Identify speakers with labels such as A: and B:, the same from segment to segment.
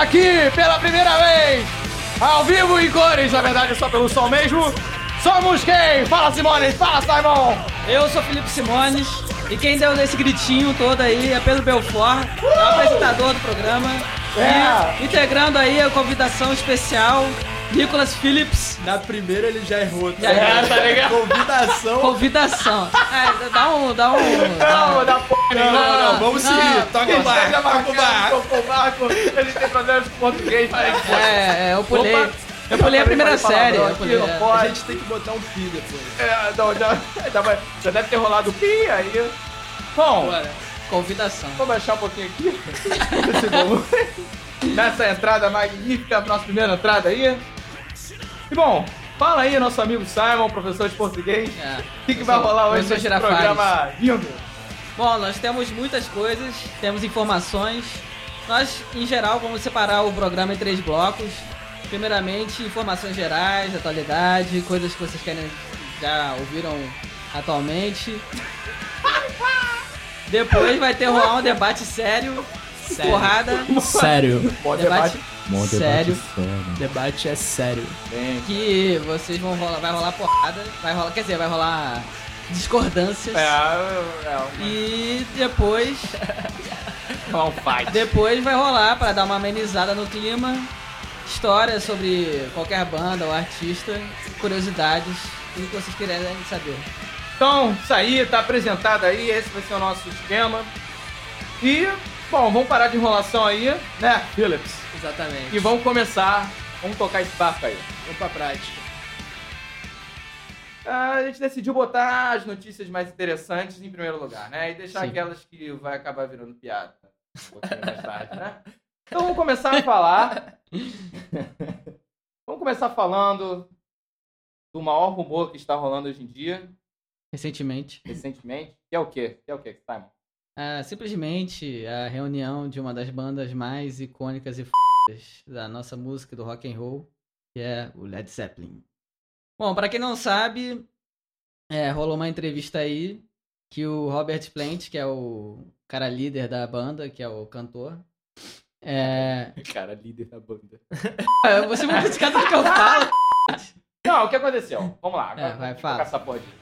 A: aqui pela primeira vez, ao vivo em cores, na verdade só pelo sol mesmo. Somos quem? Fala Simone, fala Simon!
B: Eu sou Felipe Simones e quem deu esse gritinho todo aí é Pedro Belfort, é o apresentador do programa.
A: É.
B: E integrando aí a convidação especial, Nicolas Phillips.
C: Na primeira ele já errou. Tá?
B: Já errou.
A: tá ligado?
C: Convidação.
B: Convidação. É, dá um. Dá um.
A: Não, da porra né?
C: Não, não,
A: nenhuma.
C: não, vamos
B: Não.
C: seguir. Toca o
A: Seja
C: barco. Toca
A: marcado,
C: o barco.
A: Toca o barco. Ele tem problemas com português, mas...
B: É, é, eu pulei.
A: Opa.
B: eu pulei a primeira
A: Falei palavrão
B: série. eu
A: aqui,
B: pulei.
A: não
C: A
A: pode.
C: gente tem que botar um fim depois.
A: É, não, já, já vai- já deve ter rolado o pi aí. Bom,
B: Bora. Convidação.
A: vou baixar um pouquinho aqui. Esse volume. Nessa entrada magnífica, nossa primeira entrada aí. E bom, fala aí, nosso amigo Simon, professor de português. O
B: É.
A: que, que vai rolar hoje
B: Professor
A: nesse
B: Girafales.
A: programa lindo?
B: Bom, nós temos muitas coisas, temos informações. Nós, em geral, vamos separar o programa em três blocos. Primeiramente, informações gerais, atualidade, coisas que vocês querem já ouviram atualmente. Depois vai ter rolar um debate sério, porrada,
D: Sério.
A: Bom
B: debate,
A: debate.
B: sério,
D: Debate é sério.
B: que vocês vão rolar, vai rolar porrada, vai rolar, quer dizer, vai rolar discordâncias.
A: É, é,
B: E depois
A: é um fight.
B: Depois vai rolar pra dar uma amenizada no clima. Histórias sobre qualquer banda ou artista, curiosidades, tudo que vocês quiserem saber.
A: Então, isso aí, tá apresentado aí, esse vai ser o nosso esquema. E, bom, vamos parar de enrolação aí, né, Phillips?
B: Exatamente.
A: E vamos começar, vamos tocar esse papo aí.
C: Vamos pra prática.
A: Ah, A gente decidiu botar as notícias mais interessantes em primeiro lugar, né? E deixar
B: Sim.
A: aquelas que vai acabar virando piada um pouquinho mais tarde, né? Então vamos começar a falar. vamos começar falando do maior rumor que está rolando hoje em dia,
B: Recentemente,
A: recentemente, que é o quê? Que é o quê, Simon?
B: ah, simplesmente a reunião de uma das bandas mais icônicas e f da nossa música do rock and roll, que é o Led Zeppelin. Bom, pra quem não sabe, é, rolou uma entrevista aí que o Robert Plant, que é o cara líder da banda, que é o cantor, é,
A: Cara, líder da banda.
B: Ah, Você vai criticar tudo que eu falo.
A: Não, o que aconteceu? Vamos lá, agora
B: É, vai,
A: vamos
B: fala.
A: tocar essa porra aqui.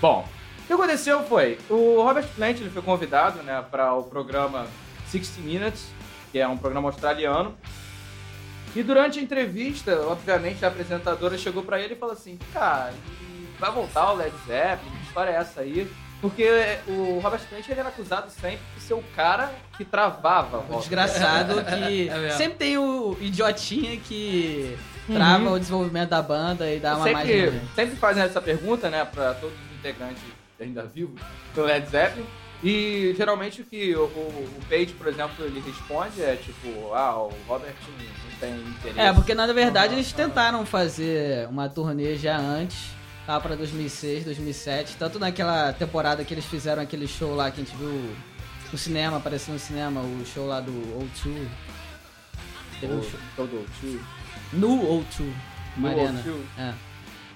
A: Bom, o que aconteceu foi, o Robert Plant ele foi convidado né, para o programa 60 Minutes, que é um programa australiano. E durante a entrevista, obviamente, a apresentadora chegou para ele e falou assim, cara, e vai voltar o Led Zeppelin, que história é essa aí? Porque o Robert Plant ele era acusado sempre de ser o cara que travava o
B: O
A: rock.
B: desgraçado que
C: É mesmo. Uhum.
B: sempre tem o idiotinha que trava o desenvolvimento da banda e dá uma mais.
A: sempre, sempre fazem essa pergunta, né, pra todos os integrantes ainda vivos do Led Zeppelin. E geralmente o que o, o, o Page, por exemplo, ele responde é tipo, ah, o Robert não tem interesse.
B: É, porque na verdade eles tentaram fazer uma turnê já antes, lá pra 2006, 2007, tanto naquela temporada que eles fizeram aquele show lá que a gente viu no cinema, apareceu no cinema, o show lá do O2. Teve um show-
A: Todo tio.
B: No O2, Mariana.
A: O2.
B: É.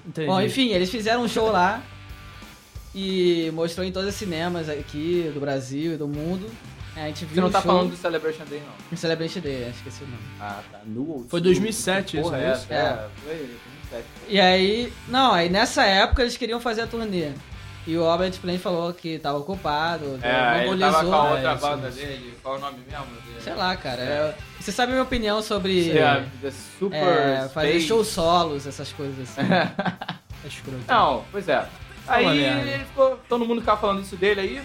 D: Entendi.
B: Bom, enfim, eles fizeram um show lá e mostrou em todos os cinemas aqui do Brasil e do mundo. É, A gente viu
A: Você não
B: o
A: tá
B: show
A: falando do Celebration Day, não.
B: do Celebration Day, eu esqueci o nome.
A: Ah, tá. No
D: Foi 2007 isso,
A: Porra,
D: não é isso?
A: É,
B: É.
A: é, foi 2007.
B: E aí, não, aí nessa época eles queriam fazer a turnê. E o Albert Plant falou que tava ocupado, né,
A: É, ele tava com a
B: monopolizou.
A: outra
D: é, isso
A: banda dele, qual é o nome mesmo? dele?
B: assim. Sei lá, cara. é- Você sabe a minha opinião sobre
A: É, The Super
B: é, fazer
A: Space-
B: shows solos, essas coisas assim.
D: É escroto.
A: Não, pois é. Aí
D: uma merda.
A: ele ficou, todo mundo ficava falando isso dele aí.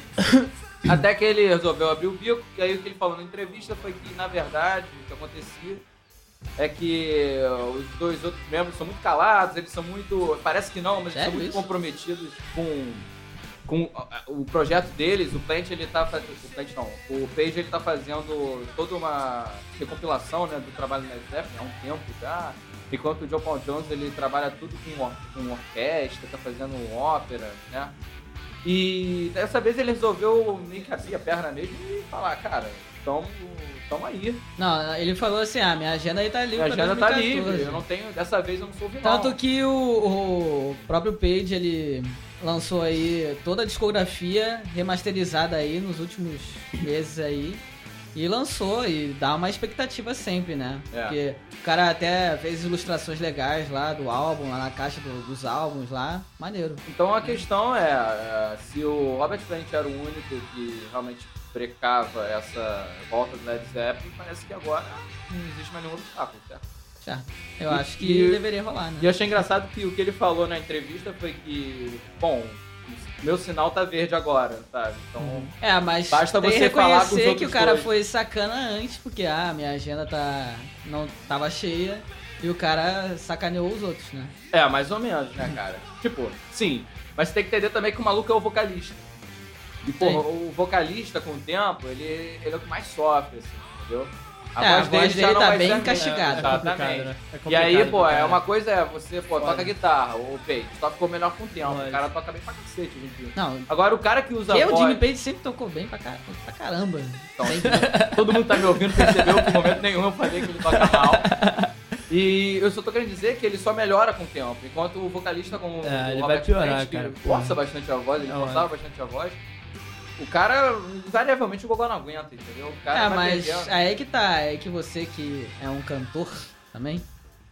A: até que ele resolveu abrir o bico. E aí o que ele falou na entrevista foi que, na verdade, o que acontecia é que os dois outros membros são muito calados, eles são muito. Parece que não, mas eles
B: Sério
A: são muito
B: isso?
A: comprometidos com. Com a- a- o projeto deles, o Plant ele tá fazendo. O Plant não, o Page ele tá fazendo toda uma recompilação né, do trabalho na Zeppelin há um tempo já. Enquanto o John Paul Jones ele trabalha tudo com, or- com orquestra, tá fazendo ópera, né? E dessa vez ele resolveu meio que abrir a perna mesmo e falar, cara, tamo, tamo aí.
B: Não, ele falou assim, ah, minha agenda aí tá livre
A: Minha
B: pra
A: agenda tá
B: 2014.
A: livre, eu não tenho, dessa vez eu não sou vilão.
B: Tanto Tá que o, o próprio Page, ele lançou aí toda a discografia remasterizada aí nos últimos meses aí. E lançou e dá uma expectativa sempre, né?
A: É.
B: Porque o cara até fez ilustrações legais lá do álbum, lá na caixa do- dos álbuns lá. Maneiro.
A: Então a questão é, é, se o Robert Plant era o único que realmente precava essa volta do Led Zeppelin, parece que agora não existe mais nenhum obstáculo, certo?
B: Já. Eu
A: E-
B: acho que
A: e-
B: deveria rolar, né?
A: E eu achei engraçado que o que ele falou na entrevista foi que, bom, meu sinal tá verde agora, sabe? Então,
B: É, mas
A: Basta
B: tem que
A: você falar com os
B: reconhecer que o
A: outros
B: cara
A: dois.
B: foi sacana antes, porque ah, minha agenda tá não tava cheia e o cara sacaneou os outros, né?
A: é, mais ou menos, né, cara? Tipo, sim, mas tem que entender também que o maluco é o vocalista. E, pô,
B: Sim.
A: o vocalista, com o tempo, ele, ele é o que mais sofre, assim, entendeu?
B: É, a voz
A: já
B: dele
A: não
B: tá
A: vai
B: bem
A: ser a mesma.
B: castigada.
D: É complicado,
A: Exatamente.
D: né? É
A: E aí,
D: complicado
A: pô,
D: pra
A: é
D: caralho.
A: uma coisa é você, pô,
D: Foda.
A: toca guitarra, ou peito, só ficou melhor com o tempo.
D: Lógico.
A: O cara toca bem pra cacete, gente.
B: Não,
A: Agora o cara que usa
B: eu, o
A: voz.
B: Jimmy Page sempre tocou bem pra, car- pra caramba.
A: Então,
B: Sempre.
A: Todo mundo tá me ouvindo, percebeu que em momento nenhum eu falei que ele toca mal. E eu só tô querendo dizer que ele só melhora com o tempo. Enquanto o vocalista com o
D: É, ele
A: Robert
D: vai piorar,
A: Plant, que
D: cara,
A: força
D: porra.
A: bastante a voz, ele
D: É,
A: forçava bastante a voz. O cara, invariavelmente, o Gogó não aguenta, entendeu? O cara
B: É,
A: vai
B: mas
A: perdendo.
B: aí que tá, é que você que é um cantor também,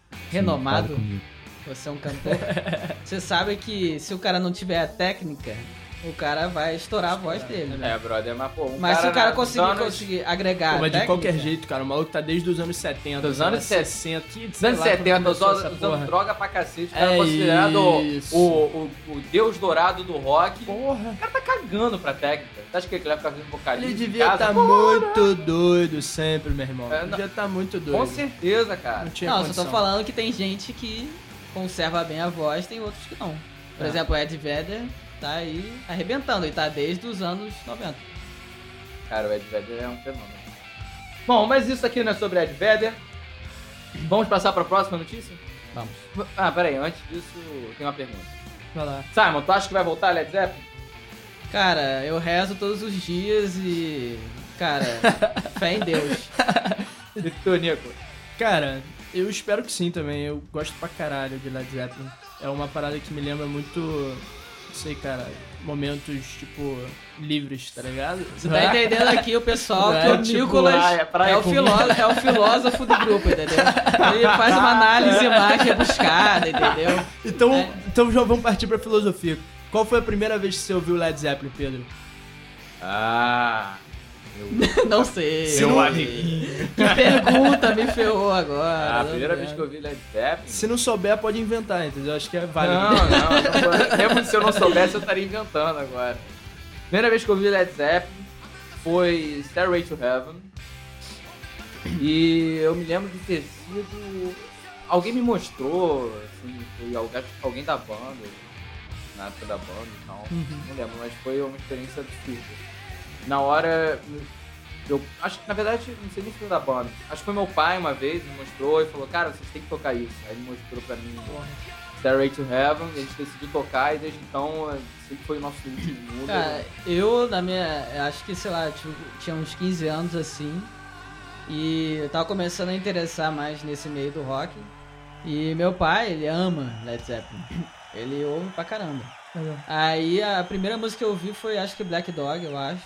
E: Fala
B: renomado,
E: comigo.
B: você é um cantor, você sabe que se o cara não tiver a técnica, o cara vai estourar a voz dele. né?
A: É, brother, mas pô, um
B: Mas se o cara
A: né,
B: conseguir,
A: anos-
B: conseguir agregar.
D: Pô,
B: a
D: mas de
B: técnica,
D: qualquer jeito, cara, o maluco tá desde os anos 70.
A: Dos
D: sei lá,
A: anos 70,
D: 60. que-
A: Dos
D: sei
A: anos
D: lá quando
A: 70,
D: começou
A: usando,
D: essa
A: usando
D: porra.
A: droga pra cacete, o cara
D: É
A: considerado o,
D: isso.
A: o, o deus dourado do rock.
D: Porra.
A: O cara tá cagando pra técnica. Você acha que ele vai ficar fazendo vocalista
D: Ele
A: em
D: devia tá
A: casa?
C: tá
D: estar muito doido sempre, meu irmão.
A: É, não-
D: devia estar muito doido.
A: Com certeza,
D: Não
A: cara.
D: tinha
B: Não, só
D: condição.
B: tô falando que tem gente que conserva bem a voz, tem outros que não. Por
D: É.
B: exemplo, o Ed Vedder tá aí arrebentando e tá desde os anos 90.
A: Cara, o Ed Vedder é um fenômeno. Bom, mas isso aqui não é sobre Ed Vedder. Vamos passar pra próxima notícia?
B: Vamos.
A: Ah, peraí, antes disso, tem uma pergunta.
D: Vai lá.
A: Simon, tu acha que vai voltar Led Zeppelin?
B: Cara, eu rezo todos os dias e. Cara, fé em Deus.
A: E tu, Nico?
D: Cara, eu espero que sim também. Eu gosto pra caralho de Led Zeppelin. É uma parada que me lembra muito, não sei, cara, momentos, tipo, livres, tá ligado?
B: Você tá entendendo aqui o pessoal que
D: É,
B: o
D: tipo,
B: Nicolas
A: Né? ah, é
B: é,
A: praia
B: o
A: com-
B: filósofo, é o filósofo do grupo, entendeu? Ele faz uma análise mais rebuscada, entendeu?
D: Então,
B: É.
D: então já vamos partir pra filosofia. Qual foi a primeira vez que você ouviu Led Zeppelin, Pedro?
A: Ah,
B: Não sei.
A: meu amiguinho.
B: Que pergunta me ferrou agora.
A: Ah, A primeira vez que eu vi Led Zeppelin...
D: Se não souber, pode inventar, entendeu? Acho que é válido.
A: Não, não, não. Mesmo se eu não soubesse, eu estaria inventando agora. Primeira vez que eu vi Led Zeppelin foi Stairway to Heaven. E eu me lembro de ter sido. Alguém me mostrou, assim, foi algu- alguém da banda, na época da banda e tal. Não lembro, mas foi uma experiência absurda. Na hora. Eu acho que, na verdade, não sei nem se foi da banda. Acho que foi meu pai uma vez, me mostrou e falou: Cara, vocês têm que tocar isso. Aí ele mostrou pra mim. Stairway to Heaven, a gente decidiu tocar e desde então é, sempre foi o nosso último número.
B: Cara, eu na minha. eu Acho que, sei lá, tipo, tinha uns 15 anos assim. E eu tava começando a interessar mais nesse meio do rock. E meu pai, ele ama Led Zeppelin. Ele ouve pra caramba. Aí a primeira música que eu ouvi foi, acho que Black Dog, eu acho.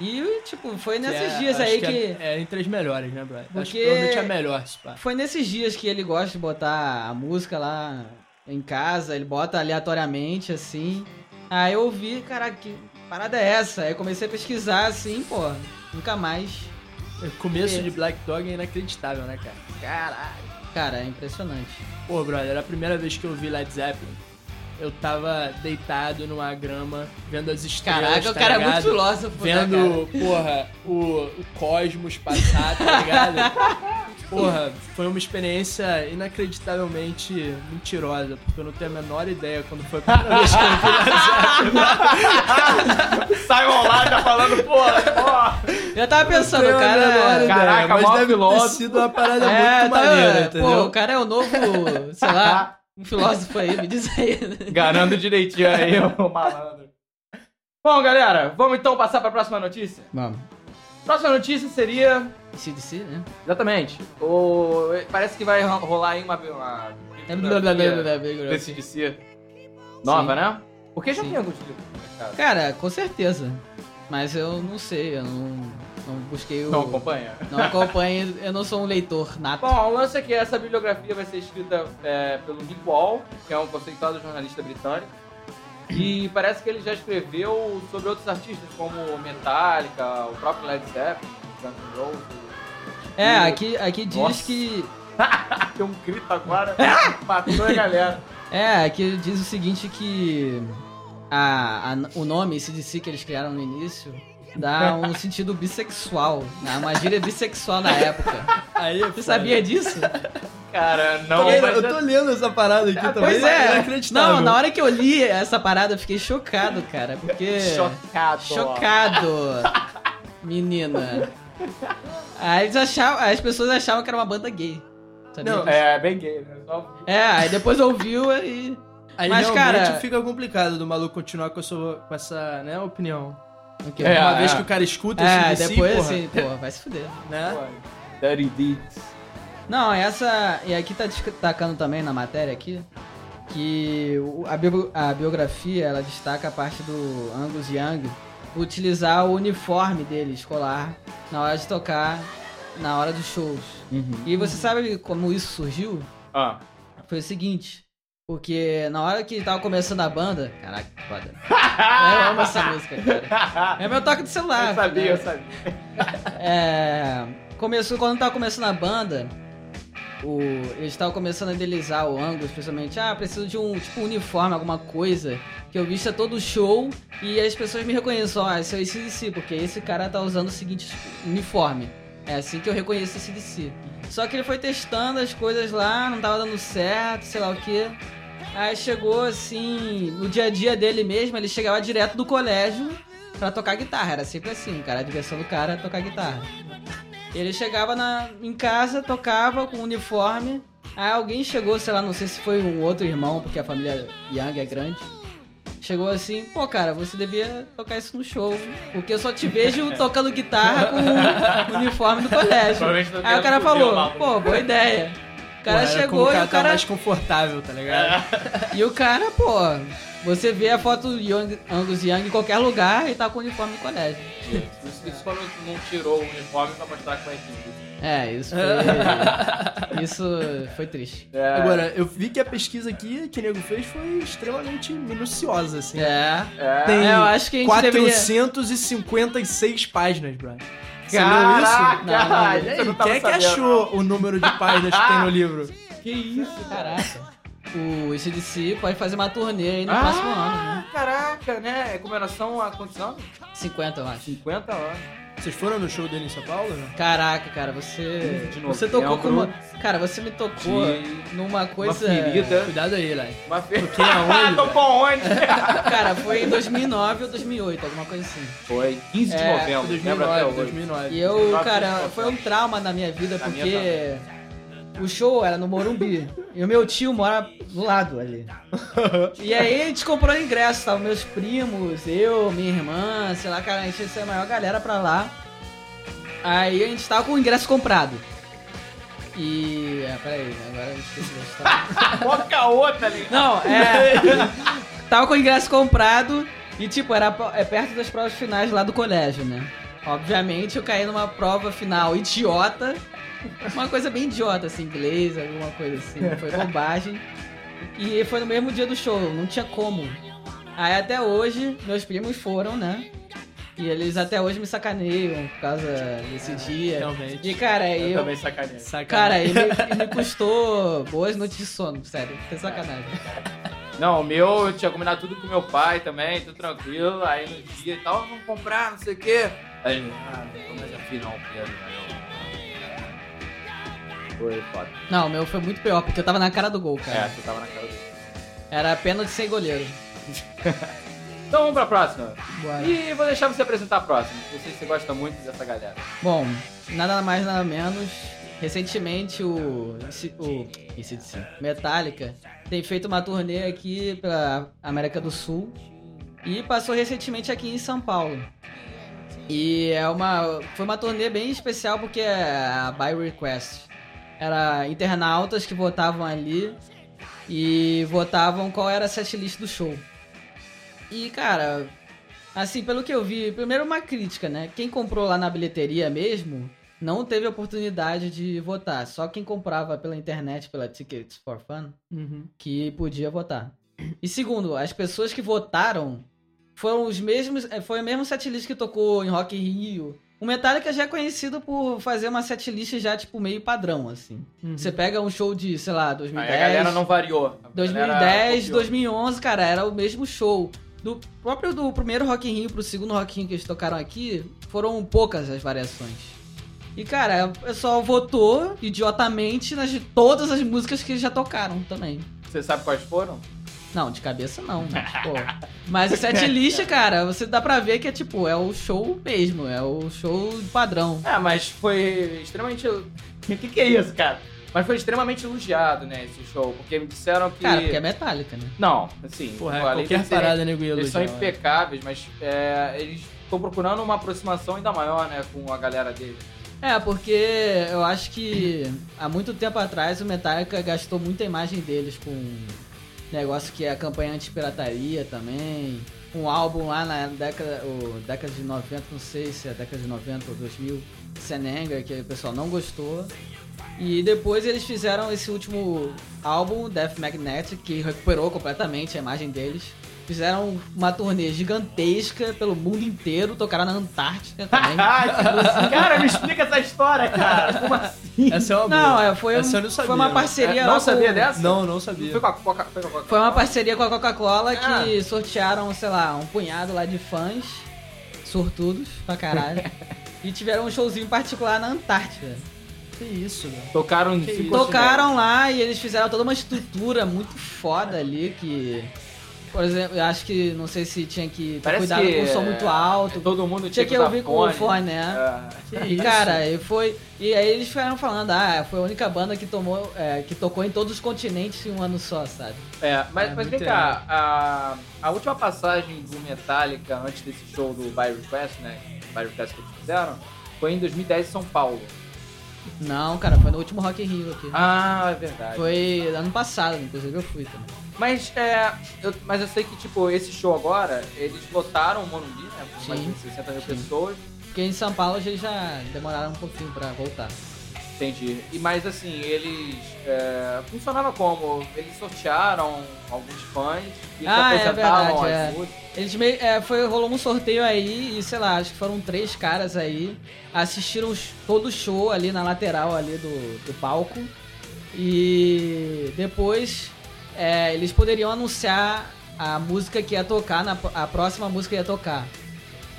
B: E, tipo, foi nesses
D: É,
B: dias
D: acho
B: aí que.
D: É, é entre as melhores, né, brother? Acho
B: Porque-
D: que provavelmente é a melhor, se pá.
B: Foi nesses dias que ele gosta de botar a música lá em casa, ele bota aleatoriamente, assim. Aí eu ouvi, caraca, que parada é essa? Aí eu comecei a pesquisar, assim, pô, nunca mais.
D: O É, começo de Black Dog é inacreditável, né, cara?
B: Caralho. Cara, é impressionante.
D: Pô, brother, a primeira vez que eu vi Led Zeppelin, eu tava deitado numa grama, vendo as estrelas,
B: Caraca, o
D: tá
B: cara é
D: ligado?
B: muito filósofo, né, cara?
D: Vendo, porra, o, o cosmos passar, tá ligado? Porra, foi uma experiência inacreditavelmente mentirosa, porque eu não tenho a menor ideia quando foi a primeira vez que eu vi Led
A: Simon lá já falando, é porra, porra.
B: Eu tava pensando, o
D: Zeppelin, eu não tenho a menor
B: cara.
D: ideia,
A: Caraca,
D: mas
A: mó
D: deve
A: filósofo.
D: ter sido uma parada
B: É,
D: muito
B: tá-
D: maneira,
B: Pô,
D: entendeu?
B: o cara é o novo, sei lá, um filósofo aí, me diz aí.
A: Garando direitinho aí, ô malandro. Bom, galera, vamos então passar pra próxima notícia.
B: Vamos.
A: Próxima notícia seria.
B: CDC, né?
A: Exatamente. O... Parece que vai ro- rolar aí uma. uma... Desse de si. Nova, né? Porque já
B: Sim.
A: tem alguns livros no mercado.
B: Cara, com certeza. Mas eu não sei, eu não, não busquei o.
A: Não acompanha.
B: Não acompanho, eu não sou um leitor nato.
A: Bom, o lance é que essa bibliografia vai ser escrita é, pelo Nick Wall, que é um conceituado jornalista britânico. E parece que ele já escreveu sobre outros artistas, como Metallica, o próprio Led Zeppelin, Guns N' Roses.
B: É, aqui, aqui diz
A: Nossa.
B: que.
A: Tem um grito agora, matou a galera.
B: É, aqui diz o seguinte que. A, a- o nome CDC que eles criaram no início dá um sentido bissexual. Né? Uma gíria bissexual na época.
D: Aí, é
B: Você sabia disso?
A: Cara, não,
D: Tô lendo-
A: mas...
D: eu tô lendo essa parada aqui também.
B: é- Pois é.
D: inacreditável.
B: Não, na hora que eu li essa parada, eu fiquei chocado, cara. Porque.
A: Chocado.
B: Chocado! Menina. Aí eles achavam, as pessoas achavam que era uma banda gay. Sabia?
D: Não,
A: É, bem gay, né? Só-
B: É, aí depois ouviu e.
D: Aí
B: Mas,
D: realmente
B: cara-
D: fica complicado do maluco continuar com, a sua, com essa né, opinião.
B: o quê?
A: É,
D: Uma
A: é.
D: vez que o cara escuta
B: É,
D: esse DC,
B: depois
D: porra,
B: assim, pô, vai se fuder.
D: né?
A: Pô, Dirty Deeds.
B: Não, essa. E aqui tá destacando também na matéria aqui que o- a, bio- a biografia ela destaca a parte do Angus Young utilizar o uniforme dele escolar na hora de tocar, na hora dos shows.
A: Uhum.
B: E você
D: Hum.
B: sabe como isso surgiu?
A: Ah,
B: Foi o seguinte. Porque na hora que tava começando a banda. Caraca, que foda. Eu amo essa música, cara. É meu toque de celular.
A: eu sabia,
B: né?
A: eu sabia.
B: É, começou quando tava começando a banda, o, eles estavam começando a idealizar o Angus, principalmente, ah, preciso de um tipo uniforme, alguma coisa que eu vista todo show e as pessoas me reconheçam, ah, esse é o ACDC, porque esse cara tá usando o seguinte uniforme. É assim que eu reconheço esse DC. Só que ele foi testando as coisas lá, não tava dando certo, sei lá o que. Aí chegou assim, no dia a dia dele mesmo, ele chegava direto do colégio pra tocar guitarra. Era sempre assim, cara. A diversão do cara é tocar guitarra. Ele chegava na, em casa, tocava com uniforme. Aí alguém chegou, sei lá, não sei se foi um outro irmão, porque a família Young é grande. Chegou assim, pô, cara, você devia tocar isso no show, porque eu só te vejo tocando guitarra com o uniforme do colégio.
A: Provavelmente não
B: Aí o cara
A: quero fuder o
B: falou,
A: maluco.
B: pô, boa ideia. O cara
D: Porra, era como
B: chegou e o
D: tá
B: cara
D: mais confortável, tá ligado?
B: e o cara, pô, você vê a foto do Young- Angus Young em qualquer lugar e tá com o uniforme do colégio.
A: Isso, isso quando não tirou o uniforme pra mostrar que vai ter.
B: É, isso foi. isso foi triste.
A: É,
D: Agora, eu vi que a pesquisa aqui que o nego fez foi extremamente minuciosa, assim.
B: É.
A: é.
D: Tem
B: É, eu acho que a gente
D: 456 páginas, Brian. Você
A: Caraca,
D: leu isso?
B: Não,
A: isso eu
D: E
A: não
D: aí, quem
A: tava
D: é que
A: sabendo.
D: achou o número de páginas que tem no livro?
A: Que isso, cara?
B: Caraca. O ICDC pode fazer uma turnê aí no
A: Ah,
B: próximo ano. né?
A: Caraca, né? É comemoração a quantos anos?
B: 50, eu acho.
A: 50 anos.
D: Vocês foram no show dele em São Paulo? né?
B: Caraca, cara, você.
A: De
B: Você
A: novembro.
B: tocou com uma. Cara, você me tocou
A: De
B: numa coisa.
A: ferida.
D: Cuidado aí, Lai.
A: Uma feira.
D: Toquei aonde?
A: Tocou onde?
B: Cara, foi em 2009 ou 2008, alguma coisa assim.
A: Foi 15 de
B: É,
A: novembro,
D: Foi
A: lembra
D: 2009,
A: até hoje.
D: 2009.
B: E eu,
A: Nossa,
B: cara,
A: nossa.
B: foi um trauma na minha vida,
A: Na minha
B: porque o show era no Morumbi. e o meu tio mora do lado ali. e aí a gente comprou ingresso, tava meus primos, eu, minha irmã, sei lá, cara, a gente ia ser a maior galera pra lá. Aí a gente tava com o ingresso comprado. E. É, peraí, agora eu esqueci da história.
A: Mó caô, tá ligado?
B: Não, é. tava com o ingresso comprado e, tipo, era po- é perto das provas finais lá do colégio, né? Obviamente eu caí numa prova final idiota. Uma coisa bem idiota, assim, inglês, alguma coisa assim. Foi bobagem. E foi no mesmo dia do show, não tinha como. Aí até hoje, meus primos foram, né? E eles até hoje me sacaneiam por causa desse dia.
D: realmente.
B: E cara,
A: É, Eu,
B: eu.
A: também sacanei.
B: Cara, ele me custou boas noites de sono, sério. Sem sacanagem.
A: Não, o meu, eu tinha combinado tudo com meu pai também, tudo tranquilo. Aí no dia e tal, vamos comprar, não sei o quê. Aí, ele, ah, não mas aqui não, Pedro. não. Foi foda.
B: Não, o meu foi muito pior, porque eu tava na cara do gol,
A: É,
B: cara.
A: você tava na cara dele.
B: Era pênalti sem goleiro.
A: Então vamos pra próxima.
B: Bora.
A: E vou deixar você apresentar a próxima. Eu sei que você gosta muito dessa galera.
B: Bom, nada mais, nada menos. Recentemente o. esse- o esse de si, Metallica tem feito uma turnê aqui pela América do Sul e passou recentemente aqui em São Paulo. E é uma, foi uma turnê bem especial porque é a By Request. Era internautas que votavam ali e votavam qual era a setlist do show. E cara, Assim, pelo que eu vi, primeiro uma crítica, né? Quem comprou lá na bilheteria mesmo não teve oportunidade de votar. Só quem comprava pela internet, pela Tickets for Fun,
D: Uhum.
B: que podia votar. E segundo, as pessoas que votaram foram os mesmos. eh, Foi o mesmo setlist que tocou em Rock in Rio. O Metallica já é conhecido por fazer uma setlist já, tipo, meio padrão, assim.
D: Uhum.
B: Você pega um show de, sei lá,
A: Aí
B: 2010.
A: a galera não variou. A galera
B: 2010,
A: copiou.
B: 2011, cara, era o mesmo show. Do próprio do primeiro Rock in Rio pro segundo Rock in Rio que eles tocaram aqui, foram poucas as variações. E, cara, o pessoal votou idiotamente nas de todas as músicas que eles já tocaram também.
A: Você sabe quais foram?
B: Não, de cabeça não, mas, pô. Mas o setlist, cara, você dá pra ver que é tipo, é o show mesmo, é o show padrão.
A: Ah, mas foi extremamente. O que, que é isso, cara? Mas foi extremamente elogiado, né, esse show. Porque me disseram que.
B: Cara, porque é metálica, né?
A: Não, assim,
D: Porra, é
A: além
D: qualquer
A: de serem-
D: parada, nego ia
A: Eles são
D: elogiar, né?
A: impecáveis, mas é, eles estão procurando uma aproximação ainda maior, né, com a galera dele.
B: É, porque eu acho que há muito tempo atrás o Metallica gastou muita imagem deles com um negócio que é a campanha anti-pirataria também. Um álbum lá na década, o, década de 90, não sei se é década de 90 ou 2000, Senenger, que o pessoal não gostou. E depois eles fizeram esse último álbum, Death Magnetic, que recuperou completamente a imagem deles. Fizeram uma turnê gigantesca pelo mundo inteiro, tocaram na Antártica também.
A: cara, me explica essa história, cara. Como assim?
D: Essa é uma boa.
B: Não, é, foi, um-
D: Essa eu não sabia,
B: foi uma
D: não.
B: parceria.
A: É, não
B: lá
A: sabia
B: com-
A: dessa?
D: Não, não
A: Não
D: sabia.
A: foi com a Coca- foi com a Coca-
B: Foi uma parceria com a Coca-Cola
A: Ah.
B: que sortearam, sei lá, um punhado lá de fãs, sortudos pra caralho, e tiveram um showzinho particular na Antártida.
D: Que isso, velho.
A: Tocaram em
D: Que
A: cinco
D: isso?
B: um Tocaram lá e eles fizeram toda uma estrutura muito foda ali que. Por exemplo, eu acho que não sei se tinha que ter
A: Parece
B: cuidado
A: que é
B: com o som muito alto.
A: Todo mundo
B: Tinha
A: tinha
B: que
A: usar
B: ouvir com o fone, né?
A: É.
B: E cara, e foi. E aí eles ficaram falando, ah, foi a única banda que tomou, é, que tocou em todos os continentes em um ano só, sabe?
A: É, mas,
D: É,
A: mas
D: muito
A: vem cá, a, a última passagem do Metallica antes desse show do By Request, né? By Request que eles fizeram, foi em 2010 em São Paulo.
B: Não, cara, foi no último Rock in Rio aqui.
A: Ah, é verdade.
B: Foi ano passado, inclusive eu fui também.
A: Mas, é, eu, mas eu sei que, tipo, esse show agora, eles lotaram o Morumbi, né? Com mais
B: Sim,
A: de 60 mil
B: sim.
A: pessoas.
B: Porque em São Paulo eles já demoraram um pouquinho pra voltar.
A: Entendi. E mais assim, eles é, funcionaram como? Eles sortearam alguns fãs e eles
B: Ah, é
A: apresentavam
B: verdade,
A: as
B: é.
A: músicas.
B: Eles meio. É, foi, rolou um sorteio aí e sei lá, acho que foram três caras aí. Assistiram os- todo o show ali na lateral ali do, do palco. E depois é, eles poderiam anunciar a música que ia tocar, na, a próxima música que ia tocar.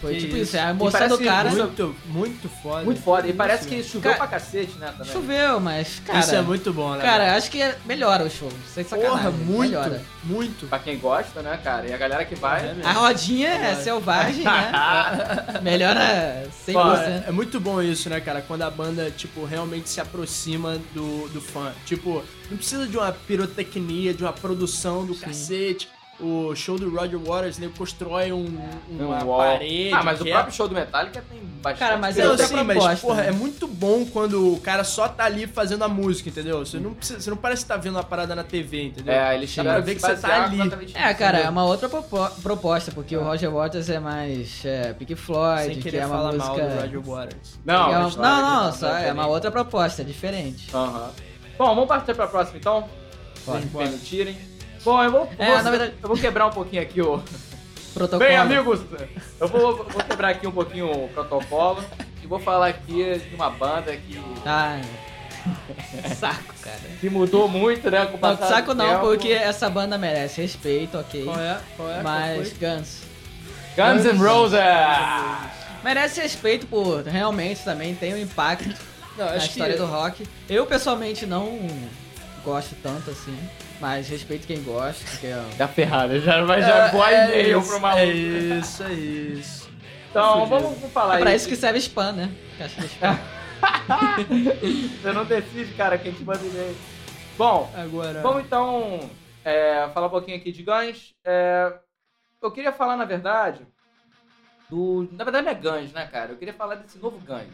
B: Foi
D: Que
B: tipo
D: isso.
B: isso, é
A: E
B: a emoção
A: parece
B: do cara.
D: Muito, né? muito foda.
A: Muito foda. E parece
D: isso,
A: que choveu
B: Ca-
A: pra cacete, né? Também.
B: Choveu, mas,
D: velho.
B: cara.
D: Isso é muito bom, né?
B: Cara, acho que é- melhora o show. Sem
D: velho?
B: sacanagem.
D: porra, muito,
B: Melhora.
D: muito.
A: Pra quem gosta, né, cara? E a galera que vai. né?
D: É mesmo.
B: A rodinha é selvagem, né? Melhora né? 100%.
D: Cara, é muito bom isso, né, cara? Quando a banda, tipo, realmente se aproxima do, do fã. Tipo, não precisa de uma pirotecnia, de uma produção do cacete. O show do Roger Waters, né, constrói um, uma
A: Um wall.
D: parede. é
A: ah, mas o
D: quebra.
A: próprio show do Metallica tem bastante.
B: é. Cara, mas é
D: Não,
B: outra
D: sim, mas
B: proposta,
D: porra,
B: né?
D: é muito bom quando o cara só tá ali fazendo a música, entendeu? Você não, precisa- você não parece que tá vendo uma parada na TV, entendeu?
A: É, eles
D: Dá
A: chegaram
D: pra
A: a
D: ver que
A: se
D: você tá
A: basear
D: ali.
A: completamente né?
B: É, cara,
D: Entendeu?
B: é uma outra propo- proposta, porque o Roger Waters é mais é, Pink Floyd,
D: Sem
B: que
D: querer
B: é uma
D: falar
B: música...
D: mal do Roger Waters.
A: Não,
B: que é uma-
A: mas claro,
B: não, não,
A: eles
B: só
A: não
B: é uma
A: querem.
B: outra proposta, é diferente.
A: Aham. Bom, vamos partir pra próxima então.
B: Bora.
A: Se me permitirem. Bom, eu vou,
B: É,
A: vou-
B: na verdade-
A: eu vou quebrar um pouquinho aqui o.
B: Protocolo.
A: Bem, amigos, eu vou, vou quebrar aqui um pouquinho o protocolo e vou falar aqui de uma banda que,
B: Ai, saco, cara.
A: que mudou muito, né? Com o
B: Não,
A: passar do
B: Tá saco não,
A: tempo.
B: porque essa banda merece respeito, ok?
D: Qual é? Qual é? Qual
B: Mas
D: foi?
B: Guns.
A: Guns N' Roses!
B: Merece respeito por realmente também tem um impacto
D: Não,
B: na
D: acho que-
B: história do rock. Eu pessoalmente não gosto tanto assim, mas respeito quem gosta, porque é um-
A: Tá ferrado, já vai já
D: É,
A: voar
D: é
A: e-mail
D: isso,
A: pro maluco.
D: É isso, é isso.
A: Então, vamos falar
B: É pra
A: aí.
B: isso que serve spam, né? Caixa de spam.
A: Você não decide, cara, quem te manda e-mail. Bom,
D: Agora.
A: Vamos então é, falar um pouquinho aqui de Guns. É, eu queria falar, na verdade, do. Na verdade não é Guns, né, cara? Eu queria falar desse novo Guns.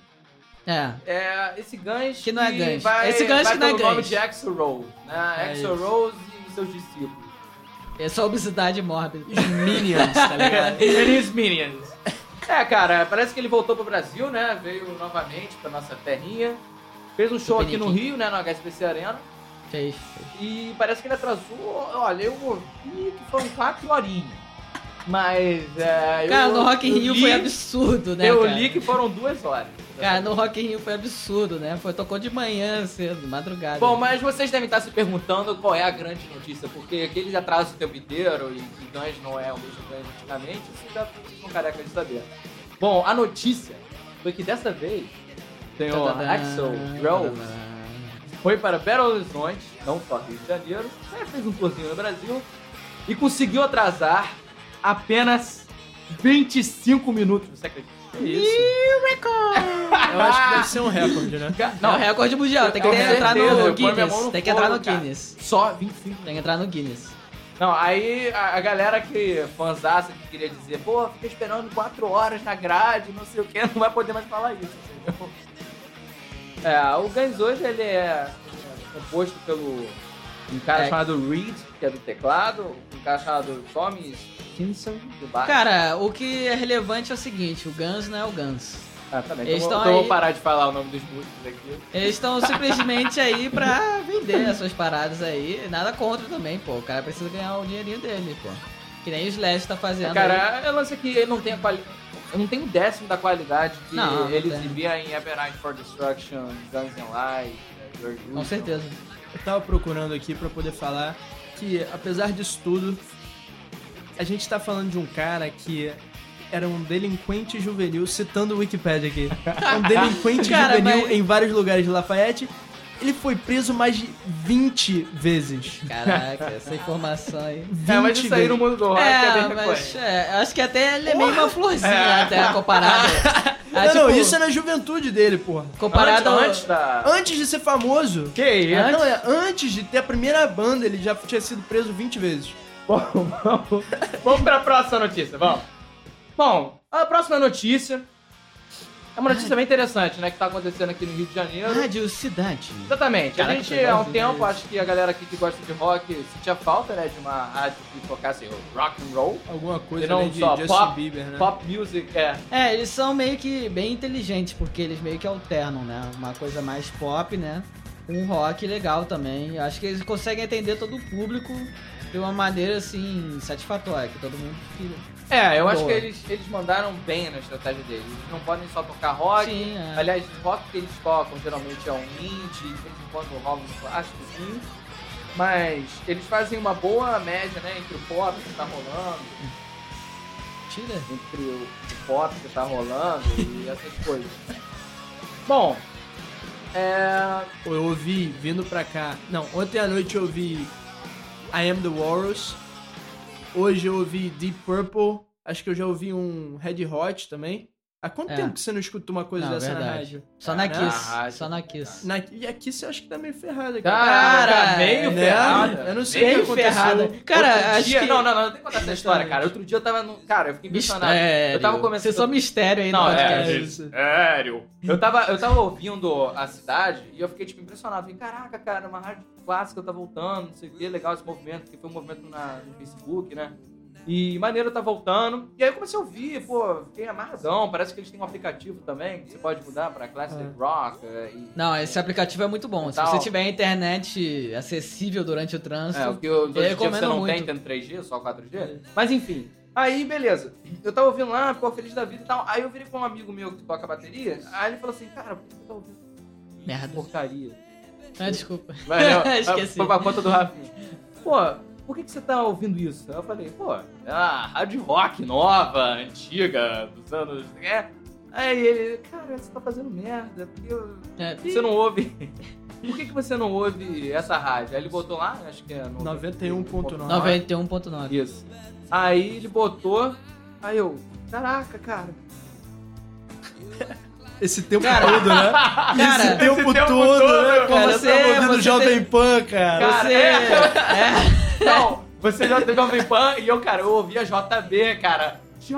B: É.
A: É, esse Guns.
B: Que não é Guns.
A: Vai,
B: Esse Guns
A: vai
B: que não é
A: pelo nome
B: Guns.
A: de Axel Rose, né?
D: É
A: Axel
D: isso.
A: Rose e seus discípulos.
B: É só obesidade mórbida.
D: Os Minions, tá ligado?
A: Eles Minions. É, cara, parece que ele voltou pro Brasil, né? Veio novamente pra nossa terrinha. Fez um show aqui no
B: Tupiniquim.
A: Rio, né? No HSBC Arena.
B: Fez, fez.
A: E parece que ele atrasou. Olha, eu ouvi que foram 4 horinhas. Mas. É, eu-
B: Cara, no Rock in
A: eu
B: Rio
A: li-
B: foi absurdo, né?
A: Eu
B: cara?
A: li que foram duas horas.
B: Cara, no Rock in Rio foi absurdo, né? Foi, tocou de manhã cedo, madrugada.
A: Bom, mas vocês devem estar se perguntando qual é a grande notícia, porque aqueles atrasos o tempo inteiro e que Guns não é o mesmo Guns antigamente, vocês já ficam carecas de saber. Bom, a notícia foi que dessa vez o senhor
B: Tadadá.
A: Axel Rose foi para Belo Horizonte, não só Rio de Janeiro, né, fez um tourzinho no Brasil e conseguiu atrasar apenas 25 minutos, você acredita?
D: Isso. Eu acho que deve ser um recorde, né?
B: Não, é recorde mundial, tem que
A: Com
B: ter- entrar
A: certeza, eu
B: no
A: ponho minha mão
B: Guinness.
A: no
B: tem que entrar
A: fogo,
B: no
A: cara.
B: Guinness.
A: Só 25
B: Tem que entrar no Guinness.
A: Não, aí a, a galera que fanzaça que queria dizer, pô, fica esperando quatro horas na grade, não sei o que, não vai poder mais falar isso, entendeu? É, o Guns hoje ele é composto pelo um cara
B: É.
A: chamado Reed, que é do teclado, um cara chamado Tommy Stinson, do baixo.
B: Cara, o que é relevante é o seguinte, o Guns não é o Guns.
A: ah, tá bem.
B: eles
A: Então,
B: estão
A: então eu vou
B: aí-
A: parar de falar o nome dos músicos aqui.
B: Eles estão simplesmente aí pra vender as suas paradas aí. Nada contra também, pô. O cara precisa ganhar o dinheirinho dele, pô. Que nem o Slash tá fazendo. aí.
A: Cara, eu lance que ele não tem a qualidade. Eu não tenho um décimo da qualidade que
B: Não, não
A: ele
B: tem.
A: exibia em Evernight for Destruction, Guns N' Lies, Your
B: Com certeza.
D: Eu tava procurando aqui pra poder falar que, apesar disso tudo, a gente tá falando de um cara que era um delinquente juvenil, citando o Wikipedia aqui. Um delinquente
B: Cara,
D: juvenil
B: mas-
D: em vários lugares de Lafayette. Ele foi preso mais de 20 vezes.
B: Caraca, essa informação aí.
D: 20
A: É, mas isso aí
D: vezes.
A: no mundo do rock é, bem
B: É, mas
A: frequente. É.
B: é, acho que até ele é meio uma florzinha até comparado.
D: Não,
B: Ah,
D: não,
B: tipo,
D: isso é na juventude dele, porra.
B: comparado
A: antes,
B: ao-
A: antes da...
D: Antes de ser famoso.
A: Que isso?
D: Ah, Não, é antes de ter a primeira banda, ele já tinha sido preso 20 vezes.
A: Bom, vamos, vamos pra próxima notícia, vamos. Bom, a próxima notícia é uma notícia bem interessante, né, que tá acontecendo aqui no Rio de Janeiro.
B: Rádio Cidade.
A: Exatamente. a
B: Caraca,
A: gente,
B: legal,
A: há um
B: né?
A: tempo, acho que a galera aqui que gosta de rock sentia falta, né, de uma rádio que tocasse rock and roll.
D: Alguma coisa
A: E não
D: além de
A: só
D: Justin
A: pop,
D: Bieber, né?
A: Pop music, é.
B: É, eles são meio que bem inteligentes, porque eles meio que alternam, né? Uma coisa mais pop, né? Um rock legal também. Eu Acho que eles conseguem atender todo o público de uma maneira, assim, satisfatória, que todo mundo fica...
A: É, eu acho
B: Boa.
A: que eles, eles mandaram bem na estratégia deles. Eles não podem só tocar rock.
B: Sim, é.
A: Aliás, o rock que eles tocam geralmente é um indie, de vez em quando rola um clássico, sim. Mas eles fazem uma boa média, né, entre o pop que tá rolando,
B: Tira.
A: entre o, o pop que tá rolando e essas coisas. Bom, é...
D: Eu ouvi vindo pra cá. Não, ontem à noite eu ouvi I Am the Walrus. Hoje eu ouvi Deep Purple. Acho que eu já ouvi um Red Hot também. Há quanto
B: É.
D: tempo que você não escuta uma coisa
B: Não,
D: dessa na
B: verdade.
D: rádio?
B: Só na
D: Ah,
B: Kiss.
A: rádio.
B: só na Kiss.
D: Na- E aqui você acha que tá meio ferrado.
A: Cara,
B: Cara,
A: meio
D: né?
A: ferrada.
D: Eu não sei
A: Meio
D: o que aconteceu.
B: ferrada. Cara,
A: Outro
B: acho
A: dia-
B: que...
A: Não, não, não, não tem que contar essa história,
D: Exatamente.
A: cara. Outro dia eu tava no... Cara, eu fiquei impressionado.
B: Mistério.
A: Eu tava começando...
B: Você só mistério aí
A: Não,
B: no
A: é,
B: podcast.
D: É isso.
A: Sério? Eu tava, eu tava ouvindo a cidade e eu fiquei, tipo, impressionado. Falei, caraca, cara, uma rádio clássica tá voltando, não sei o que, legal esse movimento, que foi um movimento na- no Facebook, né? E maneiro tá voltando. E aí eu comecei a ouvir, pô, fiquei amarradão. Parece que eles têm um aplicativo também que você pode mudar pra Classic
D: É.
A: Rock. é, E...
B: Não, esse aplicativo é muito bom. Se
A: Tal.
B: você tiver internet acessível durante o trânsito,
A: É, o que hoje em dia você
B: recomendo
A: não tem,
B: muito. É.
A: tendo 3G, só 4G. Mas enfim. Aí, beleza. Eu tava ouvindo lá, ficou feliz da vida e tal. Aí eu virei com um amigo meu que toca bateria. Aí ele falou assim, cara, por que você tá ouvindo essa
B: Merda.
A: porcaria?
B: Ah, desculpa.
A: Vai, não,
B: Esqueci.
A: Foi com a conta do Rafinha. Pô, por que, que você tá ouvindo isso? Aí eu falei, pô, é a rádio rock nova, antiga, dos anos. É. Aí ele, cara, você tá fazendo merda, porque eu-
B: É,
A: você não ouve. Por que, que você não ouve essa rádio? Aí ele botou lá, acho que é no-
D: 91.9.
B: 91.9.
A: Isso. Aí ele botou, aí eu, caraca, cara.
D: Esse tempo todo, né? esse
B: Cara,
D: tempo,
A: tempo
D: todo,
A: todo,
D: né, cara?
B: você-
D: eu tava ouvindo
B: você
D: Jovem
B: tem-
D: Pan, cara.
A: Cara,
B: você... É.
A: Não, você já teve Jovem Pan e eu, cara, eu ouvia JB, cara. JB!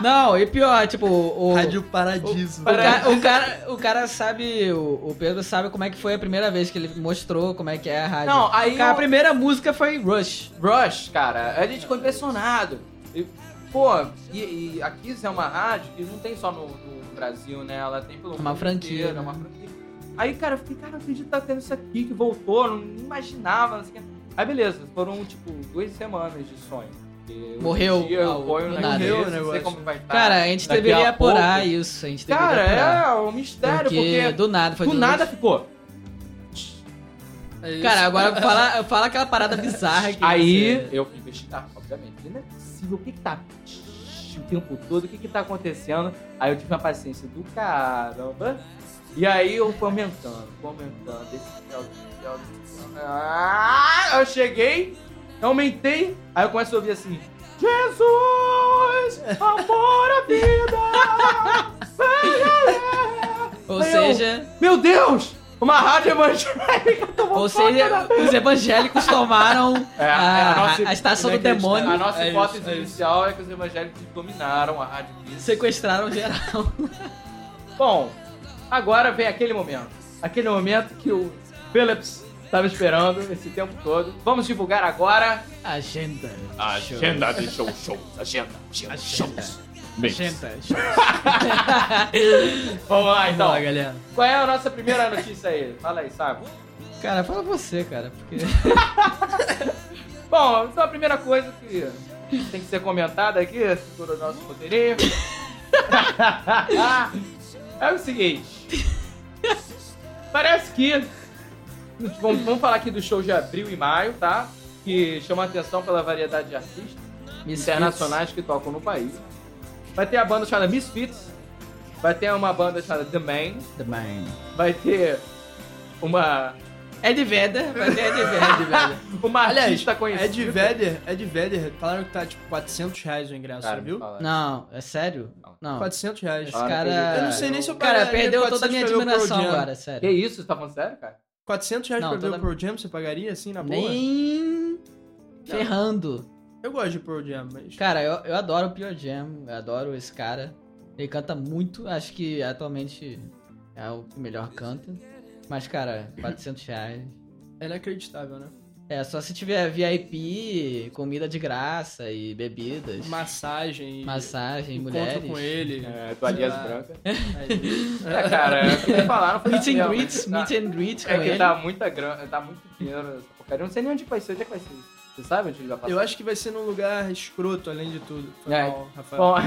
B: Não, e pior, tipo, o, o,
D: Rádio Paradiso.
B: o ca- o cara, o cara sabe, o, o Pedro sabe como é que foi a primeira vez que ele mostrou como é que é a rádio.
A: Não, aí
B: Cara,
A: eu-
B: a primeira música foi Rush.
A: Rush, cara, a gente ficou impressionado. E, pô, e, e a Kiss é uma rádio que não tem só no, no Brasil, né? Ela tem pelo
B: Uma
A: mundo
B: franquia,
A: inteiro,
B: né?
A: É uma franquia. Aí, cara, eu fiquei, cara, não acredito que tá tendo isso aqui, que voltou, não imaginava, não sei o que. Aí, beleza, foram, tipo, duas semanas de sonho. Porque
B: Morreu,
A: hoje em dia Eu
B: ah,
A: apoio
B: do
A: um
B: nada.
A: negócio,
D: Morreu o
A: não sei
D: negócio.
A: como vai estar.
B: Cara, a gente
A: Daqui
B: deveria
A: a
B: apurar
A: pouco.
B: isso. A gente deveria
A: Cara,
B: apurar.
A: é um mistério, porque,
B: do nada foi
A: do,
B: de
A: nada
B: noite.
A: ficou.
D: É
B: Cara, agora fala, fala aquela parada bizarra que
A: Aí
B: você-
A: eu fui investigar, obviamente. Falei, Não é possível, o que que tá o tempo todo, o que que tá acontecendo? Aí eu tive uma paciência do caramba. E aí eu fui aumentando, fui aumentando. Esse céu, esse céu, esse céu. Ah, eu cheguei, eu aumentei. Aí eu começo a ouvir assim: Jesus, amor à vida.
B: Ou
A: Aí eu,
B: seja,
A: Meu Deus! Uma rádio evangélica tomou
B: ou
A: conta
B: seja,
A: da
B: os evangélicos tomaram
A: É,
B: a,
A: a nossa-
B: a estação do
D: inacreditável.
A: A
B: demônio,
A: nossa
D: É
A: hipótese
D: isso, é isso.
A: inicial é que os evangélicos dominaram a rádio.
B: sequestraram geral.
A: Bom, agora vem aquele momento. Aquele momento que o Phillips estava esperando esse tempo todo. Vamos divulgar agora.
B: Agenda.
E: Agenda de show, show. Agenda, agenda,
B: Agenda.
E: shows. Bem,
B: Agenda.
A: Vamos lá, então.
D: Fala, galera.
A: Qual é a nossa primeira notícia aí? Fala aí, sabe?
B: Cara, fala você, cara. Porque...
A: Bom, então a primeira coisa que tem que ser comentada aqui, segundo o nosso roteirinho, é o seguinte. Parece que. Vamos, vamos falar aqui do show de abril e maio, tá? Que chama a atenção pela variedade de artistas
B: Misfits.
A: internacionais que tocam no país. Vai ter a banda chamada Misfits. Vai ter uma banda chamada The Man.
B: Também.
A: Vai ter uma.
B: Ed Vedder. Vai ter Ed Vedder. Ed Vedder.
A: Uma
D: Aliás, é
A: artista conhecida.
D: Ed Vedder, Ed Vedder, falaram que tá tipo 400 reais o ingresso,
A: Cara,
D: você viu?
A: fala.
B: Não, é sério? Não.
D: 400 reais.
A: Ah.
B: Esse cara...
D: Eu não sei nem se eu
B: Cara,
D: pagaria
B: perdeu toda a minha
D: 400 pra ver o Pearl
B: admiração
D: Jam.
B: agora,
A: Que
B: sério.
A: isso? Você tá falando sério, cara?
D: 400 reais
B: Não,
D: pra ver
B: toda-
D: o Pearl Jam, você pagaria assim, na boa?
B: Nem... Ferrando.
D: Eu gosto de Pearl Jam, mas...
B: Cara, eu, eu adoro o Pure Jam, eu adoro esse cara. Ele canta muito, acho que atualmente é o que melhor canta. Mas, cara, 400 reais.
D: É inacreditável, né?
B: É, só se tiver VIP, comida de graça e bebidas,
D: Massagem,
B: massagem,
D: encontro
B: mulheres.
D: com ele.
A: É, toalhas
D: Ah.
A: brancas.
D: É isso.
A: É, cara, o que me falaram foi
B: Meet and
A: mesmo.
B: greets,
A: Tá-
B: meet and greets com
A: É que
B: ele.
A: dá muita grana, dá muito dinheiro essa porcaria. Eu não sei nem onde vai ser, onde é que vai ser isso? Você sabe onde ele vai passar?
D: Eu acho que vai ser num lugar escroto, além de tudo. Foi
A: É.
D: mal, Rafael.
A: Bom,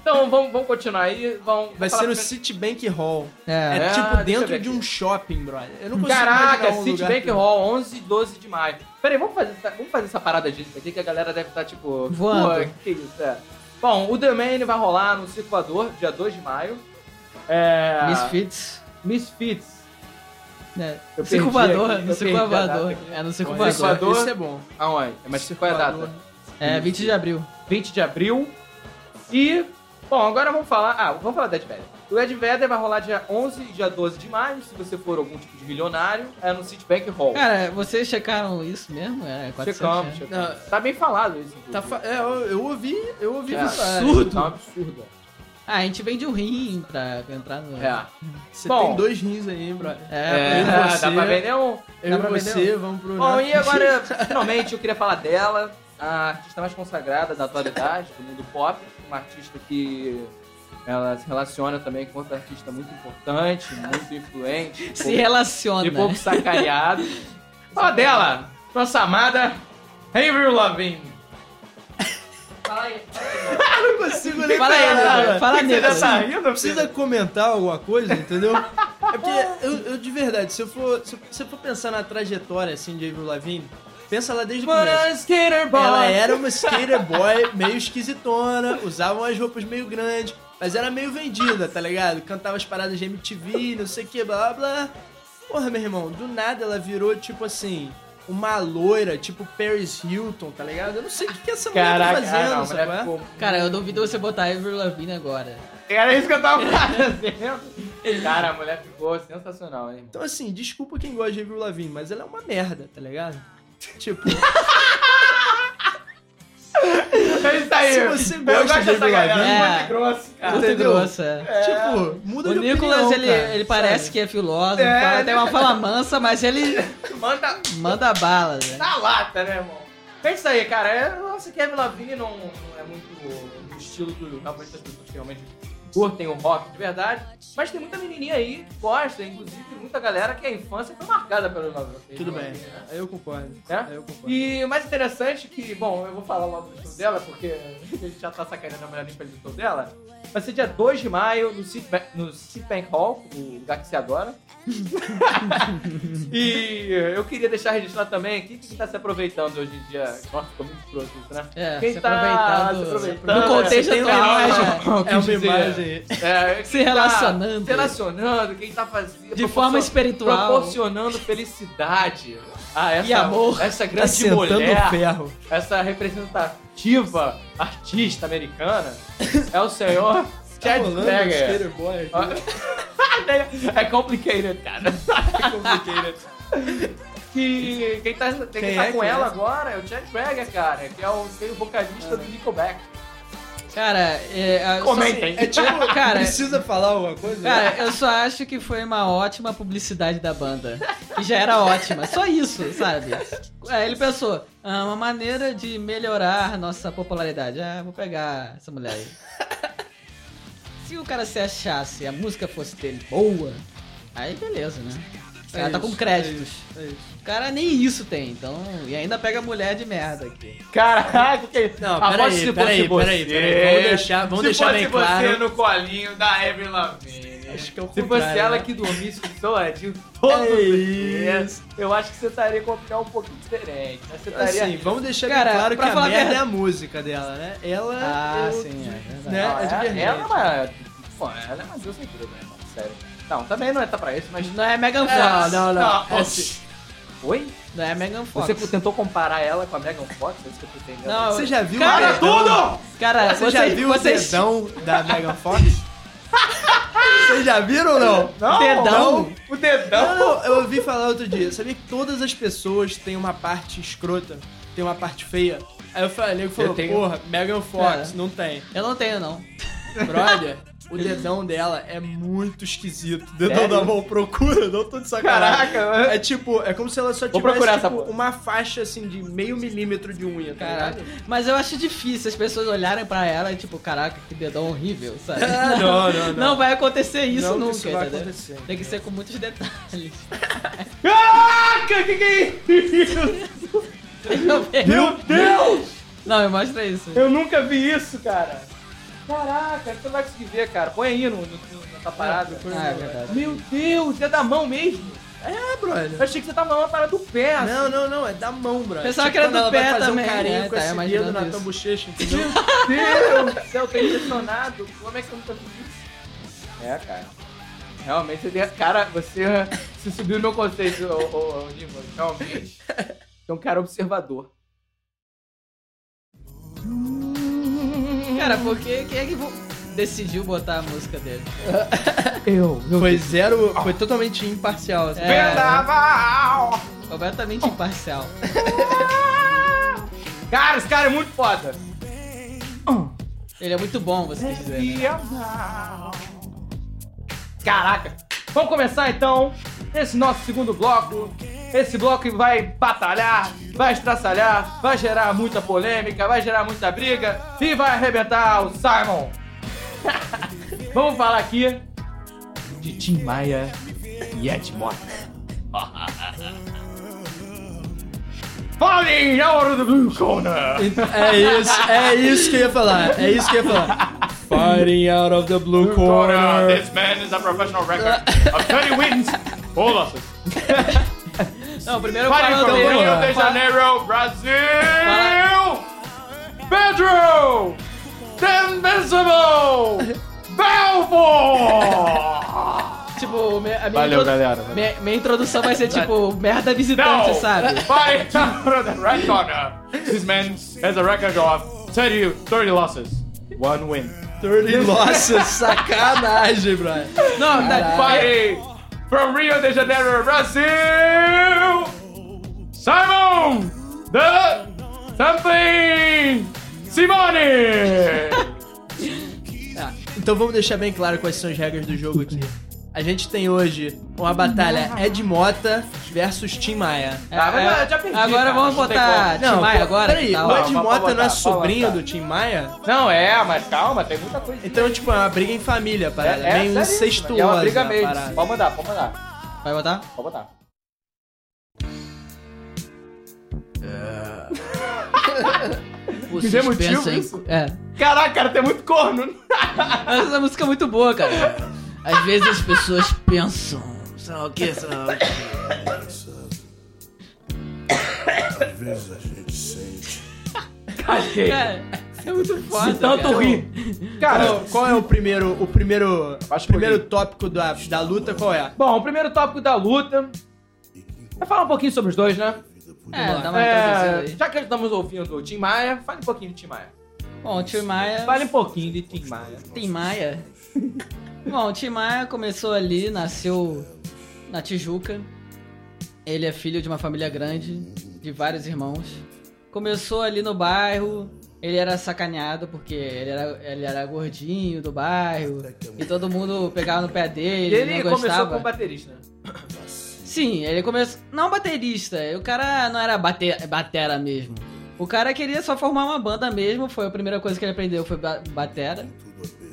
A: então vamos, vamos continuar aí. Vamos,
D: vai
A: vamos
D: ser no
A: falar
D: Citibank Hall. É,
B: É,
A: Ah, deixa
D: tipo
A: eu ver
D: dentro de
A: aqui.
D: um shopping, brother. Eu não
A: primeiro.
D: consigo
A: Caraca,
D: imaginar um lugar
A: Citibank
D: que-
A: Hall, 11 e 12 de maio. Peraí, vamos fazer, essa- vamos fazer essa parada disso aqui que a galera deve estar tipo.
B: Voando.
A: Pô, que isso, é. Bom, o The Man vai rolar no Circulador, dia 2 de maio. É.
B: Misfits.
A: Misfits.
B: né?
A: Eu perdi
B: Circulador,
A: aqui,
B: no
A: eu perdi a
B: circulador. É
A: data.
B: no
D: Olha, isso, é-
B: circulador.
A: Circulador.
D: isso é bom.
A: Aonde? Mas qual é a data?
B: É, 20 de abril.
A: 20 de abril. E, bom, agora vamos falar. Ah, vamos falar do Ed Vedder. O Ed Vedder vai rolar dia 11 e dia 12 de maio. Se você for algum tipo de milionário, é no Citibank Hall.
B: Cara, vocês checaram isso mesmo? É, 400
A: checamos,
B: reais.
A: checamos. Tá bem falado isso.
D: né? Tá fa- é, eu, eu ouvi, eu ouvi
A: É.
D: falar.
A: Tá um absurdo.
B: Ah, a gente vende o rim pra entrar no...
A: É.
D: Você
A: Bom.
D: tem dois rins aí, brother.
A: É,
B: É,
D: eu e você-
A: dá pra vender um.
D: Eu
A: dá
D: e
A: pra vender um.
D: você, né? vamos pro...
A: Bom, e agora, finalmente, eu queria falar dela, a artista mais consagrada da atualidade, do mundo pop, uma artista que ela se relaciona também com outra artista muito importante, muito influente.
B: se
A: pouco-
B: relaciona.
A: de pouco sacaneado. Fala dela, nossa amada Avril Lavigne.
D: Eu não consigo nem
B: Fala aí,
D: falar,
B: Leandro,
D: mano.
B: fala
D: Você
B: nele.
D: já tá rindo? Precisa comentar alguma coisa, entendeu? É porque, eu, eu de verdade, se eu for, se eu, se eu for pensar na trajetória, assim, de Avril Lavigne, pensa lá desde o começo.
A: skater
D: Ela é- era uma skater boy meio esquisitona, usava umas roupas meio grandes, mas era meio vendida, tá ligado? Cantava as paradas de MTV, não sei o que, blá blá. Porra, meu irmão, do nada ela virou tipo assim, uma loira, tipo Paris Hilton, tá ligado? Eu não sei o que, que essa mulher
A: Caraca,
D: tá fazendo,
A: ah, não,
D: sabe?
A: mulher ficou...
B: Cara, eu duvido você botar Avril Lavigne agora.
A: Era isso que eu tava fazendo. Cara, a mulher ficou sensacional, hein?
D: Então assim, desculpa quem gosta de Avril Lavigne, mas ela é uma merda, tá ligado? Tipo,
A: É isso aí.
D: Se você
A: eu
D: gosta
A: gosto
D: de
A: dessa
D: Big
A: galera,
B: Brother.
A: muito
D: né?
B: É.
A: grosso, cara.
B: Muito
D: Entendeu?
B: grossa. é.
D: Tipo, muda
B: O
D: de
B: Nicolas,
D: opinião,
B: ele,
D: cara,
B: ele parece
D: sabe?
B: que é filósofo,
A: É,
B: fala,
A: né?
B: tem uma fala mansa, mas ele
A: Manda
B: manda bala, né?
A: na lata, né, irmão? É isso aí, cara. É, nossa, Kevin Lavigne não, não é muito do estilo do, da maioria das pessoas que realmente curtem o rock de verdade. Mas tem muita menininha aí que gosta, inclusive muita galera que a infância foi marcada pelo Lavigne.
D: Tudo bem. Aí eu concordo.
B: É?
A: Né?
D: Aí eu concordo.
A: E o mais interessante é que, bom, eu vou falar logo do show dela, porque a gente já tá sacaneando a mulher limpa do show dela. Vai ser dia 2 de maio no Citibank, no Citibank Hall, o lugar que se adora. e eu queria deixar registrado também aqui que quem tá se aproveitando hoje em dia. Nossa, ficou muito escroto isso, né?
B: É,
A: quem
B: se
A: tá
B: aproveitando-
A: se aproveitando.
B: No contexto
A: é,
B: atual,
A: é,
B: é,
D: É uma
A: dizer.
D: imagem.
A: é, quem
B: Se
A: tá
B: relacionando.
A: Se relacionando, quem tá fazendo.
B: de forma
A: proporcion-
B: espiritual.
A: Proporcionando felicidade a essa,
B: amor.
A: essa
D: Tá
A: grande
D: sentando
A: mulher
D: o ferro.
A: essa representativa artista americana é o senhor
D: Tá
A: Chad
D: rolando um
A: Steger.
D: Skater Boy.
A: Ó. é complicated, cara.
D: né?
A: Que quem tá, quem
D: Quem
A: tá
D: é
A: com
D: que
A: ela
D: é?
A: agora é o Chad Steger, cara, que é o, que é o
D: Ah.
A: vocalista do Nickelback.
B: Cara, é, a-
A: Comentem.
D: É tipo,
B: Cara,
D: precisa falar alguma coisa?
B: Cara, eu só acho que foi uma ótima publicidade da banda. Que já era ótima. Só isso, sabe? Aí ele pensou, ah, uma maneira de melhorar nossa popularidade. Ah, vou pegar essa mulher aí. Se o cara se achasse e a música fosse dele boa, aí beleza, né?
D: É
B: Ela tá
D: isso,
B: com créditos.
D: é isso.
B: O cara nem isso tem, então. E ainda pega mulher de merda aqui.
A: Caraca, que
D: Não,
A: Aposto
D: peraí,
A: se
D: peraí,
A: fosse
D: peraí,
A: você-
D: peraí, vamos deixar- vamos
A: se
D: deixar
A: fosse
D: bem
A: você
D: claro.
A: no colinho da Avril Lavigne.
D: Acho que é o
A: Se fosse
D: contrário,
A: ela
D: né?
A: que dormisse com o seu ladinho todo
D: É
A: dia,
D: isso.
A: eu acho que você estaria com a opinião um pouquinho diferente. né? Você estaria
D: Assim, vamos deixar bem
B: Cara,
D: claro que
B: pra
D: a
B: falar a
D: merda
B: verdade-
D: é a música dela, né? Ela.
B: Ah,
D: eu-
B: sim, é verdade.
D: né?
A: Não,
D: é de
A: ela-
D: verdade.
A: Ela é uma. Pô, ela é uma deusa incrível, né, irmão? Sério. Não, também não é tá pra isso, mas.
B: Não é Megan Fox.
D: Não, não,
A: Não,
D: não.
A: ó,
D: É assim,
A: Oi?
B: Não é Megan Fox.
A: Você tentou comparar ela com a Megan Fox? É isso que eu tô entendendo.
B: Não,
D: Você já viu
B: Cara,
D: o dedão?
B: Cara,
D: Você já
B: vocês-
D: viu o
B: vocês-
D: dedão da Megan Fox? Vocês já viram ou não?
A: não,
B: dedão?
A: não. O dedão?
D: Não, eu ouvi falar outro dia. Sabia que todas as pessoas têm uma parte escrota, tem uma parte feia. Aí eu É. falei, nego falou,
A: Eu tenho.
D: porra, Megan Fox,
B: Cara.
D: não tem.
B: Eu não tenho, não.
D: Brother, o dedão dela é muito esquisito. O dedão
A: Sério?
D: da mão procura, não tô de sacanagem.
A: Caraca,
D: É tipo, é como se ela só
A: Vou
D: tivesse
A: procurar essa
D: tipo,
A: porra.
D: uma faixa assim de meio milímetro de unha, tá
B: Caraca.
D: ligado?
B: Mas eu acho difícil as pessoas olharem pra ela e tipo, caraca, que dedão horrível, sabe?
D: Ah, não, não, não.
B: Não vai acontecer isso
D: Não que
B: nunca,
D: isso vai
B: entendeu?
D: acontecer.
B: Tem que ser com muitos detalhes.
A: Caraca, que que é isso? Meu Deus!
B: Não, me mostra isso.
A: Eu nunca vi isso, cara. Caraca, você não vai conseguir ver, cara. Põe aí no, no, no, nessa parada. põe
B: Ah, é
A: no-
B: verdade.
A: Meu Deus, é da mão mesmo?
D: É, brother.
A: Eu achei que você tava falando a parada do pé. assim.
D: Não, não, não, é da mão, brother.
B: tá Pensava que era do
D: quando ela
B: pé
D: vai fazer
B: também.
D: um carinho
B: É,
D: com
B: tá,
D: esse
B: imaginando
D: dedo na
B: isso.
D: tua bochecha, entendeu?
A: Meu Deus do céu, tô impressionado. Como é que eu nunca vi isso? É, cara. Realmente, você tem- cara, você, você subiu meu conceito, ô, ô, ô, Nico, Realmente. Você é um cara observador.
B: Cara, por que quem é que vo- decidiu botar a música dele?
A: Eu.
D: Foi zero. Foi totalmente imparcial. assim.
B: É.
A: Vendaval!
B: Completamente imparcial.
A: Cara, esse cara é muito foda.
B: Ele é muito bom, você quis dizer. Né?
A: Caraca! Vamos começar então esse nosso segundo bloco. Esse bloco que vai batalhar, vai estraçalhar, vai gerar muita polêmica, vai gerar muita briga e vai arrebentar o Simon. Vamos falar aqui de Tim Maia e Ed Mota. Falling out of the blue corner!
D: É isso, é isso que eu ia falar. É isso que eu ia falar. Fighting out of the blue
E: Corner.
D: corner.
E: This man is a professional record of 30 wins, four losses.
B: Não, primeiro
E: Fighting
B: fala
D: então,
E: from
B: dele.
E: Rio de
B: Fala-
E: Janeiro, Brazil. Pedro, the Invincible, Belfort.
B: Tipo, me- a minha,
E: Valeu,
B: introdu-
E: galera.
B: Minha, minha introdução vai ser tipo, merda visitante,
E: Não.
B: sabe?
E: Fighting out of the red corner. This man has a record of 30, 30 losses, one win.
D: 30 Nossa, sacanagem, brother.
B: Não, tá,
E: Fighting from Rio de Janeiro, Brazil! Simon! The something! Simone!
D: Tá, Então vamos deixar bem claro quais são as regras do jogo aqui. A gente tem hoje uma batalha Ed Mota versus Tim Maia.
A: Tá, mas
B: É,
A: eu já perdi,
B: agora
A: cara,
B: vamos
A: não tem
B: botar
A: como.
B: Tim Maia
D: pô,
B: agora.
D: Peraí,
B: que tá, tal?
D: o Ed
A: Calma,
D: Mota
A: pode
D: não é
A: botar, pode
D: sobrinho
A: botar.
D: do Tim Maia?
E: Não, é, mas calma, tem muita coisa.
D: Então, tipo, é uma briga em família, a parada.
A: um
D: É, meio
E: sério,
D: incestuosa.
E: É uma briga
D: a
E: mesmo.
D: parada.
E: Pode mandar, pode mandar.
B: Vai botar?
E: Pode mandar.
B: O
E: Me dê motivo
B: suspense aí-
E: isso?
B: É.
E: Caraca, cara, tem muito corno.
B: Mas Essa música é muito boa, cara. Às vezes as pessoas pensam. Sei lá o que, sei lá o que.
A: Tá,
E: Caguei.
B: Cara, é muito foda.
E: De tanto
B: cara.
E: rir. Cara,
D: Qual, qual é o primeiro, o primeiro,
E: Acho que
D: primeiro
E: eu
D: tópico da, da luta? Qual é?
E: bom, o primeiro tópico da luta. Vai falar um pouquinho sobre os dois, né?
B: É, dá uma
E: É,
B: introduzida aí.
E: já que estamos ouvindo o Tim Maia, fale um pouquinho do Tim Maia.
B: Bom, o Tim Maia.
E: Fale um pouquinho de Tim Maia.
B: Tim Maia. Bom, o Tim Maia começou ali, nasceu na Tijuca. Ele é filho de uma família grande, de vários irmãos. Começou ali no bairro. Ele era sacaneado porque ele era, ele era gordinho do bairro e todo mundo pegava no pé
E: E
B: dele.
E: ele
B: não
E: começou
B: gostava.
E: como baterista. né?
B: Sim, ele começou. Não baterista, o cara não era bate... batera mesmo. O cara queria só formar uma banda mesmo, foi a primeira coisa que ele aprendeu, foi ba- batera.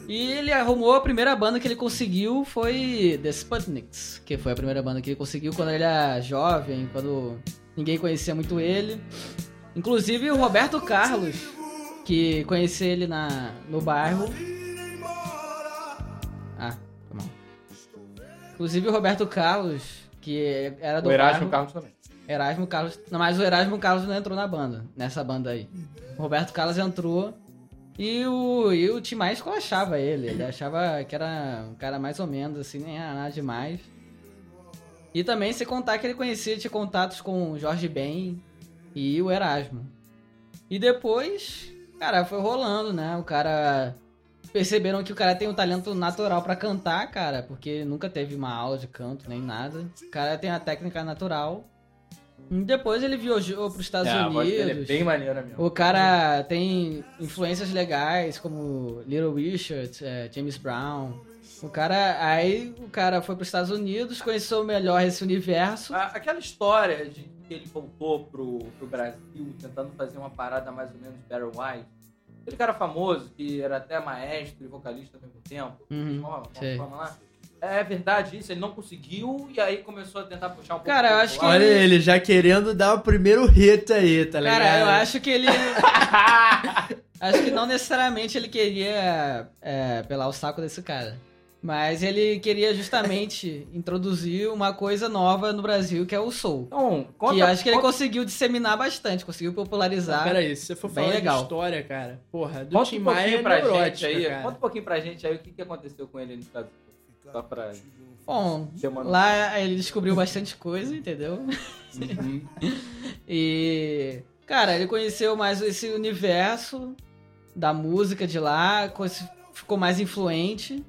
B: E ele arrumou a primeira banda que ele conseguiu foi The Sputniks, que foi a primeira banda que ele conseguiu quando ele era jovem, quando ninguém conhecia muito ele. Inclusive o Roberto Carlos, que conhecia ele na, no bairro. Ah, foi mal. Inclusive o Roberto Carlos, que era do
E: O Erasmo
B: bairro.
E: Carlos também.
B: Erasmo Carlos. Não, mas o Erasmo Carlos não entrou na banda, nessa banda aí. O Roberto Carlos entrou e o, e o Tim Maia esculachava ele. Ele achava que era um cara mais ou menos, assim, nem era nada demais. E também se contar que ele conhecia, tinha contatos com o Jorge Ben e o Erasmo. E depois, cara, foi rolando, né? O cara. Perceberam que o cara tem um talento natural pra cantar, cara, porque ele nunca teve uma aula de canto nem nada. O cara tem a técnica natural. E depois ele viajou pros Estados
E: É, a voz
B: Unidos.
E: dele é bem maneira mesmo.
B: O cara tem influências legais como Little Richard, eh, James Brown. O cara aí o cara foi para os Estados Unidos, conheceu melhor esse universo.
A: A- Aquela história de que ele voltou pro, pro Brasil tentando fazer uma parada mais ou menos Barry White. Aquele cara famoso que era até maestro e vocalista ao mesmo tempo.
E: Hum,
B: Uhum,
A: Uma- uma
B: sei.
A: forma lá. É verdade isso, ele não conseguiu e aí começou a tentar puxar um pouco.
B: Cara, eu
A: pro
B: acho
A: outro
B: que-
A: lado.
D: Olha ele já querendo dar o primeiro hit aí, tá ligado?
B: Cara, eu acho que ele acho que não necessariamente ele queria eh, pelar o saco desse cara. Mas ele queria justamente introduzir uma coisa nova no Brasil, que é o soul.
A: Então,
B: Que
A: conta,
B: acho que ele
A: conta,
B: conseguiu disseminar bastante, conseguiu popularizar.
D: Peraí, se você for
B: Bem
D: falar
B: legal.
D: de história, cara, porra, do
A: conta
D: Tim
A: um
D: Maia
A: pouquinho
D: é
A: pra gente
D: neurótica,
A: aí.
D: cara.
A: Conta um pouquinho pra gente aí o que, que aconteceu com ele no Estados Unidos. Só pra
B: Bom,
A: ter uma noção.
B: Lá é- ele descobriu bastante coisa, entendeu? e. Cara, ele conheceu mais esse universo da música de lá, co- ficou mais influente.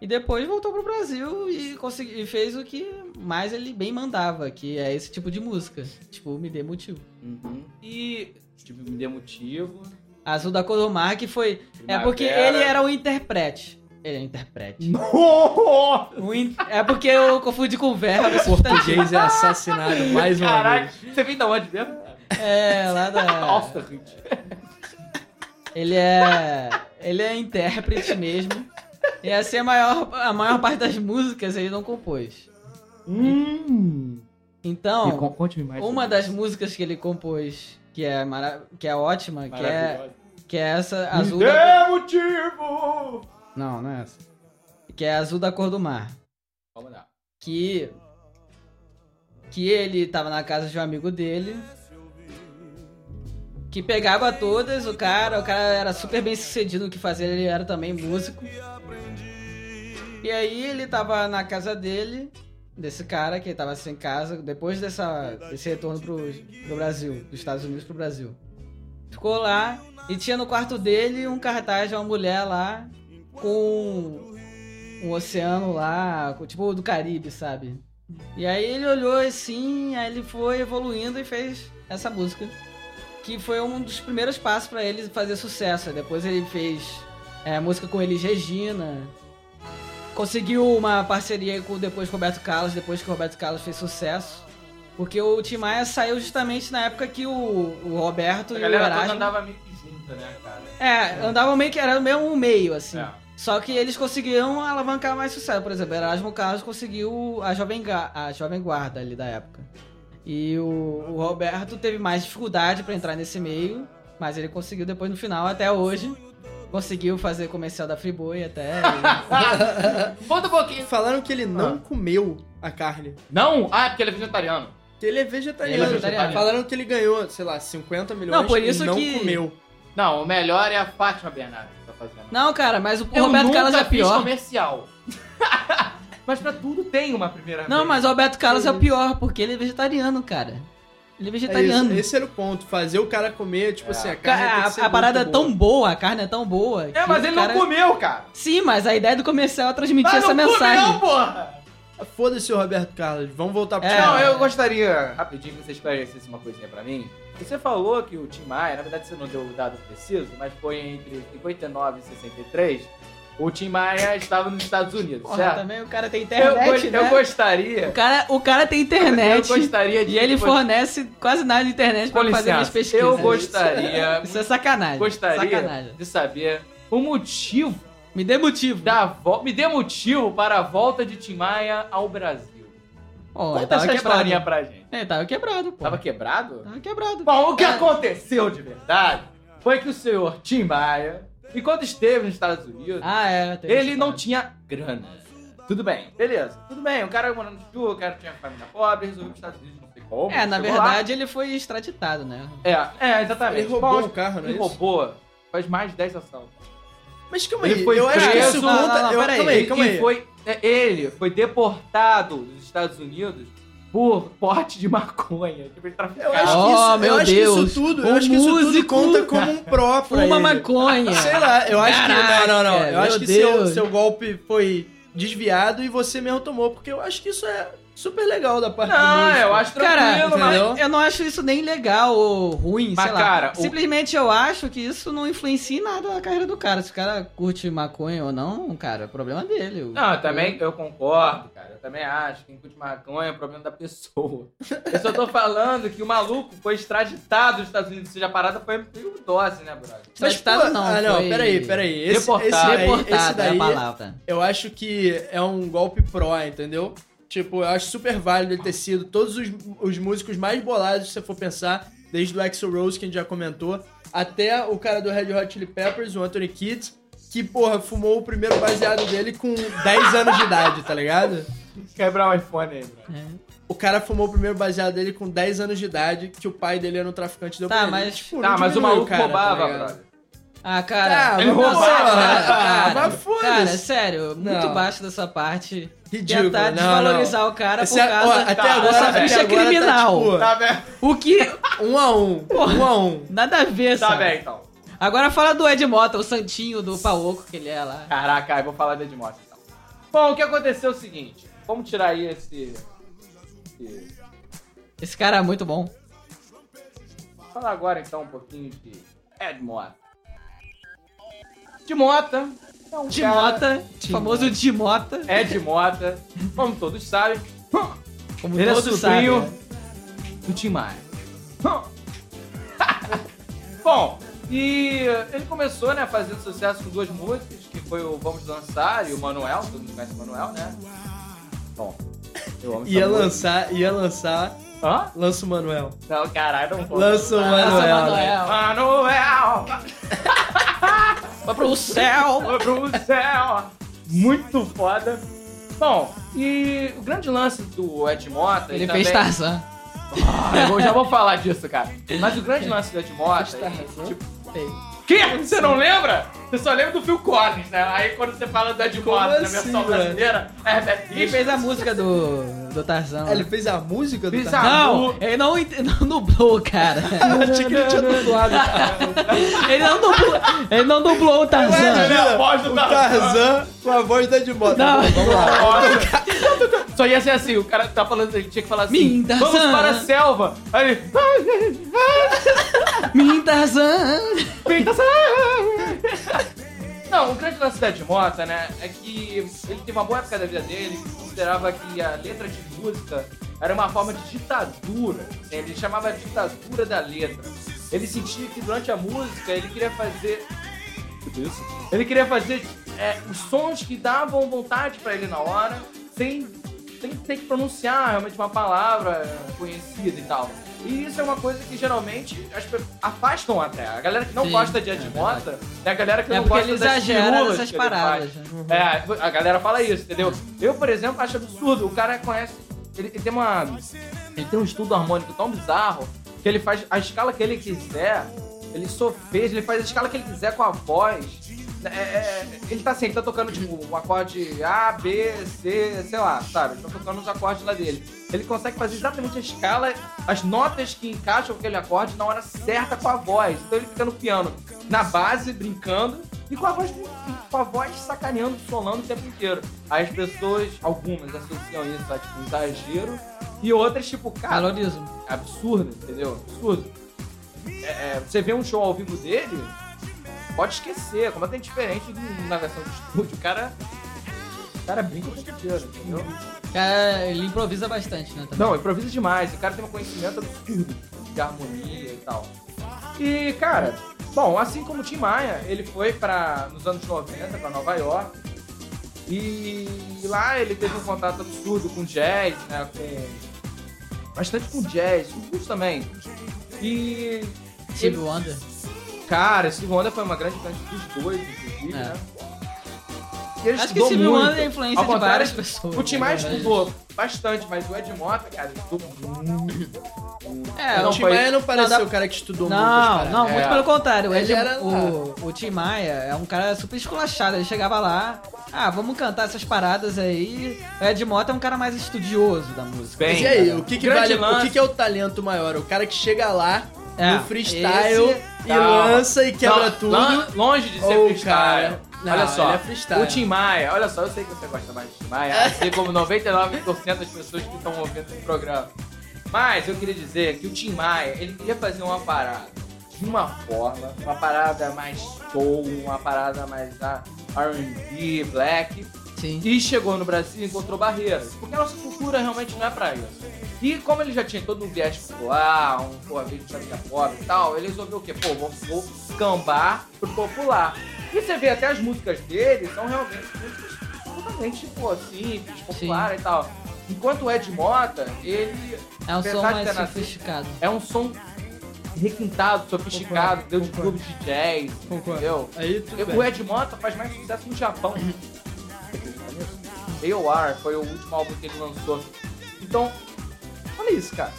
B: E depois voltou pro Brasil e, consegui, e fez o que mais ele bem mandava, que é esse tipo de música. Tipo, me dê motivo.
A: Uhum. E tipo, me dê motivo.
B: Azul da Cor do Mar, que foi. É porque
E: Primavera.
B: ele era o intérprete. Ele é o intérprete.
E: Nossa!
B: O in- É porque eu confundi com o verbo.
D: O português é assassinado mais uma
E: Caraca,
D: vez.
E: você vem da onde mesmo?
B: É, lá da.
E: Nossa, gente.
B: Ele é. Ele é intérprete mesmo. E assim a maior, a maior parte das músicas ele não compôs.
E: Hum. E
B: Então,
E: con- Conte-me mais.
B: uma
E: sobre
B: das músicas que ele compôs, que é, mara... que é ótima,
E: isso.
B: que é,
E: Maravilhosa.
B: que é essa
E: Me
B: azul.
E: dê
B: Da...
E: motivo!
B: Não, não é essa. Que é azul da cor do mar.
E: Vamos lá.
B: que que ele tava na casa de um amigo dele que pegava todas o cara o cara era super bem sucedido no que fazia ele era também músico e aí ele tava na casa dele desse cara que tava sem casa depois dessa desse retorno pro, pro Brasil dos Estados Unidos pro Brasil ficou lá e tinha no quarto dele um cartaz de uma mulher lá com um oceano lá, co- tipo do Caribe, sabe? E aí ele olhou assim, aí ele foi evoluindo e fez essa música. que foi um dos primeiros passos pra ele fazer sucesso. Depois ele fez é, música com Elis Regina. Conseguiu uma parceria com depois com o Roberto Carlos, depois que o Roberto Carlos fez sucesso. Porque o Tim Maia saiu justamente na época que o, o Roberto
A: A
B: e o
A: galera toda
B: Erasmo...
A: andava meio que junta, né, cara?
B: É, andavam meio que era mesmo um meio, assim.
A: É.
B: Só que eles conseguiam alavancar mais sucesso. Por exemplo, Erasmo Carlos conseguiu a Jovem, Ga- a Jovem Guarda ali da época. E o, o Roberto teve mais dificuldade pra entrar nesse meio, mas ele conseguiu depois no final, até hoje. Conseguiu fazer comercial da Friboi até.
E: Volta um pouquinho.
D: Falaram que ele não comeu a carne.
E: Não? Ah, é porque ele é vegetariano.
D: Que ele é vegetariano.
B: Ele é vegetariano.
D: Falaram que ele ganhou, sei lá, 50 milhões
B: Não, por isso
D: e não
B: que-
D: comeu.
E: Não, o melhor é a Fátima Bernardes que tá fazendo.
B: Não, cara, mas o, o
E: Eu
B: Roberto
E: nunca
B: Carlos é
E: fiz
B: pior.
E: comercial.
A: Mas pra tudo tem uma primeira
B: Não,
A: vez.
B: mas o Roberto Carlos é pior, porque ele é vegetariano, cara. Ele é
D: É
B: vegetariano.
D: isso, esse era o ponto, fazer o cara comer, tipo assim, a
B: Ca-
D: carne tem que ser
B: a, a
D: muito
B: parada é
D: boa.
B: tão boa, a carne é tão boa.
A: É,
B: que
A: mas
B: o
A: ele
B: cara-
A: não Ah, comeu, cara.
B: Sim, mas a ideia do comercial é transmitir
E: Mas
B: essa
E: não come
B: mensagem.
E: não, porra!
D: Foda-se o Roberto Carlos, vamos voltar pro
B: É.
D: Thiago.
A: Não, eu gostaria, rapidinho, que você esclarecesse uma coisinha pra mim. Você falou que o Tim Maia, na verdade você não deu o dado preciso, mas foi entre 59 e 63, o Tim Maia estava nos Estados Unidos,
B: Porra,
A: certo?
B: também o cara tem
A: Eu,
B: internet,
A: gos- eu
B: né?
A: gostaria...
B: O, cara, o cara tem
A: Eu
B: internet
A: gostaria de...
B: e ele
A: que você-
B: fornece quase nada de internet pra
A: Com
B: fazer minhas
A: licença,
B: pesquisas.
A: eu gostaria-
B: Isso é sacanagem.
A: Gostaria
B: Sacanagem.
A: de saber o motivo
B: Me dê motivo.
A: da volta... Me dê motivo para a volta de Tim Maia ao Brasil.
B: Ó,
A: Conta
B: tava
A: essa
B: quebrado.
A: historinha pra gente.
B: É, tava quebrado, pô.
A: Tava quebrado?
B: Tava quebrado.
A: Bom, o que
B: É.
A: aconteceu de verdade foi que o senhor Tim Maia, enquanto esteve nos Estados Unidos,
B: Ah, é. teve
A: ele
B: essa
A: não
B: parada.
A: tinha grana. Tudo bem, beleza. Tudo bem, o cara morando no sul, o cara tinha família pobre, resolveu os Estados Unidos, não sei como.
B: É, na
A: chegou
B: verdade ele foi extraditado, né?
A: lá. É, é, exatamente.
D: Ele roubou
A: Bom,
D: o carro, não é
A: ele
D: isso?
A: roubou. Faz mais de 10 assaltos.
D: Mas calma aí,
A: Ele foi
D: eu acho que
A: preso-
D: isso
B: Não, não,
D: conta...
B: não,
D: eu-
B: peraí,
D: Calma aí,
A: Ele,
D: calma aí.
A: Foi, é, ele foi deportado dos Estados Unidos por porte de maconha. Tipo, ele traficava.
D: Eu acho
B: Oh,
D: que isso, eu
B: meu
D: acho que
B: Deus.
D: isso tudo,
B: O
D: eu acho que isso tudo
B: músico
D: conta como um pró pra
B: Fuma
D: ele.
B: maconha.
D: Sei lá, eu acho
B: Caraca,
D: que. Não, não, não. Eu
B: meu
D: acho que seu,
B: Deus.
D: seu golpe foi desviado e você mesmo tomou, porque eu acho que isso é super legal da parte do
A: Não,
D: músico.
A: eu acho
B: Cara,
A: tranquilo, mas...
D: entendeu?
B: eu não acho isso nem legal ou ruim,
A: Mas,
B: sei lá.
A: cara, o-
B: Simplesmente eu acho que isso não influencia em nada a carreira do cara. Se o cara curte maconha ou não, cara, é problema dele. O-
A: Não, eu também eu concordo, cara. Eu também acho. Quem curte maconha é problema da pessoa. Eu só tô falando que o maluco foi extraditado dos Estados Unidos. Ou seja, a parada foi meio dose, né, brother?
D: Mas,
B: Tratado
D: pô,
B: é tá, não,
D: Ah, não,
B: foi-
D: peraí, peraí. Esse,
A: Reportado.
D: esse daí, esse
B: Reportado é a
D: daí
B: palavra.
D: eu acho que é um golpe pró, entendeu? Tipo, eu acho super válido ele ter sido todos os, os músicos mais bolados, se você for pensar, desde o Axl Rose, que a gente já comentou, até o cara do Red Hot Chili Peppers, o Anthony Kidd, que, porra, fumou o primeiro baseado dele com 10 anos de idade, tá ligado?
A: Quebrar o iPhone aí, brother.
B: É.
D: O cara fumou o primeiro baseado dele com 10 anos de idade, que o pai dele era um traficante deu
B: Tá,
D: pra ele.
B: mas-
D: Tipo,
A: Tá,
D: não
A: mas o
D: diminui
A: maluco
D: cara,
A: roubava,
D: ligado?
A: brother.
B: Ah,
D: Tá,
B: cara.
D: mas
A: Ele né?
D: porra,
A: roubava,
B: cara, cara,
D: ah, mas foda-se.
B: cara, sério, muito
D: Não.
B: baixo da sua parte
D: Ridículo,
B: tentar
D: não,
B: desvalorizar o cara por
D: Esse é- ó,
B: causa
D: até
B: dessa
D: agora, até
B: ficha
D: agora tá,
B: criminal.
D: tipo,
A: Tá bem,
B: O que...
D: Um a um. Um a um.
B: Nada a ver,
A: tá
B: sabe?
A: bem, então.
B: Agora fala do Ed Mota, o santinho do Paoco que ele é lá.
A: Caraca, eu vou falar da Edmota então. Bom, o que aconteceu é o seguinte. Vamos tirar aí esse... esse...
B: Esse cara é muito bom.
A: Falar agora então um pouquinho de Ed Mota. De Mota. é um cara- É,
B: Timota, famoso Timota,
A: Ed Mota, como todos sabem,
B: como
A: ele é
B: todos sabem.
A: sobrinho do Tim Maia. Bom, e ele começou, né, fazendo sucesso com duas músicas, que foi o Vamos Dançar e o Manuel, todo mundo conhece o Manuel, né? Bom, eu amo
D: Ia
A: essa música.
D: lançar, ia lançar.
A: Hã?
D: Lança o Manuel.
A: Não, caralho, não vou.
D: Lança o
B: Nossa,
D: Manuel.
B: Manoel.
A: Manuel,
B: Vai pro céu.
A: foi pro céu. Muito foda. Bom, e o grande lance do Ed Mota... e
B: Ele
A: também...
B: fez Tarzan.
A: Ah, eu já vou falar disso, cara. Mas o grande lance do Edmota. Tipo, que? Você não lembra? Você só lembra do Phil Collins, né? Aí quando você fala do Edmota na
D: Como
A: versão
D: assim,
A: brasileira, é, é
B: Ele
A: triste.
B: fez a música do, do Tarzan.
D: Ele fez a música do
A: Fez
D: Tarzan?
B: Não, ele não, ent- não dublou, cara.
D: Eu achei que ele tinha dublado.
B: Ele não dublou, ele não dublou o
D: é
B: Tarzan.
A: Imagina né? a voz do
D: O Tarzan com a voz da Edmota.
B: Não.
D: Vamos lá.
A: Olha,
E: Só ia ser assim, o cara tá falando, ele tinha que falar assim,
B: Mim,
E: vamos
B: Tarzan."
E: para a selva. Aí ele,
B: Mintazan!
A: Não, o grande lance da Edmota, né, é que ele teve uma boa época da vida dele, que considerava que a letra de música era uma forma de ditadura. né? Ele chamava de ditadura da letra. Ele sentia que durante a música ele queria fazer. Ele queria fazer é, os sons que davam vontade pra ele na hora, sem, sem ter que pronunciar realmente uma palavra conhecida e tal. E isso é uma coisa que geralmente as pessoas afastam até. A galera que não
B: Sim,
A: gosta de
B: é
A: Edmota é a galera que
B: É
A: não
B: porque
A: gosta
B: ele
A: das
B: exagera
A: firulas
B: essas
A: que ele faz.
B: paradas. né?
A: É, a galera fala isso, entendeu? Eu, por exemplo, acho absurdo. O cara conhece. Ele, ele tem uma. Ele tem um estudo harmônico tão bizarro que ele faz a escala que ele quiser, ele sofeja, ele faz a escala que ele quiser com a voz. É, é, ele tá assim, ele tá tocando tipo um acorde A, B, C, sei lá, sabe? Ele tá tocando os acordes lá dele. Ele consegue fazer exatamente a escala, as notas que encaixam aquele acorde na hora certa com a voz. Então ele fica no piano, na base, brincando, e com a voz, com a voz sacaneando, solando o tempo inteiro. Aí as pessoas, algumas, associam isso a tipo, um exagero, e outras, tipo, cara,
B: Valorizo.
A: absurdo, entendeu? Absurdo. É, é, você vê um show ao vivo dele, pode esquecer, como é completamente diferente do- na versão de estúdio. O cara. O cara brinca o tempo inteiro, entendeu?
B: Cara, É, ele improvisa bastante, né? também.
A: Não, improvisa demais. O cara tem um conhecimento absurdo de harmonia e tal. E, cara, bom, assim como o Tim Maia, ele foi para nos anos 90 para Nova York. E lá ele teve um contato absurdo com jazz, né, com bastante com jazz, com blues também. E
B: Steve Wonder.
A: cara, Steve Wonder foi uma grande influência dos dois, inclusive,
B: É.
A: né? E ele
B: Acho que
A: estudou
B: Steve
A: muito.
B: Wonder é a influência
A: Ao
B: de
A: contrário,
B: várias pessoas.
A: O Tim Maia
B: né?
A: estudou bastante, mas o Ed Mota, cara, ele estudou
B: É,
A: Não,
B: o
D: o
B: Tim
D: Tim
A: foi-
D: Maia não parece
B: Não,
D: ser o cara que estudou
B: Não,
D: muito.
B: não,
A: É.
B: muito pelo contrário. O,
D: Ele
B: Ed,
D: era-
B: o, o Tim Maia é um cara super esculachado. Ele chegava lá, ah, vamos cantar essas paradas aí. O Ed Mota é um cara mais estudioso da música.
A: Bem,
D: Mas e aí, o que, que vale,
A: Grande
D: o
A: lance.
D: que, que é o talento maior? O cara que chega lá
B: É,
D: no freestyle
B: esse-
D: e
A: Calma.
D: lança e quebra
A: Tá. Não,
D: tudo.
A: lon- Longe de ser
D: Ou,
A: freestyle.
D: cara, não,
A: olha só,
D: ele é freestyle. É.
A: o Tim Maia, olha só, eu sei que você gosta mais do Tim Maia, assim como 99% das pessoas que estão ouvindo esse programa. Mas eu queria dizer que o Tim Maia, ele queria fazer uma parada de uma forma, uma parada mais soul, uma parada mais ah, R&B, black,
B: Sim.
A: e chegou no Brasil e encontrou barreiras. Porque a nossa cultura realmente não é pra isso. E como ele já tinha todo um viés popular, um pô, a vida de família pobre e tal, ele resolveu o quê? Pô, vou, vou cambar pro popular. E você vê até as músicas dele são realmente músicas totalmente, pô, simples, populares e tal. Enquanto o Ed Mota, ele
B: É um som
A: Apesar de
B: mais
A: ter nascido-
B: sofisticado.
A: é um som requintado, sofisticado, deu de clubes de jazz,
D: Concordo.
A: entendeu?
D: Aí tudo bem.
A: O Ed Mota faz mais sucesso no Japão. Você acredita nisso? AOR foi o último álbum que ele lançou. Então, olha isso, cara.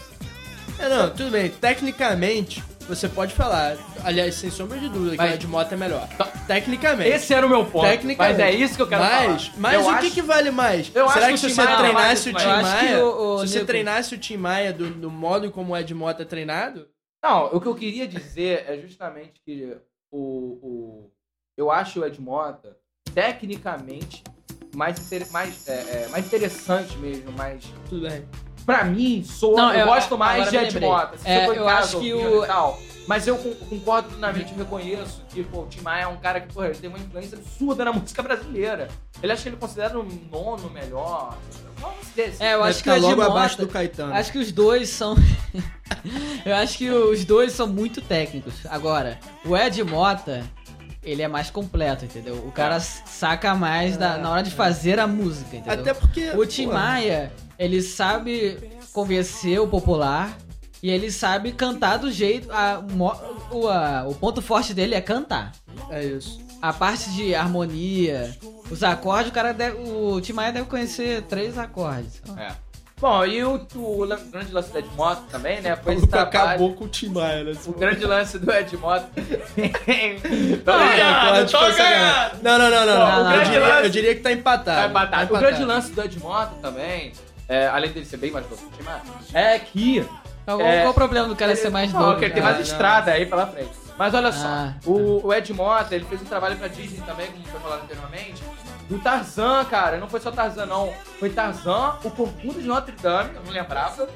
D: É, não, tudo bem. Tecnicamente, você pode falar. Aliás, sem sombra de dúvida, que
A: Mas-
D: o Edmota é melhor.
A: Tá.
D: Tecnicamente.
A: Esse era o meu ponto.
D: Tecnicamente.
A: Mas é isso que eu quero
D: mas,
A: falar.
D: Mas
A: Eu
D: o
A: acho-
D: que, que vale mais?
A: eu acho
D: Será
A: que
D: que,
A: o
D: se
A: Tim
D: você
A: Maia vale
D: treinasse o
A: mais.
D: Tim
B: Eu acho que
D: Maia,
B: o- o
D: se você
B: Nego-
D: treinasse o Tim Maia do, do modo como o Edmota é treinado,
A: Não, o que eu queria dizer é justamente que o, o eu acho o Ed Mota tecnicamente mais, inter- mais, é, é, mais interessante mesmo, mais
D: tudo bem.
A: Pra mim, sou.
B: Não,
A: eu,
B: eu-
A: gosto mais
B: agora
A: de
B: eu
A: Ed
B: lembrei.
A: Mota. Se
B: É,
A: eu tô em
B: eu
A: casa
B: acho que
A: ouvindo
B: o-
A: e tal. Mas eu con- concordo plenamente, eu reconheço que pô, o Tim Maia é um cara que pô, ele tem uma influência absurda na música brasileira. Ele acha que ele considera um nono melhor. Vamos assim. desse.
B: É, eu
D: Vai
B: acho que o
D: ficar
B: Ed
D: logo
B: Mota-
D: abaixo do Caetano.
B: Acho que os dois são. eu acho que os dois são muito técnicos. Agora, o Ed Mota, ele é mais completo, entendeu? O cara
D: É.
B: s- saca mais da- na hora de fazer a música, entendeu?
D: Até porque.
B: O Tim
D: pô,
B: Maia, ele sabe convencer o popular e ele sabe cantar do jeito. a mo- o, a- o ponto forte dele é cantar.
D: É isso.
B: A parte de harmonia, os acordes, o cara deve, o Tim Maia deve conhecer três acordes.
A: É. Bom, e o, o lan- grande lance do Ed Mota também, né? Foi esse
D: Maluco
A: trabalho.
D: acabou com o Tim Maia, né?
A: O grande lance do Ed Tá Mota.
D: Não, pode fazer
A: Tô ganhando, tô ganhando.
D: tipo, sacanagem. não, não,
B: Não,
D: não, não. não.
B: não,
D: eu,
B: não.
D: diria, eu diria que tá empatado.
A: Tá empatado. O grande lance do Edmota também, é, além dele ser bem mais novo que o Tim Maia, é que
B: Qual,
A: É.
B: Então, qual o problema do cara ser mais
A: Não,
B: novo?
A: que ele tem
B: cara?
A: mais estrada aí pela frente. Mas olha só,
B: Ah,
A: o, o Ed Mota, ele fez um trabalho pra Disney também, como foi falado anteriormente, do Tarzan, cara. Não foi só Tarzan, não. Foi Tarzan, o Corcunda de Notre Dame, eu não lembrava.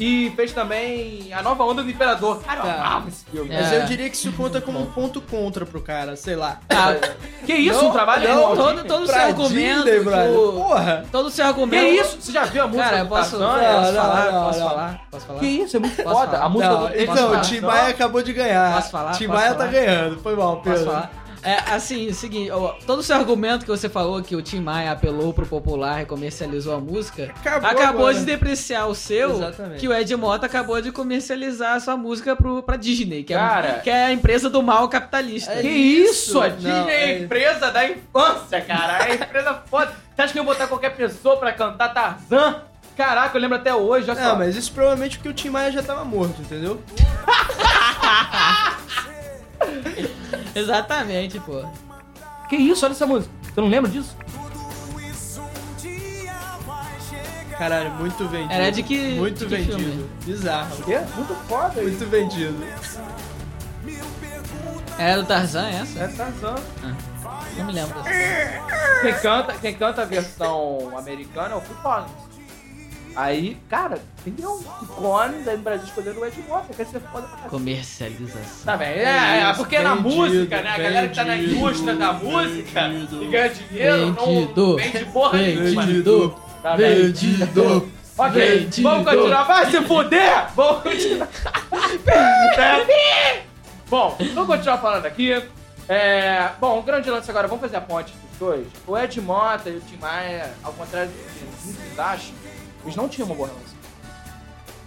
A: E fez também a nova onda do Imperador. Cara, eu
D: Tá.
A: amava esse filme.
B: É.
D: Mas eu diria que isso conta como um ponto contra pro cara, sei lá.
A: Que isso, um trabalho
B: não,
A: enorme.
B: todo, todo o seu
D: Pra
B: argumento.
D: Disney, brother.
B: do-
D: Porra!
B: todo o seu
A: Que
B: argumento.
A: isso? Você já viu a música
B: Cara, eu
A: do
B: posso,
A: Tarzan?
B: posso
D: Não, não,
B: falar?
D: não,
B: posso
D: não.
B: falar? Posso falar?
A: Que isso, é muito
B: Posso
A: foda.
B: falar?
A: A música
D: Não,
A: do
D: então, o
A: Tarzan.
D: Timbaia acabou de ganhar.
B: Posso falar?
D: Timbaia
B: Posso
D: tá
B: falar?
D: ganhando. Foi mal, Pedro.
B: Posso falar? É, assim, o seguinte, ó, todo o seu argumento que você falou que o Tim Maia apelou pro popular e comercializou a música,
D: Acabou agora.
B: de depreciar o seu,
D: Exatamente.
B: que o Ed Mota acabou de comercializar a sua música pro, pra Disney, que,
A: Cara.
B: é, que é a empresa do mal capitalista.
A: Que
D: É
A: isso? A
D: Não,
A: Disney é a
D: é-
A: empresa da infância, cara. É a empresa foda. Você acha que eu ia botar qualquer pessoa pra cantar Tarzan? Caraca, eu lembro até hoje, olha só.
D: Não, mas isso provavelmente porque o Tim Maia já tava morto, entendeu?
B: Exatamente, pô.
A: Que isso? Olha essa música. Você não lembra disso?
D: Caralho, muito vendido.
B: Era de que-
D: Muito
B: de que
D: vendido.
B: filme?
D: Bizarro.
A: É muito foda isso.
D: Muito vendido.
B: Era do Tarzan essa?
A: É Tarzan.
B: Não me lembro. dessa.
A: Quem canta, quem canta a versão americana é o Phil Collins. Aí, cara, entendeu? O Collins aí no Brasil escolhendo o Ed Mota, quer ser foda pra caralho.
B: Comercialização.
A: Tá bem, é, é,
D: Isso,
A: porque na
D: vendido,
A: música, né? A galera que tá na
D: vendido,
A: indústria da música
D: vendido.
A: e ganha dinheiro, não
B: Vendido.
A: vende porra nenhuma.
B: Vendido.
A: Tá bem.
B: Vendido.
A: Ok,
B: Vendido.
A: vamos continuar. Vai se fuder! então- Vamos continuar. bom, vamos continuar falando aqui. É, bom, o grande lance agora, vamos fazer a ponte dos dois. O Ed Mota e o Tim Maia, ao contrário do que muitos acham, eles não tinham uma boa relação.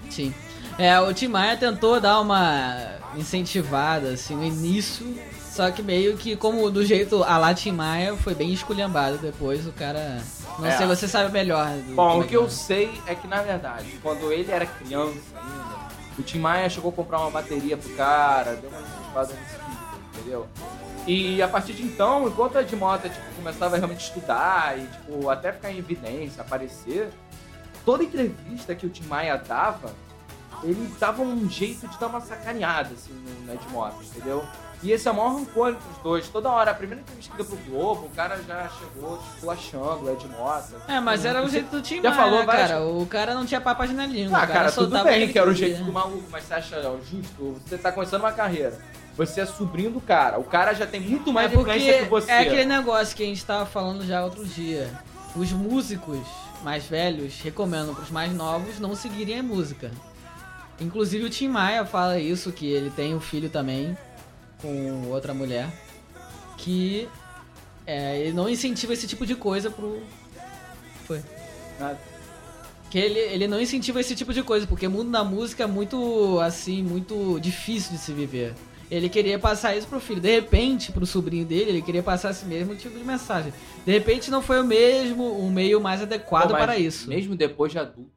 B: Sim. É, o Tim Maia tentou dar uma incentivada, assim, no início. Só que meio que, como do jeito a lá Tim Maia, foi bem esculhambado depois. O cara... Não
A: É.
B: sei, você sabe melhor. do-
A: Bom,
B: como
A: o
B: é
A: que eu sei é que, na verdade, quando ele era criança ainda, o Tim Maia chegou a comprar uma bateria pro cara, deu uma incentivada nesse filho, entendeu? E a partir de então, enquanto o Edmota tipo, começava a realmente estudar e tipo, até ficar em evidência, aparecer, toda entrevista que o Tim Maia dava, ele dava um jeito de dar uma sacaneada assim, no, no Edmota, entendeu? E esse é o maior rancor entre os dois. Toda hora, a primeira entrevista que deu pro Globo, o cara já chegou tipo, achando o Edmota.
B: É, mas era o jeito do Tim
A: Já
B: Maia,
A: falou
B: né,
A: várias-
B: cara? O cara não tinha papas na língua.
A: Ah,
B: o
A: cara, tudo
B: soltava né? o
A: bem
B: ele
A: que era o
B: queria.
A: jeito do maluco, mas você acha ó, justo? Você tá começando uma carreira. Você é sobrinho do cara. O cara já tem muito mais
B: é porque
A: influência que você.
B: É aquele negócio que a gente tava falando já outro dia. Os músicos mais velhos recomendam pros mais novos não seguirem a música. Inclusive o Tim Maia fala isso, que ele tem um filho também com outra mulher. Que é, ele não incentiva esse tipo de coisa pro. Foi.
A: Nada.
B: Que ele, ele não incentiva esse tipo de coisa, porque o mundo da música é muito, assim, muito difícil de se viver. Ele queria passar isso pro filho. De repente, pro sobrinho dele, ele queria passar esse mesmo tipo de mensagem. De repente, não foi o mesmo, o meio mais adequado
A: Pô, mas
B: para isso.
A: Mesmo depois de adulto,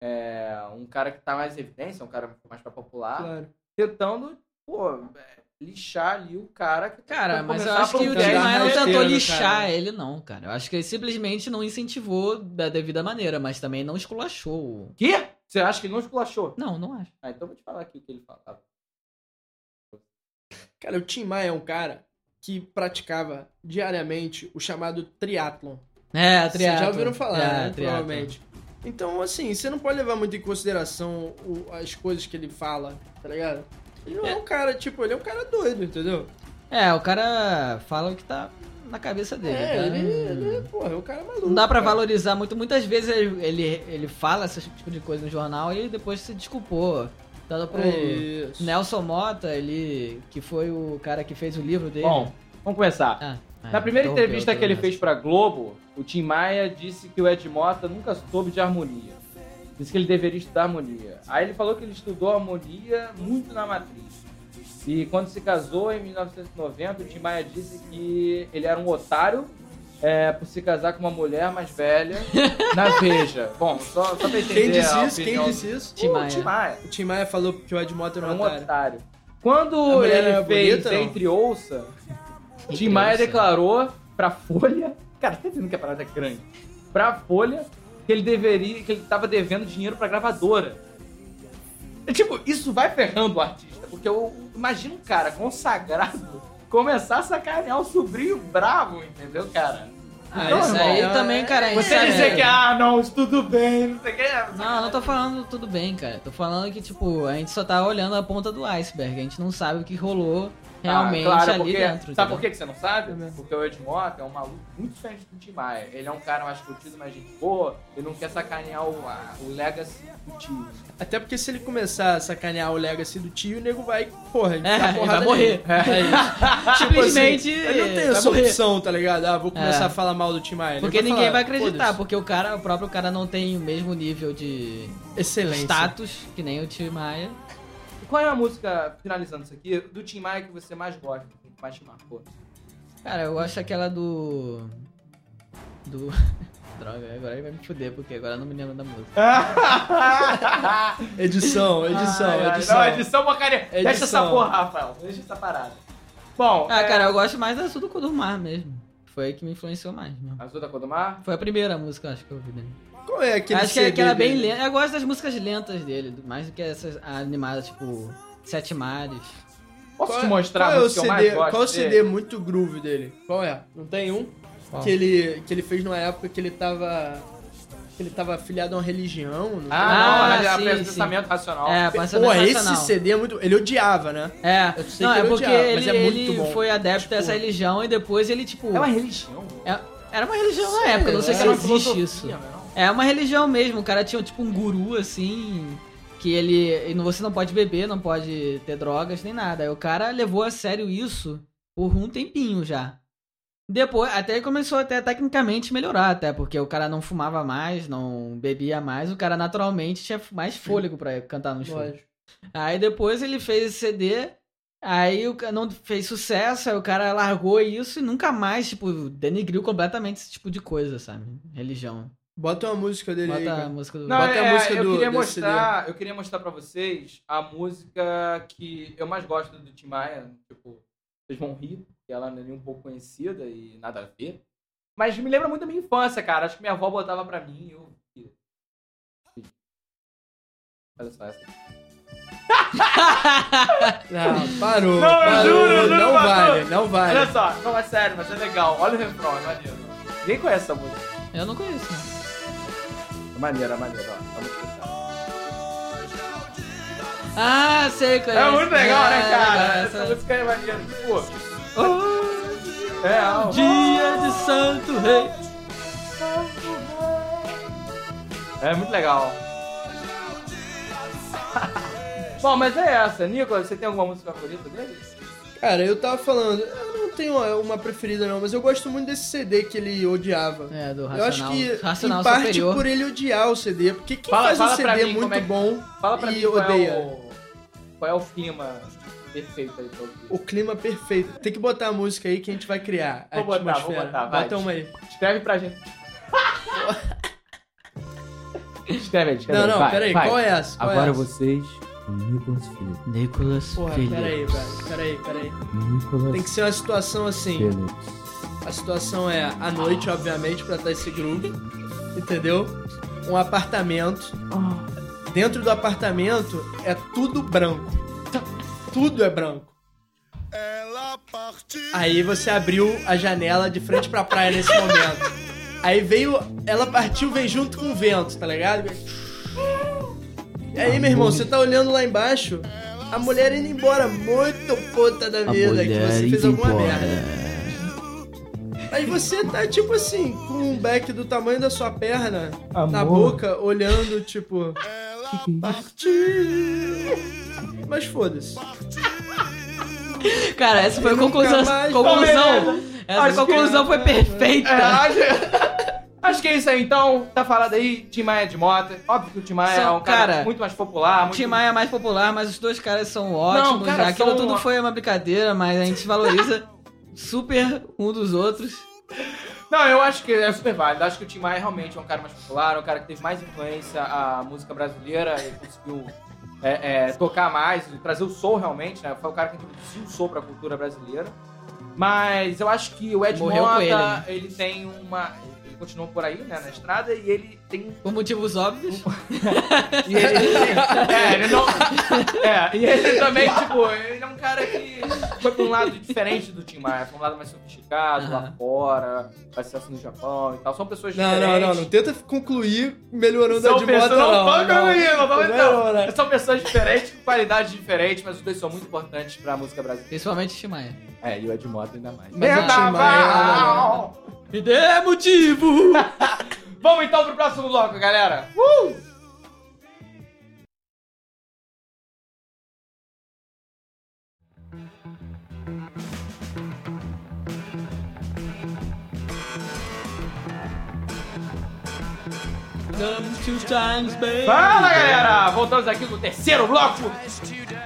A: é, um cara que tá mais em evidência, um cara mais pra popular,
D: Claro.
A: tentando, pô, é, lixar ali o cara que
B: Cara,
A: pra
B: mas eu
A: começar um
B: acho
A: a
B: que o
A: procurar
B: Tim
D: lugar
B: Maia não
D: certeiro,
B: tentou
D: cara.
B: lixar ele, não, cara. Eu acho que ele simplesmente não incentivou da devida maneira, mas também não esculachou. o-
A: Quê? Você acha que ele não esculachou?
B: Não, não acho.
A: Ah, então eu vou te falar aqui o que ele falava.
D: Cara, o Tim Maia é um cara que praticava diariamente o chamado triatlon.
B: É,
D: Vocês
B: triatlo.
D: já ouviram falar,
B: É,
D: né?
B: triatlo.
D: Provavelmente. Então, assim, você não pode levar muito em consideração o- as coisas que ele fala, tá ligado? Ele não é.
B: É.
D: um cara, tipo, ele é um cara doido, entendeu?
B: É, o cara fala o que tá na cabeça dele.
D: é,
B: cara.
D: ele, ele, porra, é um cara maluco.
B: tá- Não dá pra
D: cara.
B: valorizar muito. Muitas vezes ele, ele, ele fala esse tipo de coisa no jornal e depois se desculpou. Dando pro
D: É isso.
B: Nelson Mota, ele que foi o cara que fez o livro dele.
A: Bom, vamos começar.
B: Ah,
A: Na
B: é,
A: primeira
B: interrompeu,
A: entrevista que ele
B: interrompeu.
A: fez pra Globo, o Tim Maia disse que o Ed Mota nunca soube de harmonia. Disse que ele deveria estudar harmonia. Aí ele falou que ele estudou harmonia muito na matriz. E quando se casou em 1990, o Tim Maia disse que ele era um otário é, por se casar com uma mulher mais velha na Veja. Bom, só, só pra entender
D: Quem disse
A: a
D: isso? Quem
A: opinião
D: disse isso?
A: do-
B: Tim
A: Uh,
B: Maia.
A: Tim Maia.
D: O Tim Maia falou que o Edmota era
A: Era
D: um
A: um
D: otário.
A: otário.
D: A
A: Quando
D: mulher
A: ele
D: era
A: fez
D: bonita, não?
A: Entre Ouça,
B: Entre
A: Tim Maia
B: ouça.
A: declarou pra Folha. Cara, tá entendendo que a parada é grande? Pra Folha que ele deveria. que ele tava devendo dinheiro pra gravadora. É, tipo, isso vai ferrando o artista. Porque eu imagino um cara consagrado começar a sacanear um sobrinho bravo, entendeu, cara?
B: Ah,
A: Então,
B: isso
A: irmão,
B: aí
A: é-
B: também, cara. isso
A: Você
D: tá
B: aí-
D: né?
A: dizer que, ah, não, isso tudo bem, não sei o é, que.
B: né? Não, eu não tô falando tudo bem, cara. Tô falando que, tipo, a gente só tá olhando a ponta do iceberg. A gente não sabe o que rolou realmente
A: Ah,
B: ali
A: porque,
B: dentro.
A: Sabe por
B: entendeu?
A: que que você não sabe? Porque o Ed Mota é um maluco muito diferente do Tim Maia. Ele é um cara mais curtido, mais gente boa. Ele não quer sacanear o, a- o legacy do tio.
D: Até porque se ele começar a sacanear o legacy do tio, o nego vai, porra,
B: É,
D: tá
B: ele
D: porrada
B: vai morrer.
D: nele. É isso. Tipo assim,
B: Simplesmente,
D: eu não tenho
B: vai
D: essa
B: morrer.
D: opção, tá ligado? Ah, vou começar
B: É.
D: a falar mal do Tim Maia.
B: Porque
D: Ele
B: ninguém
D: falar,
B: vai acreditar,
D: "Foda-se".
B: porque o cara, o próprio cara não tem o mesmo nível de
D: Excelência.
B: status que nem o Tim Maia.
A: E qual é a música, finalizando isso aqui, do Tim Maia que você mais gosta, que mais te marcou?
B: Cara, eu acho aquela do. Do. Droga, agora ele vai me fuder, porque agora eu não me lembro da música.
D: Edição, edição,
A: Ai,
D: edição.
A: Não, edição porcaria. Deixa
D: Edição.
A: essa porra, Rafael. Deixa essa parada. Bom, é,
B: Ah, cara, eu gosto mais da Sudo do Mar mesmo. Foi a que me influenciou mais mesmo.
A: Azul da Cor do Mar.
B: Foi a primeira música, eu acho que eu ouvi dele.
D: Qual é aquele
B: acho que é
D: CD
B: aquela bem
D: dele?
B: lenta. Eu gosto das músicas lentas dele, do- mais do que essas animadas, tipo Sete Mares.
A: Posso
D: Qual-
A: te mostrar
D: qual
A: a
D: é o
A: música
D: CD,
A: que eu mais gosto?
D: Qual o
A: dele?
D: CD muito groove dele? Qual é? Não tem um?
B: Qual?
D: Que ele, que ele fez numa época que ele tava. que ele tava afiliado a uma religião. não
A: Ah,
B: Ah,
A: não,
B: sim,
A: sim,
B: sim.
A: pensamento racional.
B: É,
D: tem?
B: passa
D: Porra, esse
B: Nacional.
D: CD é muito. Ele odiava, né?
B: É,
D: Eu sei
B: não,
D: que
B: é
D: ele
B: porque
D: odiava, mas
B: ele,
D: é muito
B: ele
D: bom. Tipo,
B: foi adepto a essa religião e depois ele, tipo.
A: É uma religião.
B: é- era uma religião na época, não sei
D: é
B: se não
A: uma
B: existe
A: filosofia,
B: isso.
A: não é não?
B: É uma religião mesmo, o cara tinha tipo um guru assim, que ele. e não- Você não pode beber, não pode ter drogas nem nada. Aí o cara levou a sério isso por um tempinho já. Depois, até ele começou até tecnicamente melhorar, até, porque o cara não fumava mais, não bebia mais, o cara naturalmente tinha mais fôlego pra cantar no show.
D: Lógico.
B: Aí depois ele fez esse CD, aí o ca- não fez sucesso, aí o cara largou isso e nunca mais, tipo, denigriu completamente esse tipo de coisa, sabe? Religião.
D: Bota uma música dele aí.
B: Bota a
D: cara.
B: música do.
A: Não,
D: Bota a
A: é,
D: música
A: eu
D: do-
A: queria
D: desse
A: mostrar, eu queria mostrar pra vocês a música que eu mais gosto do Tim Maia, tipo, vocês vão rir, porque ela não é nem um pouco conhecida e nada a ver. Mas me lembra muito da minha infância, cara. Acho que minha avó botava pra mim e eu Olha só essa.
D: Não, parou.
A: Não, eu
D: parou,
A: juro, eu juro,
D: Não
A: parou.
D: vale, não vale.
A: Olha só, não é sério, mas é legal. Olha o refrão, é maneiro. Ninguém conhece essa música.
B: Eu não conheço. né?
A: É maneiro, é maneiro, ó. Tá muito legal.
B: Ah, sei, conheço.
A: É muito legal, né,
B: Ah,
A: cara?
B: legal,
A: Essa
B: essa-
A: música é maneira, tipo.
B: Oh,
A: É, ó.
B: dia de Santo Rei.
A: É muito legal. Bom, mas é essa. Nicolas, você tem alguma música favorita dele?
D: Cara, eu tava falando, eu não tenho uma- uma preferida não, mas eu gosto muito desse CD que ele odiava.
B: É, do
D: eu acho
B: Racional.
D: que
B: Racional
D: em parte
B: Superior.
D: por ele odiar o CD, porque quem
A: Fala-
D: faz
A: fala
D: um
A: pra
D: CD
A: mim
D: muito
A: como é que-
D: bom
A: Fala pra
D: e
A: mim qual
D: odeia.
A: é, o, qual é o clima perfeito aí pra
D: O
A: ouvir.
D: clima é perfeito. Tem que botar a música aí que a gente vai criar. a
A: Vou botar, vou
D: atmosfera.
A: botar, vai.
D: Bota uma aí.
A: Escreve pra gente. escreve aí, escreve
D: Não,
A: aí,
D: não,
A: vai,
D: pera aí.
A: vai.
D: Qual é essa? Qual é
E: Agora
D: essa?
E: vocês, o Nicolas Phillips.
B: Nicolas
D: Porra,
B: Filho.
D: pera aí, velho. Pera aí, pera aí. Tem que
E: Nicolas
D: ser uma situação assim.
E: Phillips.
D: A situação é à noite, obviamente, pra dar esse groove. Entendeu? Um apartamento. Dentro do apartamento é tudo branco. Tudo é branco. Aí você abriu a janela de frente pra praia nesse momento. Aí veio. Ela partiu, vem junto com o vento, tá ligado? E aí, meu irmão, você tá olhando lá embaixo, a mulher indo embora, muito puta da vida, é que você fez alguma merda. Aí você tá, tipo assim, com um beck do tamanho da sua perna na boca, olhando, tipo. Partiu! Mas foda-se.
B: Cara, essa foi a
D: Nunca
B: conclusão.
D: mais né?
B: conclusão. Essa
A: Acho que-
B: conclusão foi perfeita.
A: É, acho... acho que é isso aí, então. Tá falado aí, Tim Maia de Mota. Óbvio que o Tim Maia
B: Só-
A: é um cara,
B: cara,
A: muito mais popular. Muito...
B: Tim Maia é mais popular, mas os dois caras são ótimos. né?
A: Não, cara,
B: Aquilo
A: são-
B: tudo foi uma brincadeira, mas a gente valoriza super um dos outros.
A: Não, eu acho que é super válido. Acho que o Tim Maia realmente é um cara mais popular, é um cara que teve mais influência à música brasileira e conseguiu é, é, tocar mais, e trazer o soul realmente, né? Foi o cara que introduziu o soul pra cultura brasileira. Mas eu acho que o Ed
B: Morreu com
A: Mota,
B: ele, né?
A: ele tem uma... ele continuou por aí, né, na estrada, e ele tem
B: Por motivos óbvios.
A: E ele, é, ele não. É, e ele também, tipo, ele é um cara que foi pra um lado diferente do Tim Maia, foi um lado mais sofisticado, lá
B: Aham.
A: fora, faz sucesso no Japão e tal. São pessoas
D: Não, não,
A: diferentes.
D: não, não tenta menino melhorando
A: São
D: a de moto,
A: pessoas. Não,
D: não.
A: não, não, não, não, não,
D: Melhora.
A: São pessoas diferentes, com qualidades diferentes, mas os dois são muito importantes pra música brasileira.
B: Principalmente Timaya.
A: É, e o Edmota ainda mais.
D: Mas o Tim Maia- é né?
A: Vendaval!
B: Me dê motivo!
A: Vamos então pro próximo bloco, galera!
B: Come two times, baby.
A: Fala galera! Voltamos aqui no terceiro bloco!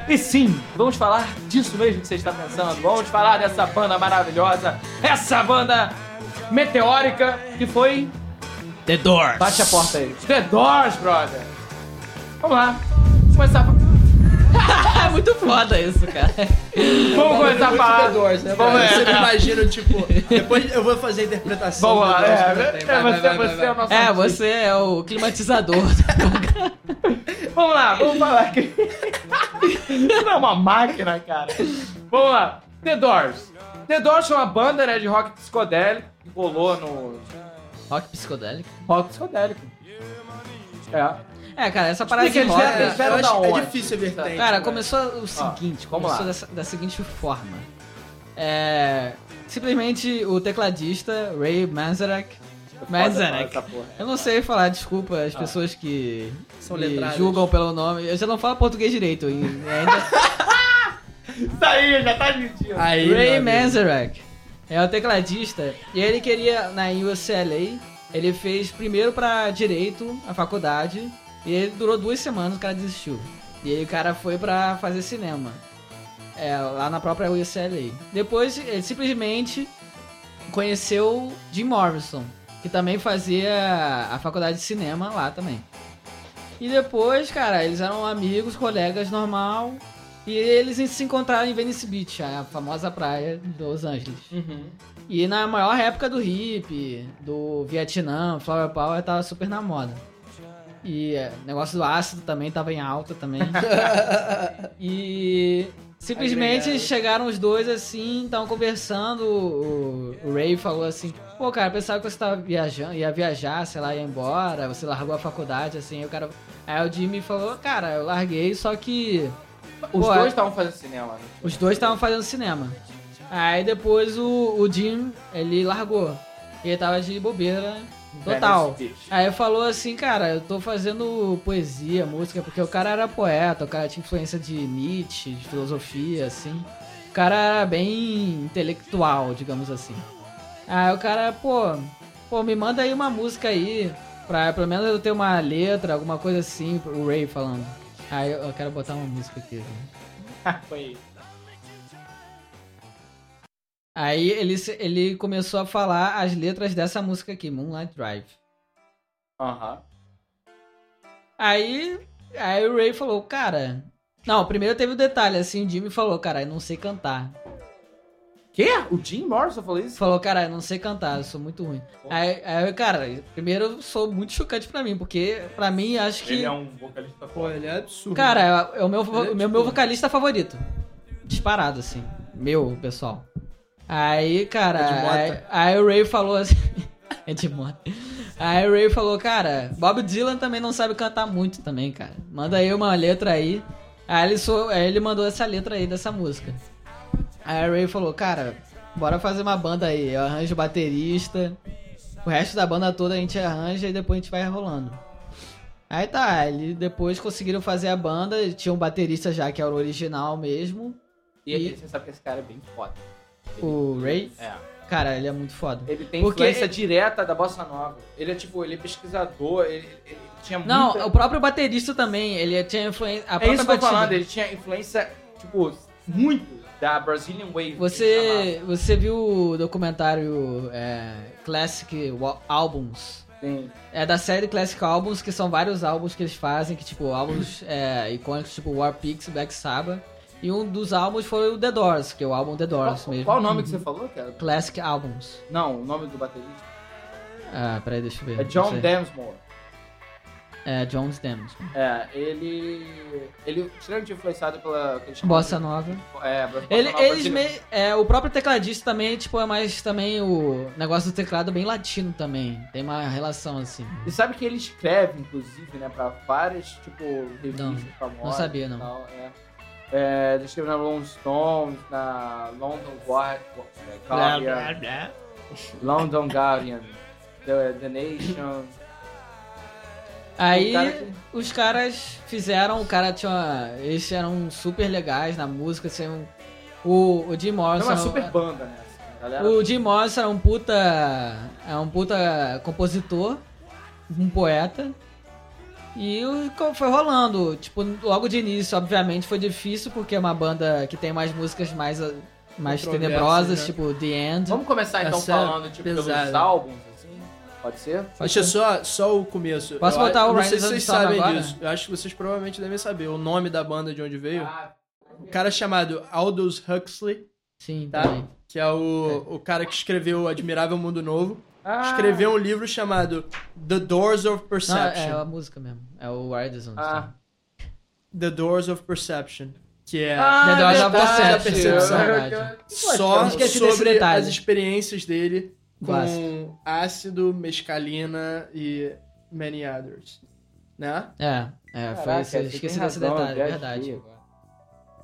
A: E sim, vamos falar disso mesmo que você está pensando. Vamos falar dessa banda maravilhosa, essa banda meteórica que foi.
B: The Doors.
A: Bate a porta aí. The Doors, brother! Vamos lá! Vamos começar,
B: É muito foda isso, cara.
A: vamos começar a falar.
D: The Doors, né?
A: Vamos,
D: Eu
A: é.
D: sempre imagino, tipo, depois eu vou fazer a interpretação.
A: Vamos
D: do
A: lá,
D: The Doors
A: é,
D: que eu
A: é,
D: tenho. Vai, vai,
A: você,
D: vai, vai,
A: você
D: vai.
A: é o nosso.
B: É, você é o climatizador.
A: Vamos lá, vamos falar aqui. Você não é uma máquina, cara. Vamos lá. The Doors. The Doors é uma banda né, de rock psicodélico que rolou no
B: Rock psicodélico.
A: rock psicodélico. É.
B: É, cara, essa parada de
A: Explica,
B: rock...
A: eles vieram-
D: Eu
A: eles vieram
D: acho
A: da
D: que
A: onde?
D: É difícil a vertente.
B: Cara,
D: né?
B: começou o seguinte,
A: vamos
B: começou
A: lá.
B: dessa- da seguinte forma. É, simplesmente o tecladista Ray Manzarek. Manzarek.
A: Essa porra.
B: Eu não sei falar, desculpa as pessoas que
D: São
B: me
D: letradas.
B: julgam pelo nome. Eu já não falo português direito e ainda.
A: Isso aí, já tá mentindo.
D: Aí,
B: Ray
D: meu amigo.
B: Manzarek é o tecladista e ele queria na UCLA. Ele fez primeiro pra direito a faculdade e ele durou duas semanas. O cara desistiu e aí o cara foi pra fazer cinema. É, lá na própria UCLA. Depois ele simplesmente conheceu Jim Morrison, que também fazia a faculdade de cinema lá também. E depois, cara, eles eram amigos, colegas normal. E eles se encontraram em Venice Beach, a famosa praia de Los Angeles. E na maior época do hip, do Vietnã, Flower Power tava super na moda. E é, o negócio do ácido também tava em alta também. e simplesmente
D: Agregado.
B: chegaram os dois assim, estavam conversando. O, o Ray falou assim: Pô, cara, pensava que você tava viajando, ia viajar, sei lá, ia embora, você largou a faculdade, assim. Aí o cara. Aí o Jimmy falou: Cara, eu larguei, só que.
A: Os
B: Pô, é-
A: dois estavam fazendo cinema. né?
B: os dois estavam fazendo cinema. Aí depois o, o Jim, ele largou. Ele tava de bobeira total.
A: Venice Beach.
B: Aí falou assim, cara, eu tô fazendo poesia, música, porque o cara era poeta, o cara tinha influência de Nietzsche, de filosofia, assim. O cara era bem intelectual, digamos assim. Aí o cara, pô, pô, me manda aí uma música aí, pra pelo menos eu ter uma letra, alguma coisa assim, o Ray falando. Aí eu, eu quero botar uma música aqui. Né?
A: Foi.
B: Aí ele, se- ele começou a falar as letras dessa música aqui, Moonlight Drive.
A: Aham.
B: Aí, aí o Ray falou, cara. Não, primeiro teve o detalhe, assim, o Jimmy falou, cara, eu não sei cantar.
A: Quê? O Jim Morrison falou isso?
B: Falou, cara, eu não sei cantar, eu sou muito ruim. Aí, aí, cara, primeiro sou muito chocante pra mim, porque pra mim acho que.
E: Ele é um vocalista
D: Pô,
E: foda.
D: ele é absurdo.
B: Cara, é o meu,
D: Ele
B: o
D: é
B: meu,
E: tipo
B: meu vocalista favorito. Disparado, assim. Meu, pessoal. Aí, cara. Aí,
D: Edmota.
B: aí o Ray falou assim. Edmota. Aí o Ray falou, cara, Bob Dylan também não sabe cantar muito também, cara. Manda aí uma letra aí. Aí ele, sou- aí ele mandou essa letra aí dessa música. Aí o Ray falou, cara, bora fazer uma banda aí. Eu arranjo baterista. O resto da banda toda a gente arranja e depois a gente vai rolando. Aí tá, ele depois conseguiram fazer a banda, tinha um baterista já que era o original mesmo,
A: E aí você sabe que esse cara é bem foda.
B: o Ray.
A: É.
B: Cara, ele é muito foda.
A: Ele tem
B: Porque-
A: influência direta da bossa nova. Ele é tipo, ele é pesquisador, ele, ele tinha muita...
B: Não, o próprio baterista também, ele tinha influência. A
A: É
B: própria
A: isso que eu tô
B: batida.
A: falando, ele tinha influência, tipo, muito da Brazilian Wave. que ele
B: Você, você viu o documentário é, Classic Wa- Albums?
A: chamava. Tem.
B: É da série Classic Albums, que são vários álbuns que eles fazem, que tipo, álbuns é, icônicos, tipo War Pigs, Black Sabbath. E um dos álbuns foi o The Doors, que é o álbum The Doors
A: Qual,
B: mesmo. Uhum.
A: qual o nome que você falou, cara?
B: Classic Albums.
A: Não, o nome do baterista.
B: Ah, peraí, deixa eu ver.
A: É John
B: Não sei.
A: Densmore.
B: É, John Demos.
A: É, ele. Ele é extremamente influenciado pela. que eles chamam
B: Bossa
A: de-
B: Nova.
A: É, bossa
B: Ele,
A: nova
B: eles
A: brasileira.
B: meio, é, o próprio tecladista também, tipo, é mais também o negócio do teclado é bem latino também. Tem uma relação assim.
A: E sabe que ele escreve, inclusive, né, pra várias, tipo, revistas
B: Não,
A: famosas.
B: não sabia,
A: e
B: não.
A: tal, é. É, ele escreveu na Rolling Stones, na London Guard- Guardian, London Guardian, The, The Nation.
B: Aí
A: O cara que-
B: os caras fizeram, o cara tinha. uma- Eles eram super legais na música, assim. um- O, o Jim
A: É
B: Morrison.
A: uma super banda, né? assim, galera.
B: O Jim Morrison é um puta. É um puta compositor, um poeta. E o- co- foi rolando. Tipo, logo de início, obviamente, foi difícil, porque é uma banda que tem mais músicas mais, ah, mais
D: Controversas,
B: tenebrosas,
D: né?
B: tipo The End.
A: Vamos começar então
D: Essa é
A: falando, tipo, pelos
D: pesada.
A: álbuns, assim? Pode ser?
D: Deixa só, só o começo.
B: Posso
D: Eu
B: botar
D: a-
B: o
D: eu Não
B: Rise
D: sei
B: of
D: se
B: the
D: vocês
B: Storm
D: sabem
B: agora?
D: disso. Eu acho que vocês provavelmente devem saber o nome da banda de onde veio.
A: Ah.
D: Um cara chamado Aldous Huxley,
B: Sim,
D: Tá.
B: também.
D: que é o, o cara que escreveu o Admirável Mundo Novo,
A: Ah,
D: escreveu um livro chamado The Doors of
B: Não, é
D: Perception.
B: a música mesmo. É o Riders on the
A: Ah.
B: Storm.
D: The Doors of Perception. Que é
A: Ah,
B: The Doors of
A: verdade.
B: Perception,
A: Eu-
B: verdade.
A: eu-
D: só
B: esqueci desse
D: sobre
B: detalhe.
D: as experiências dele com
B: Clássico.
D: ácido, mescalina e many others. Né?
B: É, é, foi
A: Caraca,
B: esse,
A: você
B: esqueci
A: tem
B: desse
A: razão,
B: detalhe, é
A: viajei
B: verdade.
A: agora.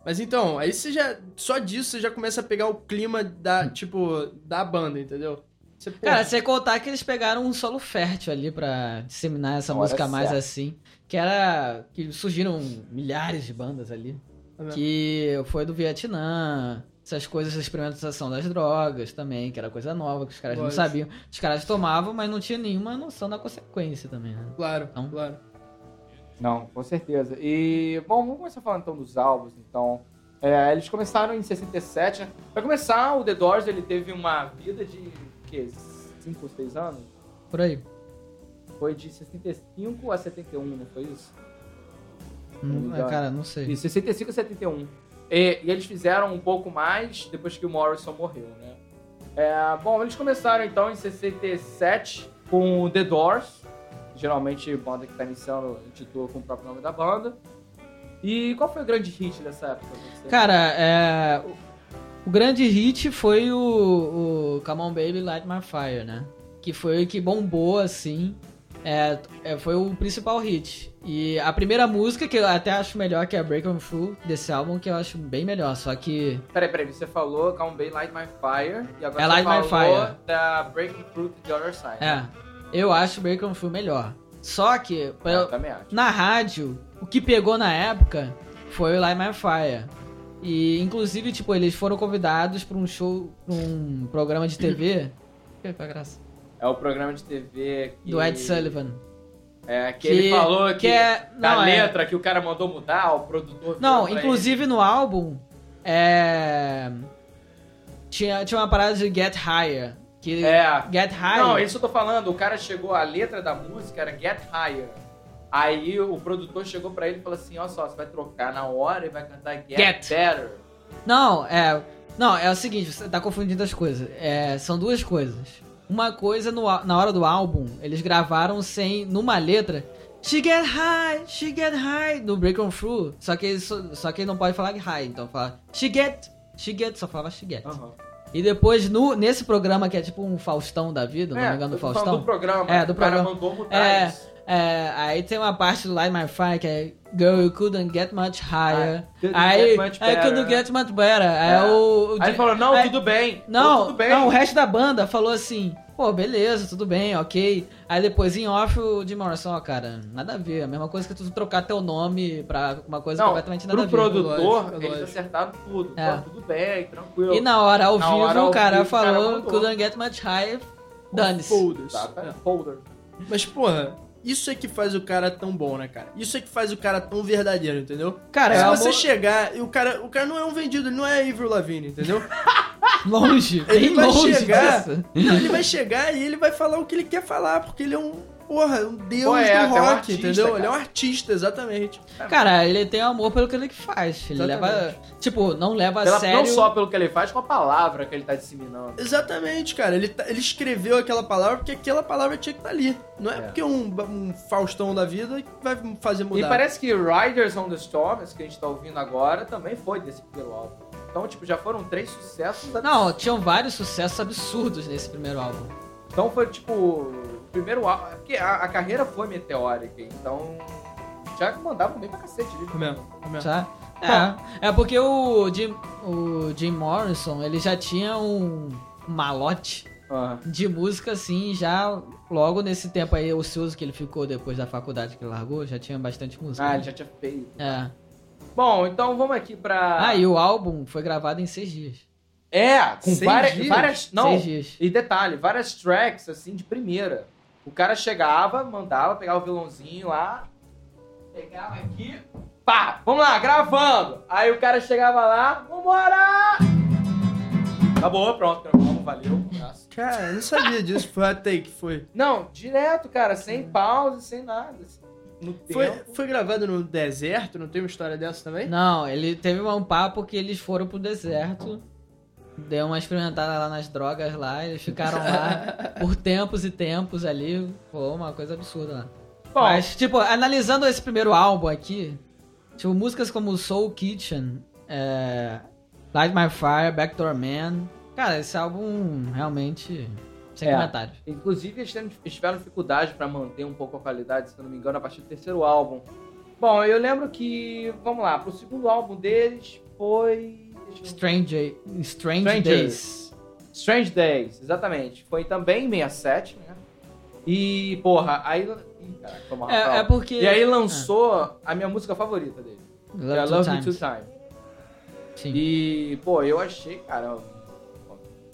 D: Mas então, aí você já. Só disso você já começa a pegar o clima
A: Hum.
D: da, tipo, da banda, entendeu? Você, pô,
B: Cara, você contar que eles pegaram um solo fértil ali pra disseminar essa
A: Hora
B: música mais
A: certa.
B: assim. Que era. que surgiram milhares de bandas ali.
D: É.
B: Que foi do Vietnã, essas coisas, essa experimentação das drogas também, que era coisa nova, que os caras
D: Lógico.
B: não sabiam. Os caras tomavam, mas não tinha nenhuma noção da consequência também, né?
D: claro,
B: Não.
D: claro.
A: Não, com certeza. E, bom, vamos começar falando então dos álbuns, então. É, eles começaram em 67, né? Pra começar, o The Doors, ele teve uma vida de, o quê, 5 ou 6 anos?
B: Por aí.
A: Foi de 65 a 71, não foi isso?
B: Não,
A: Legal.
B: Hum, é, cara, não sei.
A: De 65 a 71. E, e eles fizeram um pouco mais depois que o Morrison morreu, né? É, bom, eles começaram então em 67 com o The Doors. Geralmente, banda que tá iniciando intitula com o próprio nome da banda. E qual foi o grande hit dessa época? pra você?
B: Cara, é. o- O grande hit foi o, o Come On Baby Light My Fire, né? Que foi o que bombou, assim. É, é, foi o principal hit. E a primeira música, que eu até acho melhor, que é Break On Through, desse álbum, que eu acho bem melhor. Só que.
A: Peraí, peraí, você falou Calm Bay Light My Fire e agora
B: É
A: você
B: Light My
A: falou
B: Fire.
A: da Breaking Through to the Other Side.
B: É, eu acho Break On Through melhor. Só que,
A: Ah,
B: eu-
A: eu também acho.
B: na rádio, o que pegou na época foi o Light My Fire. E, inclusive, tipo, eles foram convidados pra um show, pra um programa de TV. Que pra graça.
A: É o programa de TV que...
B: Do Ed Sullivan.
A: É, que, ele falou que,
B: é,
A: da
B: não, é-
A: letra que o cara mandou mudar, o produtor...
B: não,
A: virou pra
B: inclusive no álbum é, tinha, tinha uma parada de Get Higher. Que
A: ele. É.
B: Get Higher.
A: Não, isso eu tô falando, o cara chegou, a letra da música era Get Higher. Aí o produtor chegou pra ele e falou assim, ó só, você vai trocar na hora e vai cantar Get,
B: Get.
A: Better.
B: Não, é. Não, é o seguinte, você tá confundindo as coisas. É, são duas coisas. Uma coisa, no á- na hora do álbum, eles gravaram sem. numa letra. She get high, she get high, do Break On Through. Só que, eles só só que ele não pode falar high, então fala she get, she get, só falava she get.
A: Aham.
B: E depois, no, nesse programa que é tipo um Faustão da vida, não me engano,
A: É, eu
B: do
A: tô falando
B: Faustão.
A: do programa.
B: É, do
A: o cara
B: programa.
A: mandou mudar
B: É.
A: isso.
B: É, aí tem uma parte do Light My Fire que é Girl, you couldn't get much higher.
A: Ah, couldn't
B: Aí,
A: get much
B: aí
A: better,
B: couldn't
A: né?
B: get much better. Aí
A: É.
B: o, o
A: Aí
B: Di-
A: ele falou, não,
B: aí-
A: tudo bem.
B: não,
A: tudo bem.
B: não, o resto da banda falou assim, pô, beleza, tudo bem, ok. Aí depois em off o Jim Morrison, ó, cara, nada a ver. A mesma coisa que tu trocar teu nome pra uma coisa é
A: Não,
B: completamente nada a
A: Pro
B: ver.
A: produtor,
D: lógico,
A: eles
D: lógico.
A: acertaram tudo.
B: É.
A: Tá tudo bem, tranquilo.
B: E na hora, ao
A: Na
B: vivo,
A: hora, ao
B: o cara
A: vivo, o cara
B: falou
A: mandou.
B: couldn't get much higher, dane-se.
D: Foda-se. É.
A: Tá,
B: é.
A: tá. Folder.
D: Mas, porra, isso é que faz o cara tão bom, né, cara? Isso é que faz o cara tão verdadeiro, entendeu?
B: Cara, é
D: Se
B: amor
D: você chegar e o cara, o cara não é um vendido, ele não é Avril Lavigne, entendeu?
B: longe,
D: Ele
B: bem
D: vai
B: longe
D: chegar-
B: disso.
D: Não, ele vai chegar e ele vai falar o que ele quer falar, porque ele é um, Porra, um deus
E: Poeta,
D: do
E: é um
D: rock,
E: artista,
D: entendeu? Ele é um
E: cara.
D: artista, exatamente.
A: É.
B: Cara, ele tem amor pelo que ele faz. Ele
D: Exatamente.
B: leva. Tipo, não leva a
A: Pela-
B: sério.
A: Não só pelo que ele faz, com a palavra que ele tá disseminando.
D: Exatamente, cara. Ele, tá- ele escreveu aquela palavra porque aquela palavra tinha que estar ali. Não é,
A: É.
D: porque um, um Faustão da vida que vai fazer mudar.
A: E parece que Riders on the Storm, esse que a gente tá ouvindo agora, também foi desse primeiro álbum. Então, tipo, já foram três sucessos. né? da-
B: Não, tinham vários sucessos absurdos nesse primeiro álbum.
A: Então foi, tipo, o primeiro álbum... é Porque a, a carreira foi meteórica, então... Já mandavam bem pra cacete. né?
D: Mesmo, mesmo.
B: Tá? É, é porque o Jim, o Jim Morrison, ele já tinha um malote
A: Ah,
B: de música, assim, já logo nesse tempo aí ocioso que ele ficou depois da faculdade que ele largou, já tinha bastante música.
A: ah,
B: né?
A: ele já tinha feito.
B: É.
A: Bom, então vamos aqui pra...
B: Ah, e o álbum foi gravado em seis dias.
A: É, com
D: Seis
A: várias,
D: dias?
A: várias... Não,
B: Seis dias.
A: E detalhe, várias tracks, assim, de primeira. O cara chegava, mandava, pegava o violãozinho lá, pegava aqui, pá, vamos lá, gravando. Aí o cara chegava lá, vambora! Acabou, pronto, gravamos, valeu, um abraço.
D: Cara, eu não sabia disso. Foi a take, foi.
A: Não, direto, cara, sem pausa, sem nada. assim, no tempo.
D: Foi, foi gravado no deserto? Não tem uma história dessa também?
B: Não, ele teve um papo que eles foram pro deserto, deu uma experimentada lá nas drogas lá, eles ficaram lá por tempos e tempos ali, foi uma coisa absurda lá.
A: Bom,
B: Mas, tipo, analisando esse primeiro álbum aqui, tipo, músicas como Soul Kitchen, é, Light My Fire, Backdoor Man, cara, esse álbum realmente sem
A: É.
B: comentários.
A: Inclusive, eles tendo- eles tiveram dificuldade para manter um pouco a qualidade, se eu não me engano, a partir do terceiro álbum. Bom, eu lembro que, vamos lá, pro segundo álbum deles foi. deixa eu-
B: Strange, Strange,
A: Stranger.
B: Days.
A: Strange Days, exatamente. Foi também em 67, né? E, porra, aí. Ih, caraca, toma
B: É,
A: Rafael.
B: é porque...
A: E aí lançou a minha música favorita dele,
B: É. Love
A: que é
B: Two
A: Love
B: Times.
A: Me Two Time.
B: Sim.
A: E, pô, eu achei, cara. ó,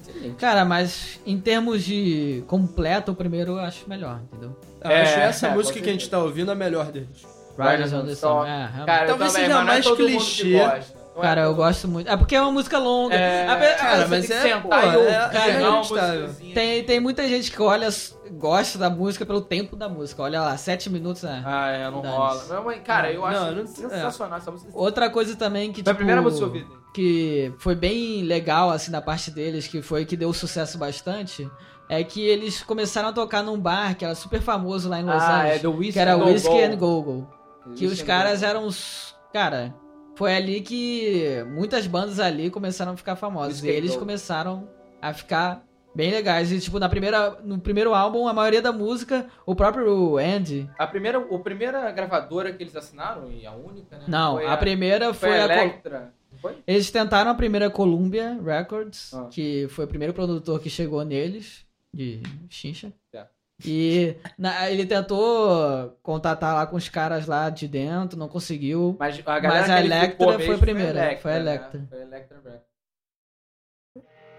A: Excelente.
B: Cara, mas em termos de completo, o primeiro eu acho melhor, entendeu?
D: Ah, eu acho
A: É,
D: essa
A: é,
D: música
A: com
D: que a gente tá ouvindo a melhor deles.
A: Riders on the Storm.
B: É, realmente.
A: Cara,
D: Talvez
A: eu também,
D: seja
A: mas não é
D: mais
A: todo mundo que
D: clichê.
A: gosta. Não é
B: Cara, eu
A: todo-
B: gosto muito. É porque é uma música longa.
A: É,
B: Ape-
D: cara,
A: você
D: mas
A: tem que
D: é,
A: sentar
D: pô,
A: e
D: é-
A: ouvir,
B: é
A: não, uma
D: inacreditável.
A: musicazinha.
B: Tem, tem muita gente que olha, gosta da música pelo tempo da música. Olha lá, sete minutos. Né?
A: Ah, é, não
B: Dane-se.
A: rola. Não, mas, cara, eu
D: Não,
A: acho
D: não-
B: é.
A: sensacional essa música. Foi
B: Outra coisa também que,
A: a
B: tipo,
A: primeira música que eu ouvi.
B: que foi bem legal, assim, da parte deles, que foi que deu sucesso bastante, é que eles começaram a tocar num bar que era super famoso lá em Los
A: Ah, é
B: Angeles,
A: The Whiskey
B: que era
A: Go
B: Whiskey
A: Go.
B: and Go-Go. Que
A: Whiskey
B: os
A: and
B: caras
A: Go Go.
B: eram os. Cara, foi ali que muitas bandas ali começaram a ficar famosas.
A: Isso
B: E
A: que é
B: eles
A: dope.
B: começaram a ficar bem legais. E, tipo, na primeira, no primeiro álbum, a maioria da música, o próprio Andy.
A: A primeira, a primeira gravadora que eles assinaram, e a única, né?
B: Não,
A: foi
B: a, primeira foi,
A: foi a
B: a. Col-
A: Electra. Foi?
B: Eles tentaram a primeira Columbia Records,
A: Ah.
B: que foi o primeiro produtor que chegou neles, de Chincha.
A: É.
B: E na- ele tentou contatar lá com os caras lá de dentro, não conseguiu.
A: Mas a galera
B: Mas
A: que
B: a
A: ele
B: Electra
A: ficou
B: foi a
A: mesmo
B: primeira, foi a
A: né?
B: Electra.
A: Foi a Electra Records.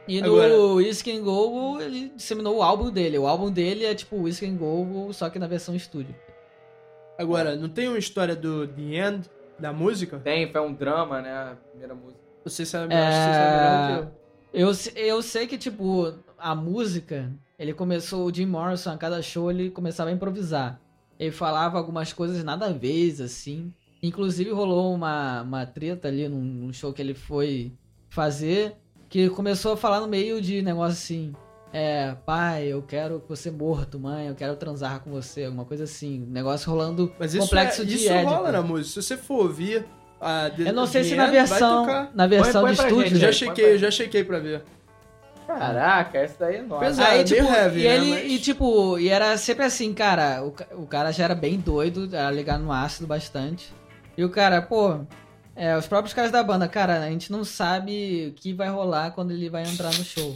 B: E
D: Agora-
B: no Whiskey and Go, ele disseminou o álbum dele. O álbum dele é tipo Whiskey and Go, só que na versão estúdio.
D: Agora, não tem uma história do The End, da música?
A: Tem, foi um drama, né? A primeira música.
D: Você sabe,
B: É.
D: acho que você sabe melhor do que eu.
B: Eu, se- eu sei que, tipo, a música, ele começou, o Jim Morrison, a cada show ele começava a improvisar. Ele falava algumas coisas nada a ver, assim. Inclusive rolou uma, uma treta ali num, num show que ele foi fazer, que começou a falar no meio de negócio assim. É, pai, eu quero você morto, mãe, eu quero transar com você, alguma coisa assim. Negócio rolando
D: Mas isso,
B: complexo
D: é,
B: de
D: isso
B: Édipo.
D: rola na música. Se você for ouvir a The-
B: Eu não sei
D: The
B: se na
D: End, vai
B: versão,
D: tocar.
B: na versão
A: Põe-
B: de
A: põe pra
B: estúdio.
D: Eu já
A: gente.
D: chequei, eu já chequei pra ver.
A: Caraca, essa daí é nova.
D: Pesado.
B: Aí,
D: meio
B: tipo,
D: heavy,
B: e
D: né,
B: ele,
D: mas-
B: e tipo, e era sempre assim, cara, o, ca- o cara já era bem doido, era ligado no ácido bastante. E o cara, pô, é, os próprios caras da banda, cara, a gente não sabe o que vai rolar quando ele vai entrar no show.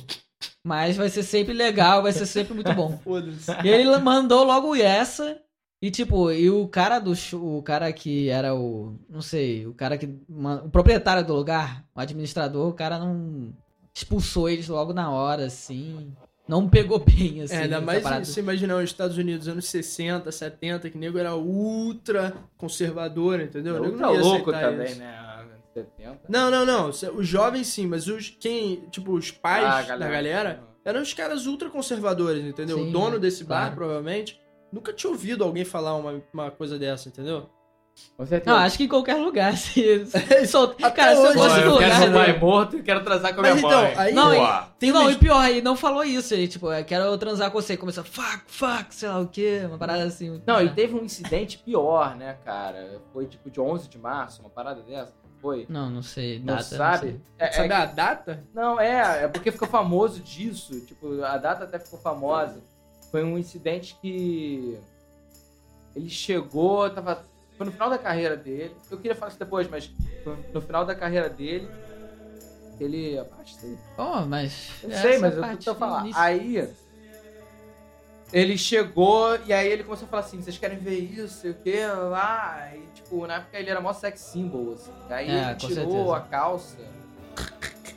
B: Mas vai ser sempre legal, vai ser sempre muito bom.
D: Foda-se.
B: E ele la- mandou logo essa. E tipo, e o cara do show, o cara que era o, não sei, o cara que man- o proprietário do lugar, o administrador, o cara não expulsou eles logo na hora assim. Não pegou bem assim.
D: é, ainda
B: essa
D: mais
B: parada.
D: se imaginar os Estados Unidos anos 60, 70, que o nego era ultra conservador,
B: é,
D: entendeu? O nego
A: Outra
D: não ia
A: Tá louco
D: aceitar
A: também,
D: isso.
A: né? Anos 70.
D: Não, não, não. Os jovens sim, mas os quem, tipo, os pais
A: Ah,
D: da galera eram os caras ultra conservadores, entendeu?
B: Sim, né?
D: o dono desse bar,
B: claro.
D: provavelmente, nunca tinha ouvido alguém falar uma, uma coisa dessa, entendeu?
E: Com certeza.
B: Não, acho que em qualquer lugar, se,
A: É,
B: se sol-
D: Até
B: Cara, se eu
D: hoje,
B: fosse
E: Olha,
B: no
E: eu quero
B: lugar...
E: ser um
B: né?
E: pai morto e quero transar com a minha
D: Mas então,
E: mãe.
D: aí-
B: Não, e-
E: Boa.
D: Tem
B: não,
D: umas-
B: e pior, ele não falou isso, ele, tipo, é, quero transar com você, começou, fuck, fuck, sei lá o quê, uma parada assim.
A: Não, e teve um incidente pior, né, cara? Foi tipo de 11 de março, uma parada dessa. Foi.
B: Não, não sei,
A: Não
B: data,
A: sabe?
B: sei.
A: É, é
D: Sabe a data?
A: Não, é, é porque ficou famoso disso. Tipo, a data até ficou famosa. Foi um incidente que. Ele chegou, tava. Foi no final da carreira dele. Eu queria falar isso depois, mas foi no final da carreira dele. Ele. Acho que
B: Oh, mas...
A: eu
B: essa
A: sei, mas é eu
B: parte
A: tô
B: do
A: falando.
B: início.
A: Aí ele chegou e aí ele começou a falar assim: vocês querem ver isso, sei o que lá. E tipo, na época ele era mó sex symbol, assim. Aí
B: É,
A: ele
B: com
A: tirou
B: certeza.
A: a calça.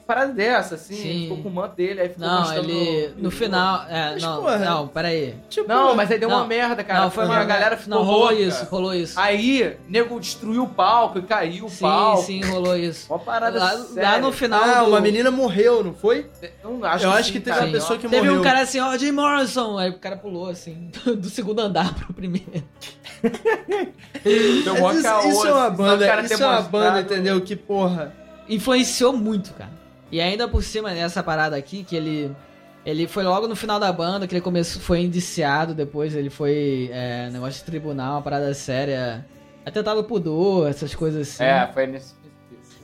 A: Parada dessa, assim,
B: Sim.
A: ficou com o manto dele, aí ficou
B: Não,
A: mostrando-
B: ele... No final... É,
D: Mas,
B: não,
D: porra.
B: não, peraí.
D: Tipo,
A: Não, mas aí deu
B: Não.
A: uma merda, cara.
B: não,
A: foi uma a galera ficou
B: Não, rolou
A: louca.
B: isso, rolou isso.
A: Aí, nego destruiu o palco e caiu o
B: sim,
A: palco.
B: sim, rolou isso.
A: um Uma parada
B: Lá,
A: séria.
B: lá no final
D: ah,
B: do...
D: uma menina morreu, não foi?
A: Não, acho
D: eu
A: que
D: acho
A: sim,
D: que teve
A: cara.
D: uma pessoa que
B: Teve
D: morreu.
B: um cara assim, ó, Jim Morrison. Aí o cara pulou assim, do segundo andar pro primeiro.
A: Deu mó
D: Mas isso,
A: um caô,
D: isso é uma
A: assim, só o
D: banda,
A: cara ter
D: isso é uma
A: mostrado- né?
D: banda, entendeu? Que porra.
B: Influenciou muito, cara. E ainda por cima dessa parada aqui, que ele. Ele foi logo no final da banda, que ele começou, foi indiciado depois, ele foi é, negócio de tribunal, uma parada séria. Atentado ao pudor, essas coisas assim.
A: É, foi nesse.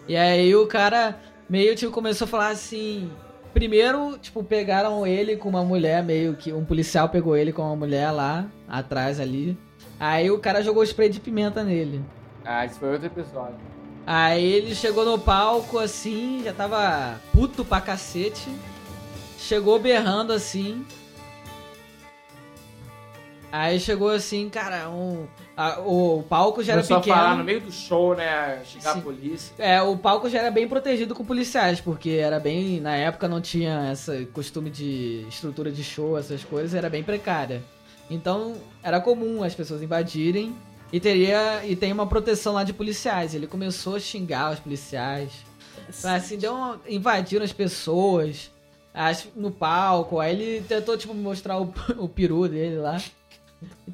B: E aí o cara meio tipo começou a falar assim. Primeiro, tipo, pegaram ele com uma mulher, meio que. Um policial pegou ele com uma mulher lá, atrás ali. Aí o cara jogou spray de pimenta nele.
A: Ah, isso foi outro episódio.
B: Aí ele chegou no palco assim, já tava puto pra cacete. Chegou berrando assim. Aí chegou assim, cara, um, a- o palco já era
A: Começou
B: pequeno.
A: a falar no meio do show, né? Chegar
B: Sim.
A: a polícia.
B: É, o palco já era bem protegido com policiais, porque era bem. Na época não tinha esse costume de estrutura de show, essas coisas, era bem precária. Então era comum as pessoas invadirem e teria. E tem uma proteção lá de policiais. Ele começou a xingar os policiais. Assim, deu uma- invadiram as pessoas as- no palco. Aí ele tentou, tipo, mostrar o, o peru dele lá.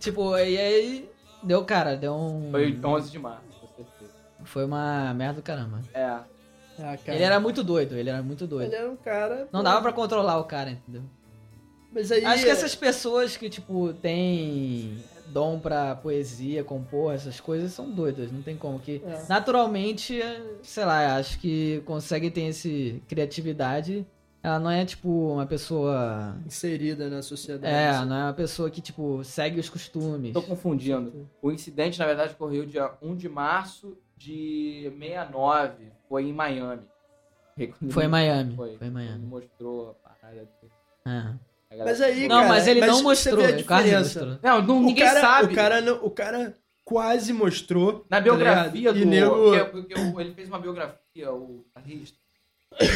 B: Tipo, e aí. Deu, cara, deu um.
A: Foi 11 de março, com certeza.
B: Foi uma merda do caramba.
A: É.
D: Ah, cara.
B: Ele era muito doido, ele era muito doido.
D: Ele era um cara.
B: Não dava pra controlar o cara, entendeu?
D: Mas aí. é
B: Acho que essas pessoas que, tipo, têm dom pra poesia, compor, essas coisas, são doidas, não tem como. Que
D: É.
B: naturalmente, sei lá, acho que conseguem ter esse criatividade. Ela não é, tipo, uma pessoa.
D: Inserida na sociedade.
B: É, não é uma pessoa que, tipo, segue os costumes.
A: Tô confundindo. O incidente, na verdade, ocorreu dia 1 de março de 69. Foi em Miami.
B: Foi em Miami. Foi,
A: Foi.
B: em
A: Ele
B: Miami.
A: mostrou a parada. dele.
B: É.
A: A galera
D: Mas aí,
A: ficou-
B: Não,
D: cara,
B: mas ele
D: mas
B: não
D: você
B: mostrou,
D: vê a
B: ele quase
D: diferença.
B: mostrou.
A: Não, não
D: O
A: ninguém
D: cara-
A: sabe.
D: O cara, não- o cara quase mostrou.
A: Na biografia
D: tá ligado?
A: do... é-
D: E nego-
A: porque- porque o- ele fez uma biografia, o guitarrista.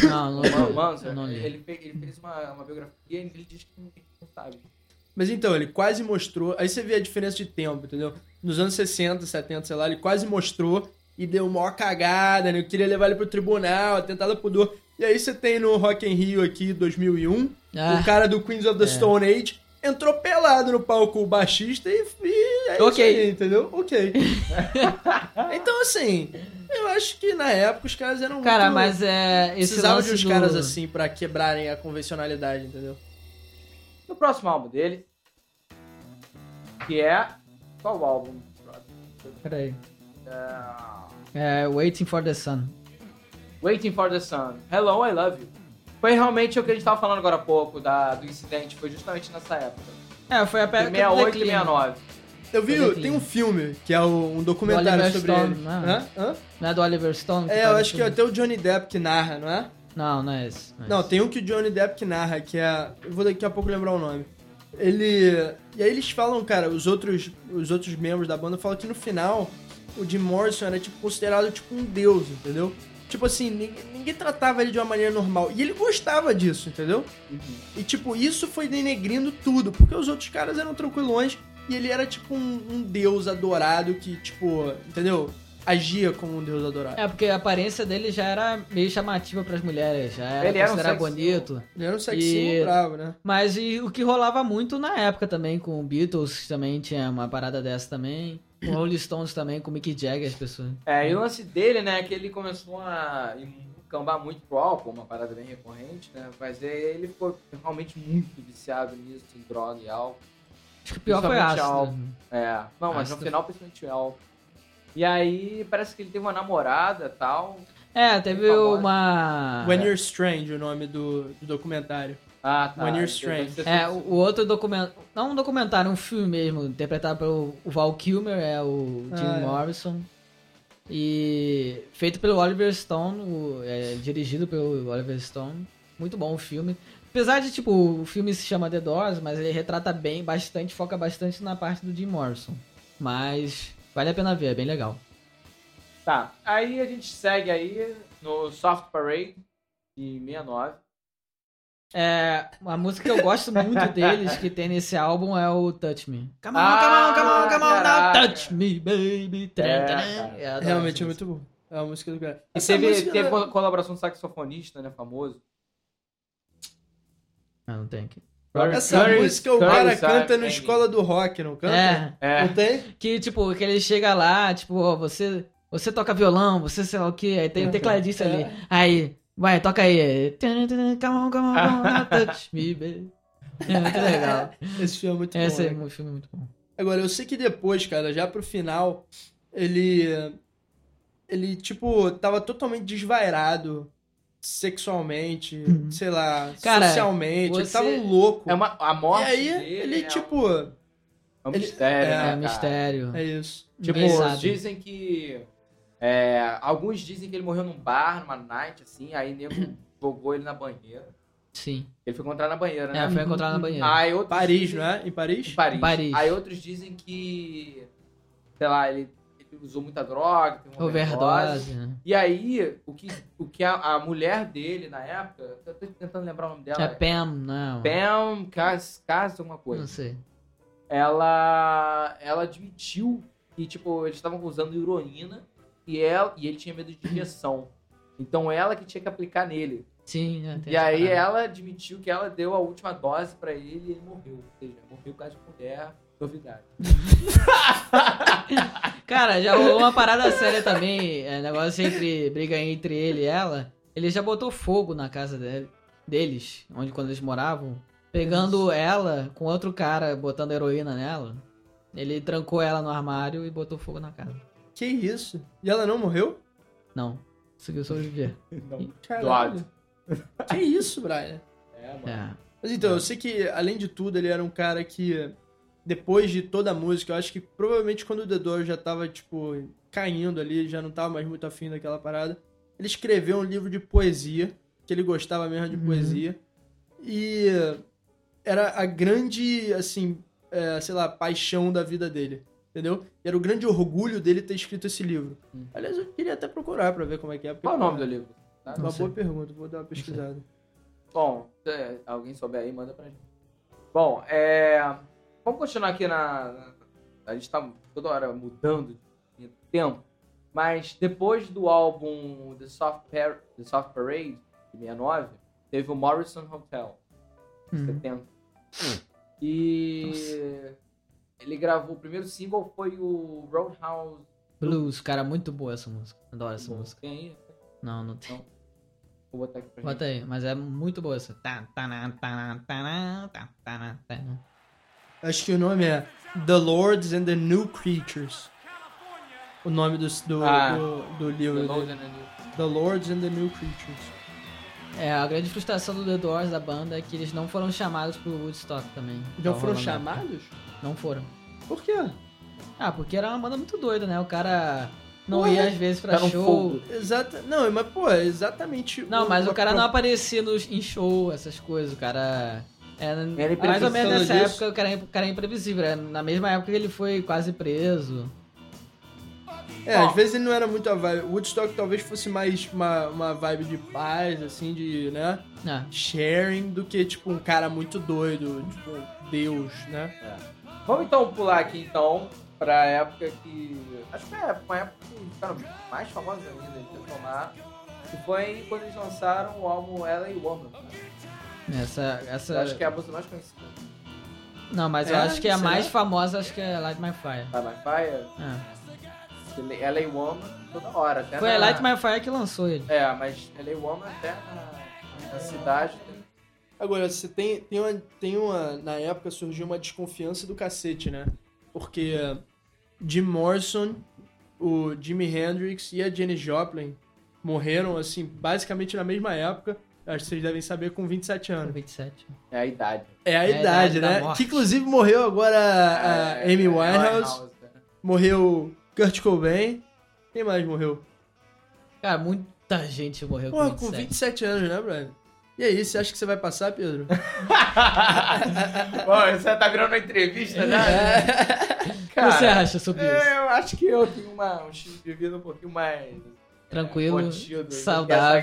B: Não, não,
A: o
B: não,
A: Manson,
B: não li.
A: ele, fe- ele fez uma, uma biografia e ele diz que ninguém sabe.
D: Mas então, ele quase mostrou. Aí você vê a diferença de tempo, entendeu? Nos anos 60, 70, sei lá, ele quase mostrou e deu maior cagada, né? Eu queria levar ele pro tribunal, atentado ao pudor. E aí você tem no Rock in Rio aqui, 2001,
B: Ah,
D: o cara do Queens of the
B: é.
D: Stone Age entrou pelado no palco o baixista e, e é
B: Ok.
D: isso aí, entendeu? Ok. então, assim, eu acho que na época os caras eram
B: Cara,
D: muito...
B: mas é. Esse
D: Precisava de
B: lance
D: uns
B: do-
D: caras assim pra quebrarem a convencionalidade, entendeu?
A: No próximo álbum dele, que é. Qual o álbum?
B: Peraí.
A: Ah,
B: É, Waiting for the Sun.
A: Waiting for the Sun. Hello, I Love You. Foi realmente o que a gente tava falando agora há pouco da, do incidente, foi justamente nessa época.
B: É, foi a
A: De
B: peça
A: 68 e 69.
D: Eu vi,
B: Fazer
D: tem
B: filme.
D: um filme que é o- um
B: Do
D: documentário
B: Oliver
D: sobre
B: Stone,
D: ele.
B: não é?
D: Hã? Hã?
B: Não é do Oliver Stone? tá
D: É, eu
B: no
D: acho que
B: filme?
D: até o Johnny Depp que narra, não é?
B: Não, não é esse. é
D: Não,
B: esse.
D: tem um que o Johnny Depp que narra, que é. Eu vou daqui a pouco lembrar o nome. Ele. E aí eles falam, cara, os outros, os outros membros da banda falam que no final o Jim Morrison era tipo, considerado tipo um deus, entendeu? Tipo assim, ninguém, ninguém tratava ele de uma maneira normal. E ele gostava disso, entendeu? E tipo, isso foi denegrindo tudo, porque os outros caras eram tranquilões e ele era tipo um, um deus adorado que, tipo, entendeu? agia como um deus adorado.
B: É, porque a aparência dele já era meio chamativa pras mulheres, já era
A: Ele era um
B: considerado
A: sex
B: bonito.
D: Ele era um sexinho
B: E-
D: bravo, né?
B: Mas e o que rolava muito na época também, com o Beatles também tinha uma parada dessa também. Com o Rolling Stones também, com o Mick Jagger, as pessoas.
A: É, e o lance dele, né, é que ele começou a cambar muito pro álcool, uma parada bem recorrente, né? Mas aí ele ficou realmente muito viciado nisso, em droga e álcool.
B: Acho que o pior foi
A: Principalmente
B: ácido.
A: álcool. É. Não, mas no
B: Ácido.
A: final principalmente álcool. E aí parece que ele teve uma namorada e tal.
B: É, teve
A: Famosa.
B: uma.
D: When You're Strange, o nome do, do documentário.
A: Ah, tá.
D: When You're
A: Deve
D: Strange.
A: ser
B: É, o
A: sobre-
B: o outro documentário. Não um documentário, um filme mesmo, interpretado pelo o Val Kilmer, é o Jim
D: Ah, é.
B: Morrison. E feito pelo Oliver Stone, o- é, dirigido pelo Oliver Stone. Muito bom o filme. Apesar de, tipo, o filme se chama The Doors, mas ele retrata bem, bastante, foca bastante na parte do Jim Morrison. Mas vale a pena ver, é bem legal.
A: Tá. Aí a gente segue aí no Soft Parade de 69.
B: É, a música que eu gosto muito deles, que tem nesse álbum, é o Touch Me. Come on,
A: Ah,
B: come on, come on, come on, now
A: caraca.
B: touch me, baby.
A: É,
B: Tadã.
A: cara.
B: Eu adoro
D: Realmente
B: essa
D: é
B: música.
D: muito bom. É uma música do cara.
A: E
D: Essa
A: teve,
D: música- é-
A: teve col- colaboração do saxofonista, né? Famoso.
B: Ah, não tem aqui.
D: Essa
A: Curtis-
D: música o
A: Curtis
D: cara canta no
A: Hank.
D: Escola do Rock, não canta?
B: É,
A: É.
D: Não tem?
B: que tipo, que ele chega lá, tipo, ó, você, você toca violão, você sei lá o que, aí tem um tecladista ali. Aí, vai, toca aí. Come on, come on, come on, now touch me, baby. É muito legal.
D: Esse filme é muito bom.
B: Esse
D: né,
B: é um filme muito bom.
D: Agora, eu sei que depois, cara, já pro final, ele. Ele, tipo, tava totalmente desvairado sexualmente, sei lá,
B: Uhum. Cara,
D: socialmente. Ele
B: você-
D: tava um louco.
A: É uma, a
D: E
A: morte
D: aí,
A: dele
D: ele,
A: é um-
D: tipo.
A: é um
D: ele-
A: mistério,
D: é,
A: né,
B: É,
A: cara?
B: mistério.
D: É isso.
A: Tipo,
B: Ninguém sabe.
A: dizem que. é, alguns dizem que ele morreu num bar, numa night, assim, aí nego jogou ele na banheira.
B: Sim.
A: Ele foi encontrado na banheira, né?
B: É, foi encontrado na banheira.
A: Aí outros
D: Paris,
A: dizem-
D: não é? Em Paris?
A: Em Paris.
B: Paris.
A: Aí outros dizem que. Sei lá, ele, ele usou muita droga, tem uma overdose.
B: Overdose. né?
A: E aí, o que, o que a, a mulher dele na época, eu tô tentando lembrar o nome dela.
B: É Pam, não.
A: Pam Cas, Cas, alguma
B: Não
A: coisa.
B: sei.
A: Ela, ela admitiu que, tipo, eles estavam usando heroína e, ela, e ele tinha medo de injeção. Então ela que tinha que aplicar nele.
B: Sim, é, tem
A: e
B: essa
A: aí
B: parada.
A: ela admitiu que ela deu a última dose pra ele e ele morreu. Ou seja, morreu por causa de mulher, novidade.
B: Cara, já rolou uma parada séria também. É, negócio entre. briga entre ele e ela. Ele já botou fogo na casa dele- deles, onde quando eles moravam. Pegando ela com outro cara, botando heroína nela. Ele trancou ela no armário e botou fogo na casa.
D: Que isso? E ela não morreu?
B: Não. Conseguiu sobreviver.
D: Caralho. Que isso, Brian?
A: É, mano.
B: É.
D: Mas então, eu sei que, além de tudo, ele era um cara que, depois de toda a música, eu acho que provavelmente quando o The Doors já tava, tipo, caindo ali, já não tava mais muito afim daquela parada, ele escreveu um livro de poesia, que ele gostava mesmo
A: Uhum.
D: de poesia, e era a grande, assim, é, sei lá, paixão da vida dele, entendeu? E era o grande orgulho dele ter escrito esse livro. Aliás, eu queria até procurar pra ver como é que é. porque-
A: Uhum. Qual é o nome do livro? Tá?
D: Uma
B: Não sei.
D: boa pergunta, vou dar uma pesquisada.
A: Bom, se alguém souber aí, manda pra gente. Bom, é, vamos continuar aqui na. na- A gente tá toda hora mudando de tempo. Mas depois do álbum The Soft, Par- The Soft Parade, de 69, teve o Morrison Hotel, de
B: Uhum.
A: 70. E ele gravou, o primeiro single foi o Roadhouse.
B: Blues, cara, muito boa essa música. Adoro essa
A: Bom,
B: música.
A: Tem aí? né?
B: Não, não tem.
A: Vou botar aqui pra gente.
B: Bota aí, mas é muito boa essa. Tá, tá, na, tá, na, tá, na, tá, tá, na, tá, na.
D: Acho que o nome é The Lords and the New Creatures. O nome do, do,
A: Ah.
D: do, do livro. dele.
A: The Load and the New.
D: The Lords and the New Creatures.
B: É, a grande frustração do The Doors, da banda, é que eles não foram chamados pro Woodstock também.
D: Não
B: Tá
D: foram
B: rolando.
D: chamados?
B: Não foram.
D: Por quê?
B: Ah, porque era uma banda muito doida, né? O cara não
D: Ué,
B: ia às vezes pra
A: era um
B: show.
A: fogo.
D: Exata... Não, mas pô, é exatamente.
B: não, mas
D: uma
B: o cara
D: pro-
B: não aparecia nos, em show, essas coisas. O cara... É, mais ou menos
D: imprevisível
B: nessa
D: disso.
B: época, o cara, é- o cara é imprevisível. É na mesma época que ele foi quase preso.
D: É, às vezes ele não era muito a vibe. Woodstock talvez fosse mais uma, uma vibe de paz, assim, de, né?
B: Ah,
D: Sharing, do que, tipo, um cara muito doido, tipo, Deus,
B: Tá
D: né?
A: Vamos então pular aqui então pra época que. Acho que é uma época que ficaram mais famosos ainda de tomar. Que foi quando eles lançaram o álbum LA Woman. né?
B: essa,
A: Eu
B: essa...
A: acho que é a música mais conhecida.
B: Não, mas eu
D: É,
B: acho que a
D: será?
B: mais famosa acho que é Light My Fire.
A: Tá My Fire,
B: É.
A: LA Woman toda hora.
D: É
A: Até
B: Foi
A: na...
B: a Light My Fire que lançou
D: Hum.
B: ele.
A: É, mas LA Woman até na, na cidade. né?
D: Agora, você tem, tem, uma, tem uma. Na época surgiu uma desconfiança do cacete, né? Porque Jim Morrison, o Jimi Hendrix e a Jenny Joplin morreram, assim, basicamente na mesma época. Acho que vocês devem saber, com 27 anos.
B: 27.
A: É a idade.
D: É a
B: É a
D: idade,
B: idade da
D: né?
B: morte.
D: Que inclusive morreu agora
B: Ah,
D: a
A: É,
D: Amy
A: é,
D: Winehouse,
A: né?
D: morreu Kurt Cobain. Quem mais morreu?
B: Cara, muita gente morreu
D: Porra,
B: com
D: com
B: 27.
D: 27 anos, né, Brian? E aí, você acha que você vai passar, Pedro?
A: Bom, você tá virando uma entrevista, né?
B: É. O que você acha
D: é,
B: sobre isso?
A: Eu acho que eu tenho uma, um estilo de vida um pouquinho mais.
B: Tranquilo,
A: contido
D: né?
A: do que essa
B: saudável,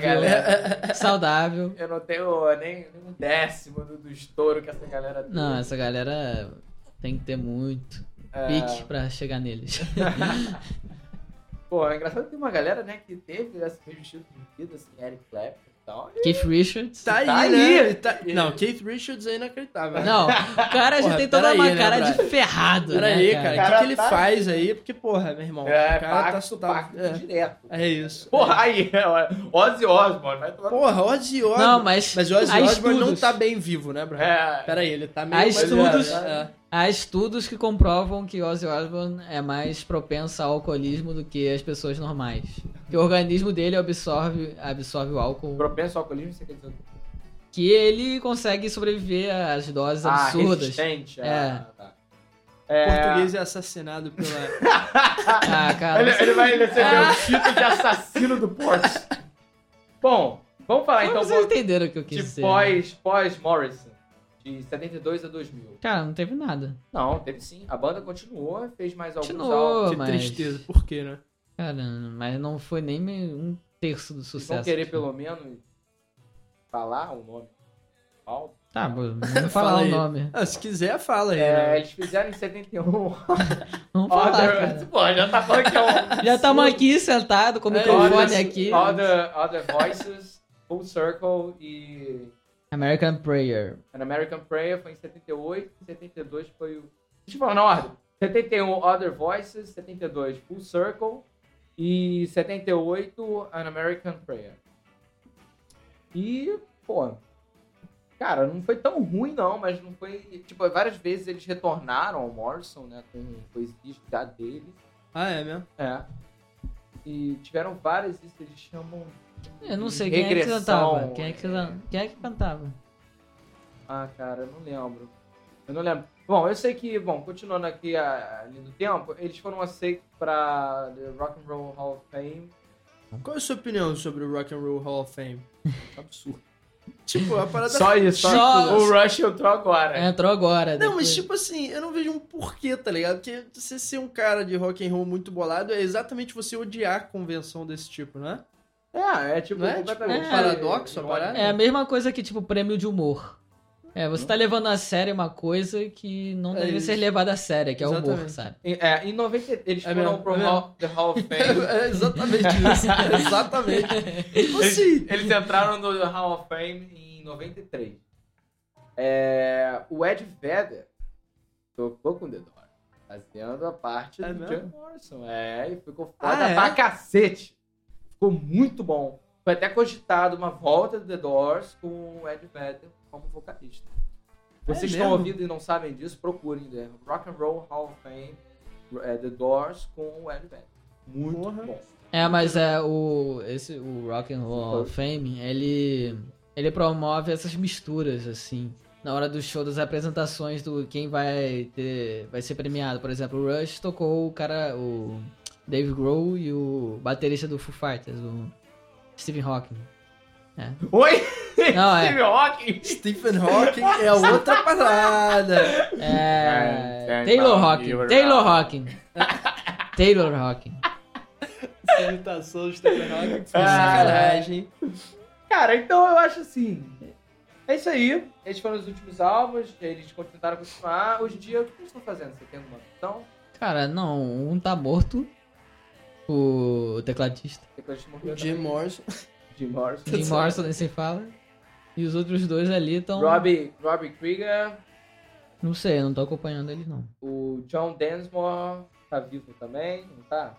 A: galera.
B: saudável.
A: Eu não tenho nem, nem um décimo do, do estouro que essa galera tem.
B: Não, essa galera tem que ter muito
A: É,
B: pique pra chegar neles.
A: Pô, é engraçado que tem uma galera, né, que teve esse mesmo estilo de vida, assim, Eric Clapton e tal. e
B: Keith Richards.
D: Tá aí,
A: Tá
D: né?
A: aí.
D: Ele tá- Não, Keith Richards é inacreditável.
B: Não, o cara já
D: Porra,
B: tem toda
D: peraí,
B: uma
D: né,
B: cara de
D: Brian?
B: ferrado, né,
D: Peraí, cara, o que
A: cara
D: que, ele
A: tá-
D: faz aí? Porque, porra, meu irmão,
A: É,
D: o cara tá
A: pacto, pacto
D: assustado. É,
A: direto.
D: é isso.
A: Porra, aí, ó, Ozzy Osbourne, vai tomar...
D: Porra, Ozzy Osbourne.
B: Não, mas,
D: Mas o Ozzy
B: há
D: Osbourne não
B: estudos.
D: tá bem vivo, né, Brian?
A: É.
D: Peraí, ele tá meio...
B: Há
D: mais-
B: estudos,
D: É.
B: há estudos que comprovam que Ozzy Osbourne é mais propenso ao alcoolismo do que as pessoas normais. Que o organismo dele absorve, absorve o álcool
A: Propenso ao alcoolismo, você quer dizer...
B: que ele consegue sobreviver às doses
A: Ah,
B: absurdas.
A: resistente.
B: É.
A: Ah, tá.
D: O
A: É,
D: português é assassinado pela.
B: Ah, cara. É.
A: Ele,
B: você-
A: ele vai receber o título de assassino do Porsche. Bom, vamos falar
B: Mas
A: então
B: vocês
A: um pouco
B: entenderam o que eu quis
A: de
B: dizer. né?
A: pós, pós Morrison, de 72 a 2000.
B: Cara, não teve nada.
A: Não, teve sim. A banda continuou, fez mais alguns álbuns.
B: Continuou,
D: que
B: mas...
D: tristeza, por quê, né?
B: Cara, mas não foi nem me- um terço do
A: Vocês
B: sucesso.
A: vão querer
B: tipo.
A: pelo menos falar o nome do álbum?
B: Tá, bom, vamos
D: Fala
B: falar o
D: aí.
B: nome.
D: Ah, se quiser, fala aí.
A: É,
D: né?
A: eles fizeram em 71
B: Vamos falar,
A: Other...
B: cara.
A: Pô, já tá falando que é um...
B: Já estamos aqui sentado com o
D: É,
B: microfone
A: Other-
B: aqui.
A: Other, Other Voices, Full Circle e
B: American Prayer.
A: An American Prayer foi em 78, em 72 foi o. Deixa eu falar na ordem. 71 Other Voices, 72 Full Circle e 78 An American Prayer. E, pô, cara, não foi tão ruim não, mas não foi, tipo, várias vezes eles retornaram ao Morrison, né, com poesias já dele.
D: Ah, é mesmo?
A: É. E tiveram várias isso eles chamam
B: Eu não sei
A: Regressão,
B: quem é que
A: é.
B: cantava. Quem é que, cantava?
A: Ah, cara, eu não lembro. Eu não lembro. Bom, eu sei que, bom, continuando aqui a, ali no tempo, eles foram aceitos pra The Rock and Roll Hall of Fame.
D: Qual é a sua opinião sobre o Rock and Roll Hall of Fame?
A: Absurdo.
D: Tipo, a parada.
A: Só isso, só
B: Só-
A: o Rush entrou agora.
B: Entrou agora.
D: Não,
B: depois-
D: mas tipo assim, eu não vejo um porquê, tá ligado? Porque você ser um cara de rock and roll muito bolado é exatamente você odiar convenção desse tipo, né?
A: É, é tipo,
D: Não é?
A: completamente
B: Tipo, um
D: paradoxo, a parada?
B: É a mesma coisa que, tipo, prêmio de humor. É, você tá levando a sério uma coisa que não
D: É
B: deve
D: isso.
B: ser levada a sério, que é o humor,
D: Exatamente.
B: sabe?
A: Em- É, em 90, eles
D: É
A: foram
D: mesmo,
A: pro
D: é
A: Hall, The Hall of Fame.
D: É exatamente isso. é exatamente. Tipo assim.
A: Eles entraram no Hall of Fame em 93. É, o Ed Vedder tocou com o The Doors, fazendo a parte
D: É
A: do
D: mesmo?
A: John Morrison. É, e ficou foda
D: Ah, é?
A: pra cacete. Ficou muito bom. Foi até cogitado uma volta do The Doors com o Ed Vedder como vocalista. Vocês estão
D: É mesmo?
A: ouvindo e não sabem disso, procurem The Rock and Roll Hall of Fame, é, The Doors com o Ed Vedder. Muito
D: Porra.
A: bom.
B: É, mas é o esse o Rock and Roll Hall of Fame, ele ele promove essas misturas assim. Na hora do show das apresentações do quem vai ter vai ser premiado, por exemplo, o Rush tocou o cara o Dave Grohl e o baterista do Foo Fighters, o Stephen Hawking.
A: Oi,
B: Não, é.
A: Steve Hawking!
D: Stephen Hawking é outra parada.
B: É,
A: É,
B: Taylor
A: então,
B: Hawking,
A: you're
B: Taylor
A: right.
B: Hawking. Taylor Hawking.
D: imitação do Steppenhawk. Foi
A: Ah.
D: sacanagem.
A: Cara, então eu acho assim. É isso aí. Esses foram os últimos álbuns, eles tentaram continuar. Hoje em dia, o que eles estão fazendo? Você tem alguma noção?
B: Cara, não, um tá morto. O tecladista.
A: Tecladista morreu.
D: O Jim
A: também.
D: Morrison.
A: Jim Morrison.
B: Jim Morrison nem se fala. E os outros dois ali estão.
A: Robbie, Robbie Krieger,
B: Não sei, eu não tô acompanhando eles não.
A: o John Densmore tá vivo também, não tá?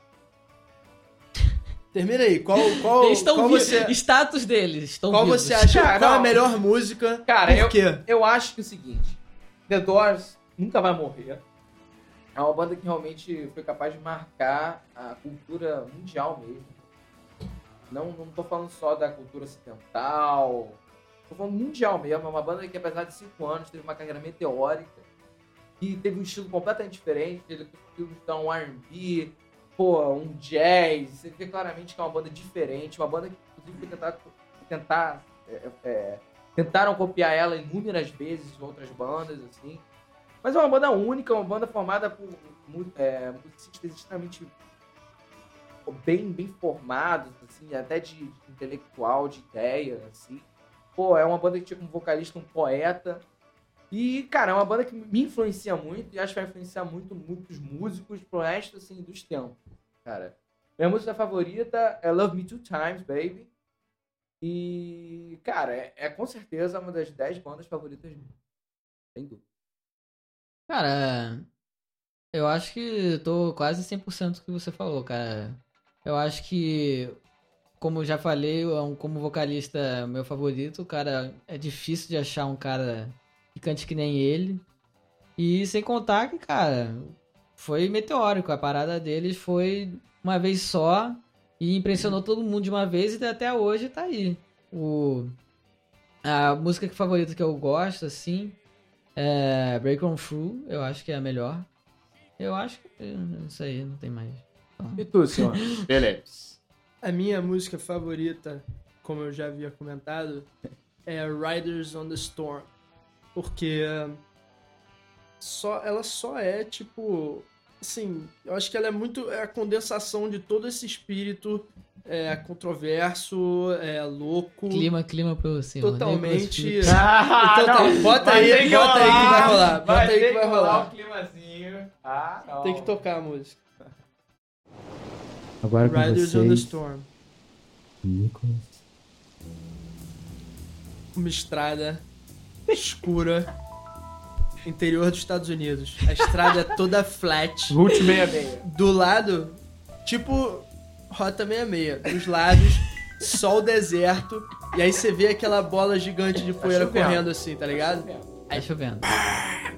D: Termina aí. Qual, qual,
B: Eles estão
D: qual
B: vivos.
D: você,
B: Status deles. Estão
D: qual
B: vivos.
D: você acha?
A: Cara,
D: qual é a
A: não.
D: melhor música?
A: Cara,
D: Por
A: eu-
D: quê?
A: Eu acho que é o seguinte: The Doors nunca vai morrer. É uma banda que realmente foi capaz de marcar a cultura mundial mesmo. Não, não tô falando só da cultura ocidental. Tô falando mundial mesmo. É uma banda que, apesar de 5 anos, teve uma carreira meteórica. E teve um estilo completamente diferente. Ele conseguiu dar um RB, pô, um jazz. Você vê claramente que é uma banda diferente. Uma banda que, inclusive, foi tentar. tentar é, é, tentaram copiar ela inúmeras vezes de outras bandas, assim. Mas é uma banda única, uma banda formada por mu- é, musicistas extremamente bem, bem formados, assim, até de, de intelectual, de ideia, assim. Pô, é uma banda que tinha um vocalista, um poeta. E, cara, é uma banda que me influencia muito e acho que vai influenciar muito muitos músicos pro resto, assim, dos tempos, cara. Minha música favorita é Love Me Two Times, Baby. E, cara, é, é com certeza uma das 10 bandas favoritas minhas. Sem dúvida.
B: Cara, eu acho que tô quase 100% do que você falou, cara. Eu acho que, como eu já falei, é um- como vocalista é o meu favorito, cara, é difícil de achar um cara que cante que nem ele. E sem contar que, cara, foi meteórico. A parada deles foi uma vez só e impressionou todo mundo de uma vez e até hoje tá aí. O... A música que- favorita que eu gosto, assim, é, Break On Through, eu acho que é a melhor. Eu acho que. eu Não sei, não tem mais.
E: E tu, senhor? Phillips.
D: A minha música favorita, como eu já havia comentado, é Riders on the Storm. Porque só ela só é tipo, assim, eu acho que ela é muito é a condensação de todo esse espírito é controverso, é louco.
B: Clima, clima pro senhor. né?
D: Totalmente.
B: Pro-
E: Ah,
D: Então tá, bota aí,
E: ter
D: bota aí que vai rolar, bota aí
E: ter
D: que vai rolar.
E: um climazinho. Ah,
A: tá
E: não.
D: Tem que tocar a música.
F: Agora com
D: Riders on the
F: vocês,
D: Storm.
F: Nicolas.
D: uma estrada escura, interior dos Estados Unidos. A estrada é toda flat.
E: Route 66.
D: Do lado, tipo Rota 66. Dos lados, só o deserto. E aí você vê aquela bola gigante de poeira
A: chovendo.
D: correndo assim, tá ligado?
B: Tá chovendo.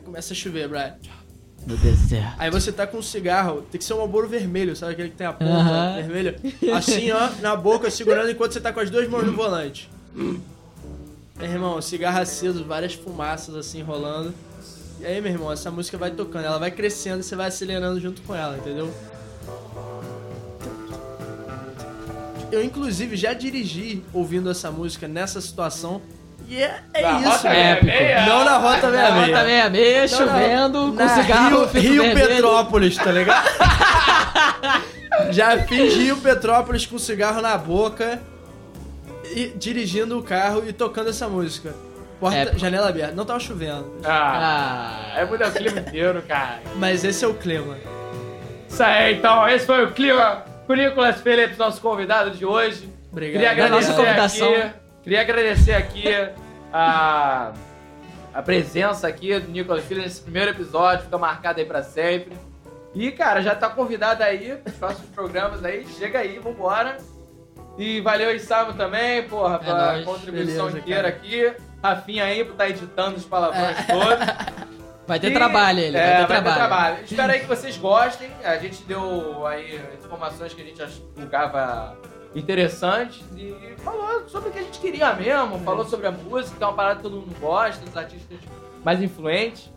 D: Começa a chover, Brad.
B: No deserto.
D: Aí você tá com um cigarro, tem que ser um alboro vermelho, sabe aquele que tem a ponta
B: Aham.
D: vermelha? Assim, ó, na boca, segurando enquanto você tá com as duas mãos no volante. Meu irmão, cigarro aceso, várias fumaças assim rolando. E aí, meu irmão, essa música vai tocando, ela vai crescendo e você vai acelerando junto com ela, entendeu? Eu, inclusive, já dirigi ouvindo essa música nessa situação. E é, é isso,
B: é
D: né?
B: épico.
D: Não na rota
B: Tá
D: 66.
B: meia meia, chovendo, com
D: Na
B: cigarro.
D: Rio,
B: fito
D: Rio
B: vermelho.
D: Petrópolis, tá ligado? Já fiz Rio Petrópolis com cigarro na boca e dirigindo o carro e tocando essa música. Porta,
B: É.
D: janela aberta. Não tava chovendo,
E: Ah,
B: Ah,
E: é mudar o clima inteiro, cara.
D: mas esse é o clima.
E: Isso aí, então. Esse foi o clima com o Nicolas Phillips, nosso convidado de hoje.
D: Obrigado.
E: Queria agradecer
B: nossa convidação.
E: aqui. Queria agradecer aqui a, a presença aqui do Nicolas Filho nesse primeiro episódio, fica marcado aí pra sempre. E, cara, já tá convidado aí pros próximos programas aí. Chega aí, vambora. E valeu, Isamo, também, porra, pela
B: nóis,
E: contribuição
D: beleza,
E: inteira
D: cara.
E: aqui. Rafinha aí, por tá editando os palavrões todos.
B: vai ter
E: E-
B: trabalho ele.
E: É,
B: vai ter trabalho.
E: Espero aí que vocês gostem. A gente deu aí informações que a gente ach- julgava interessantes e falou sobre o que a gente queria mesmo. Falou sobre a música, que é uma parada que todo mundo gosta, os artistas mais influentes.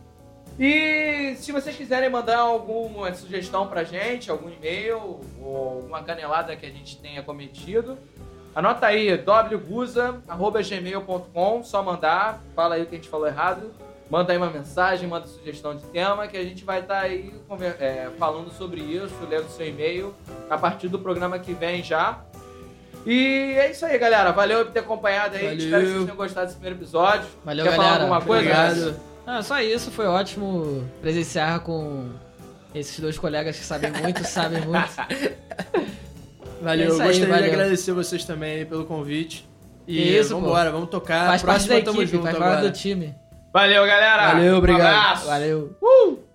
E: E se vocês quiserem mandar alguma sugestão pra gente, algum e-mail ou alguma canelada que a gente tenha cometido, anota aí wgusa.gmail.com, só mandar, fala aí o que a gente falou errado.
A: Manda aí uma mensagem, manda sugestão de tema, que a gente vai estar aí conver- é, falando sobre isso, lendo seu e-mail a partir do programa que vem já. E é isso aí, galera. Valeu por ter acompanhado aí.
D: Valeu.
A: Espero que vocês tenham gostado desse primeiro episódio.
B: Valeu,
A: Quer
B: galera.
A: falar alguma coisa?
D: Obrigado.
B: Ah, só isso, foi ótimo presenciar com esses dois colegas que sabem muito, sabem muito.
D: Valeu,
B: É isso
D: eu
B: aí,
D: gostaria
B: valeu.
D: de agradecer vocês também aí pelo convite. E
B: Que isso, pô.
D: vambora, vamos tocar.
B: faz parte
D: Próxima
B: da
D: tamo
B: equipe,
D: junto
B: faz parte
D: agora.
B: do time.
A: Valeu, galera.
D: Valeu, obrigado.
A: Um abraço.
B: Valeu.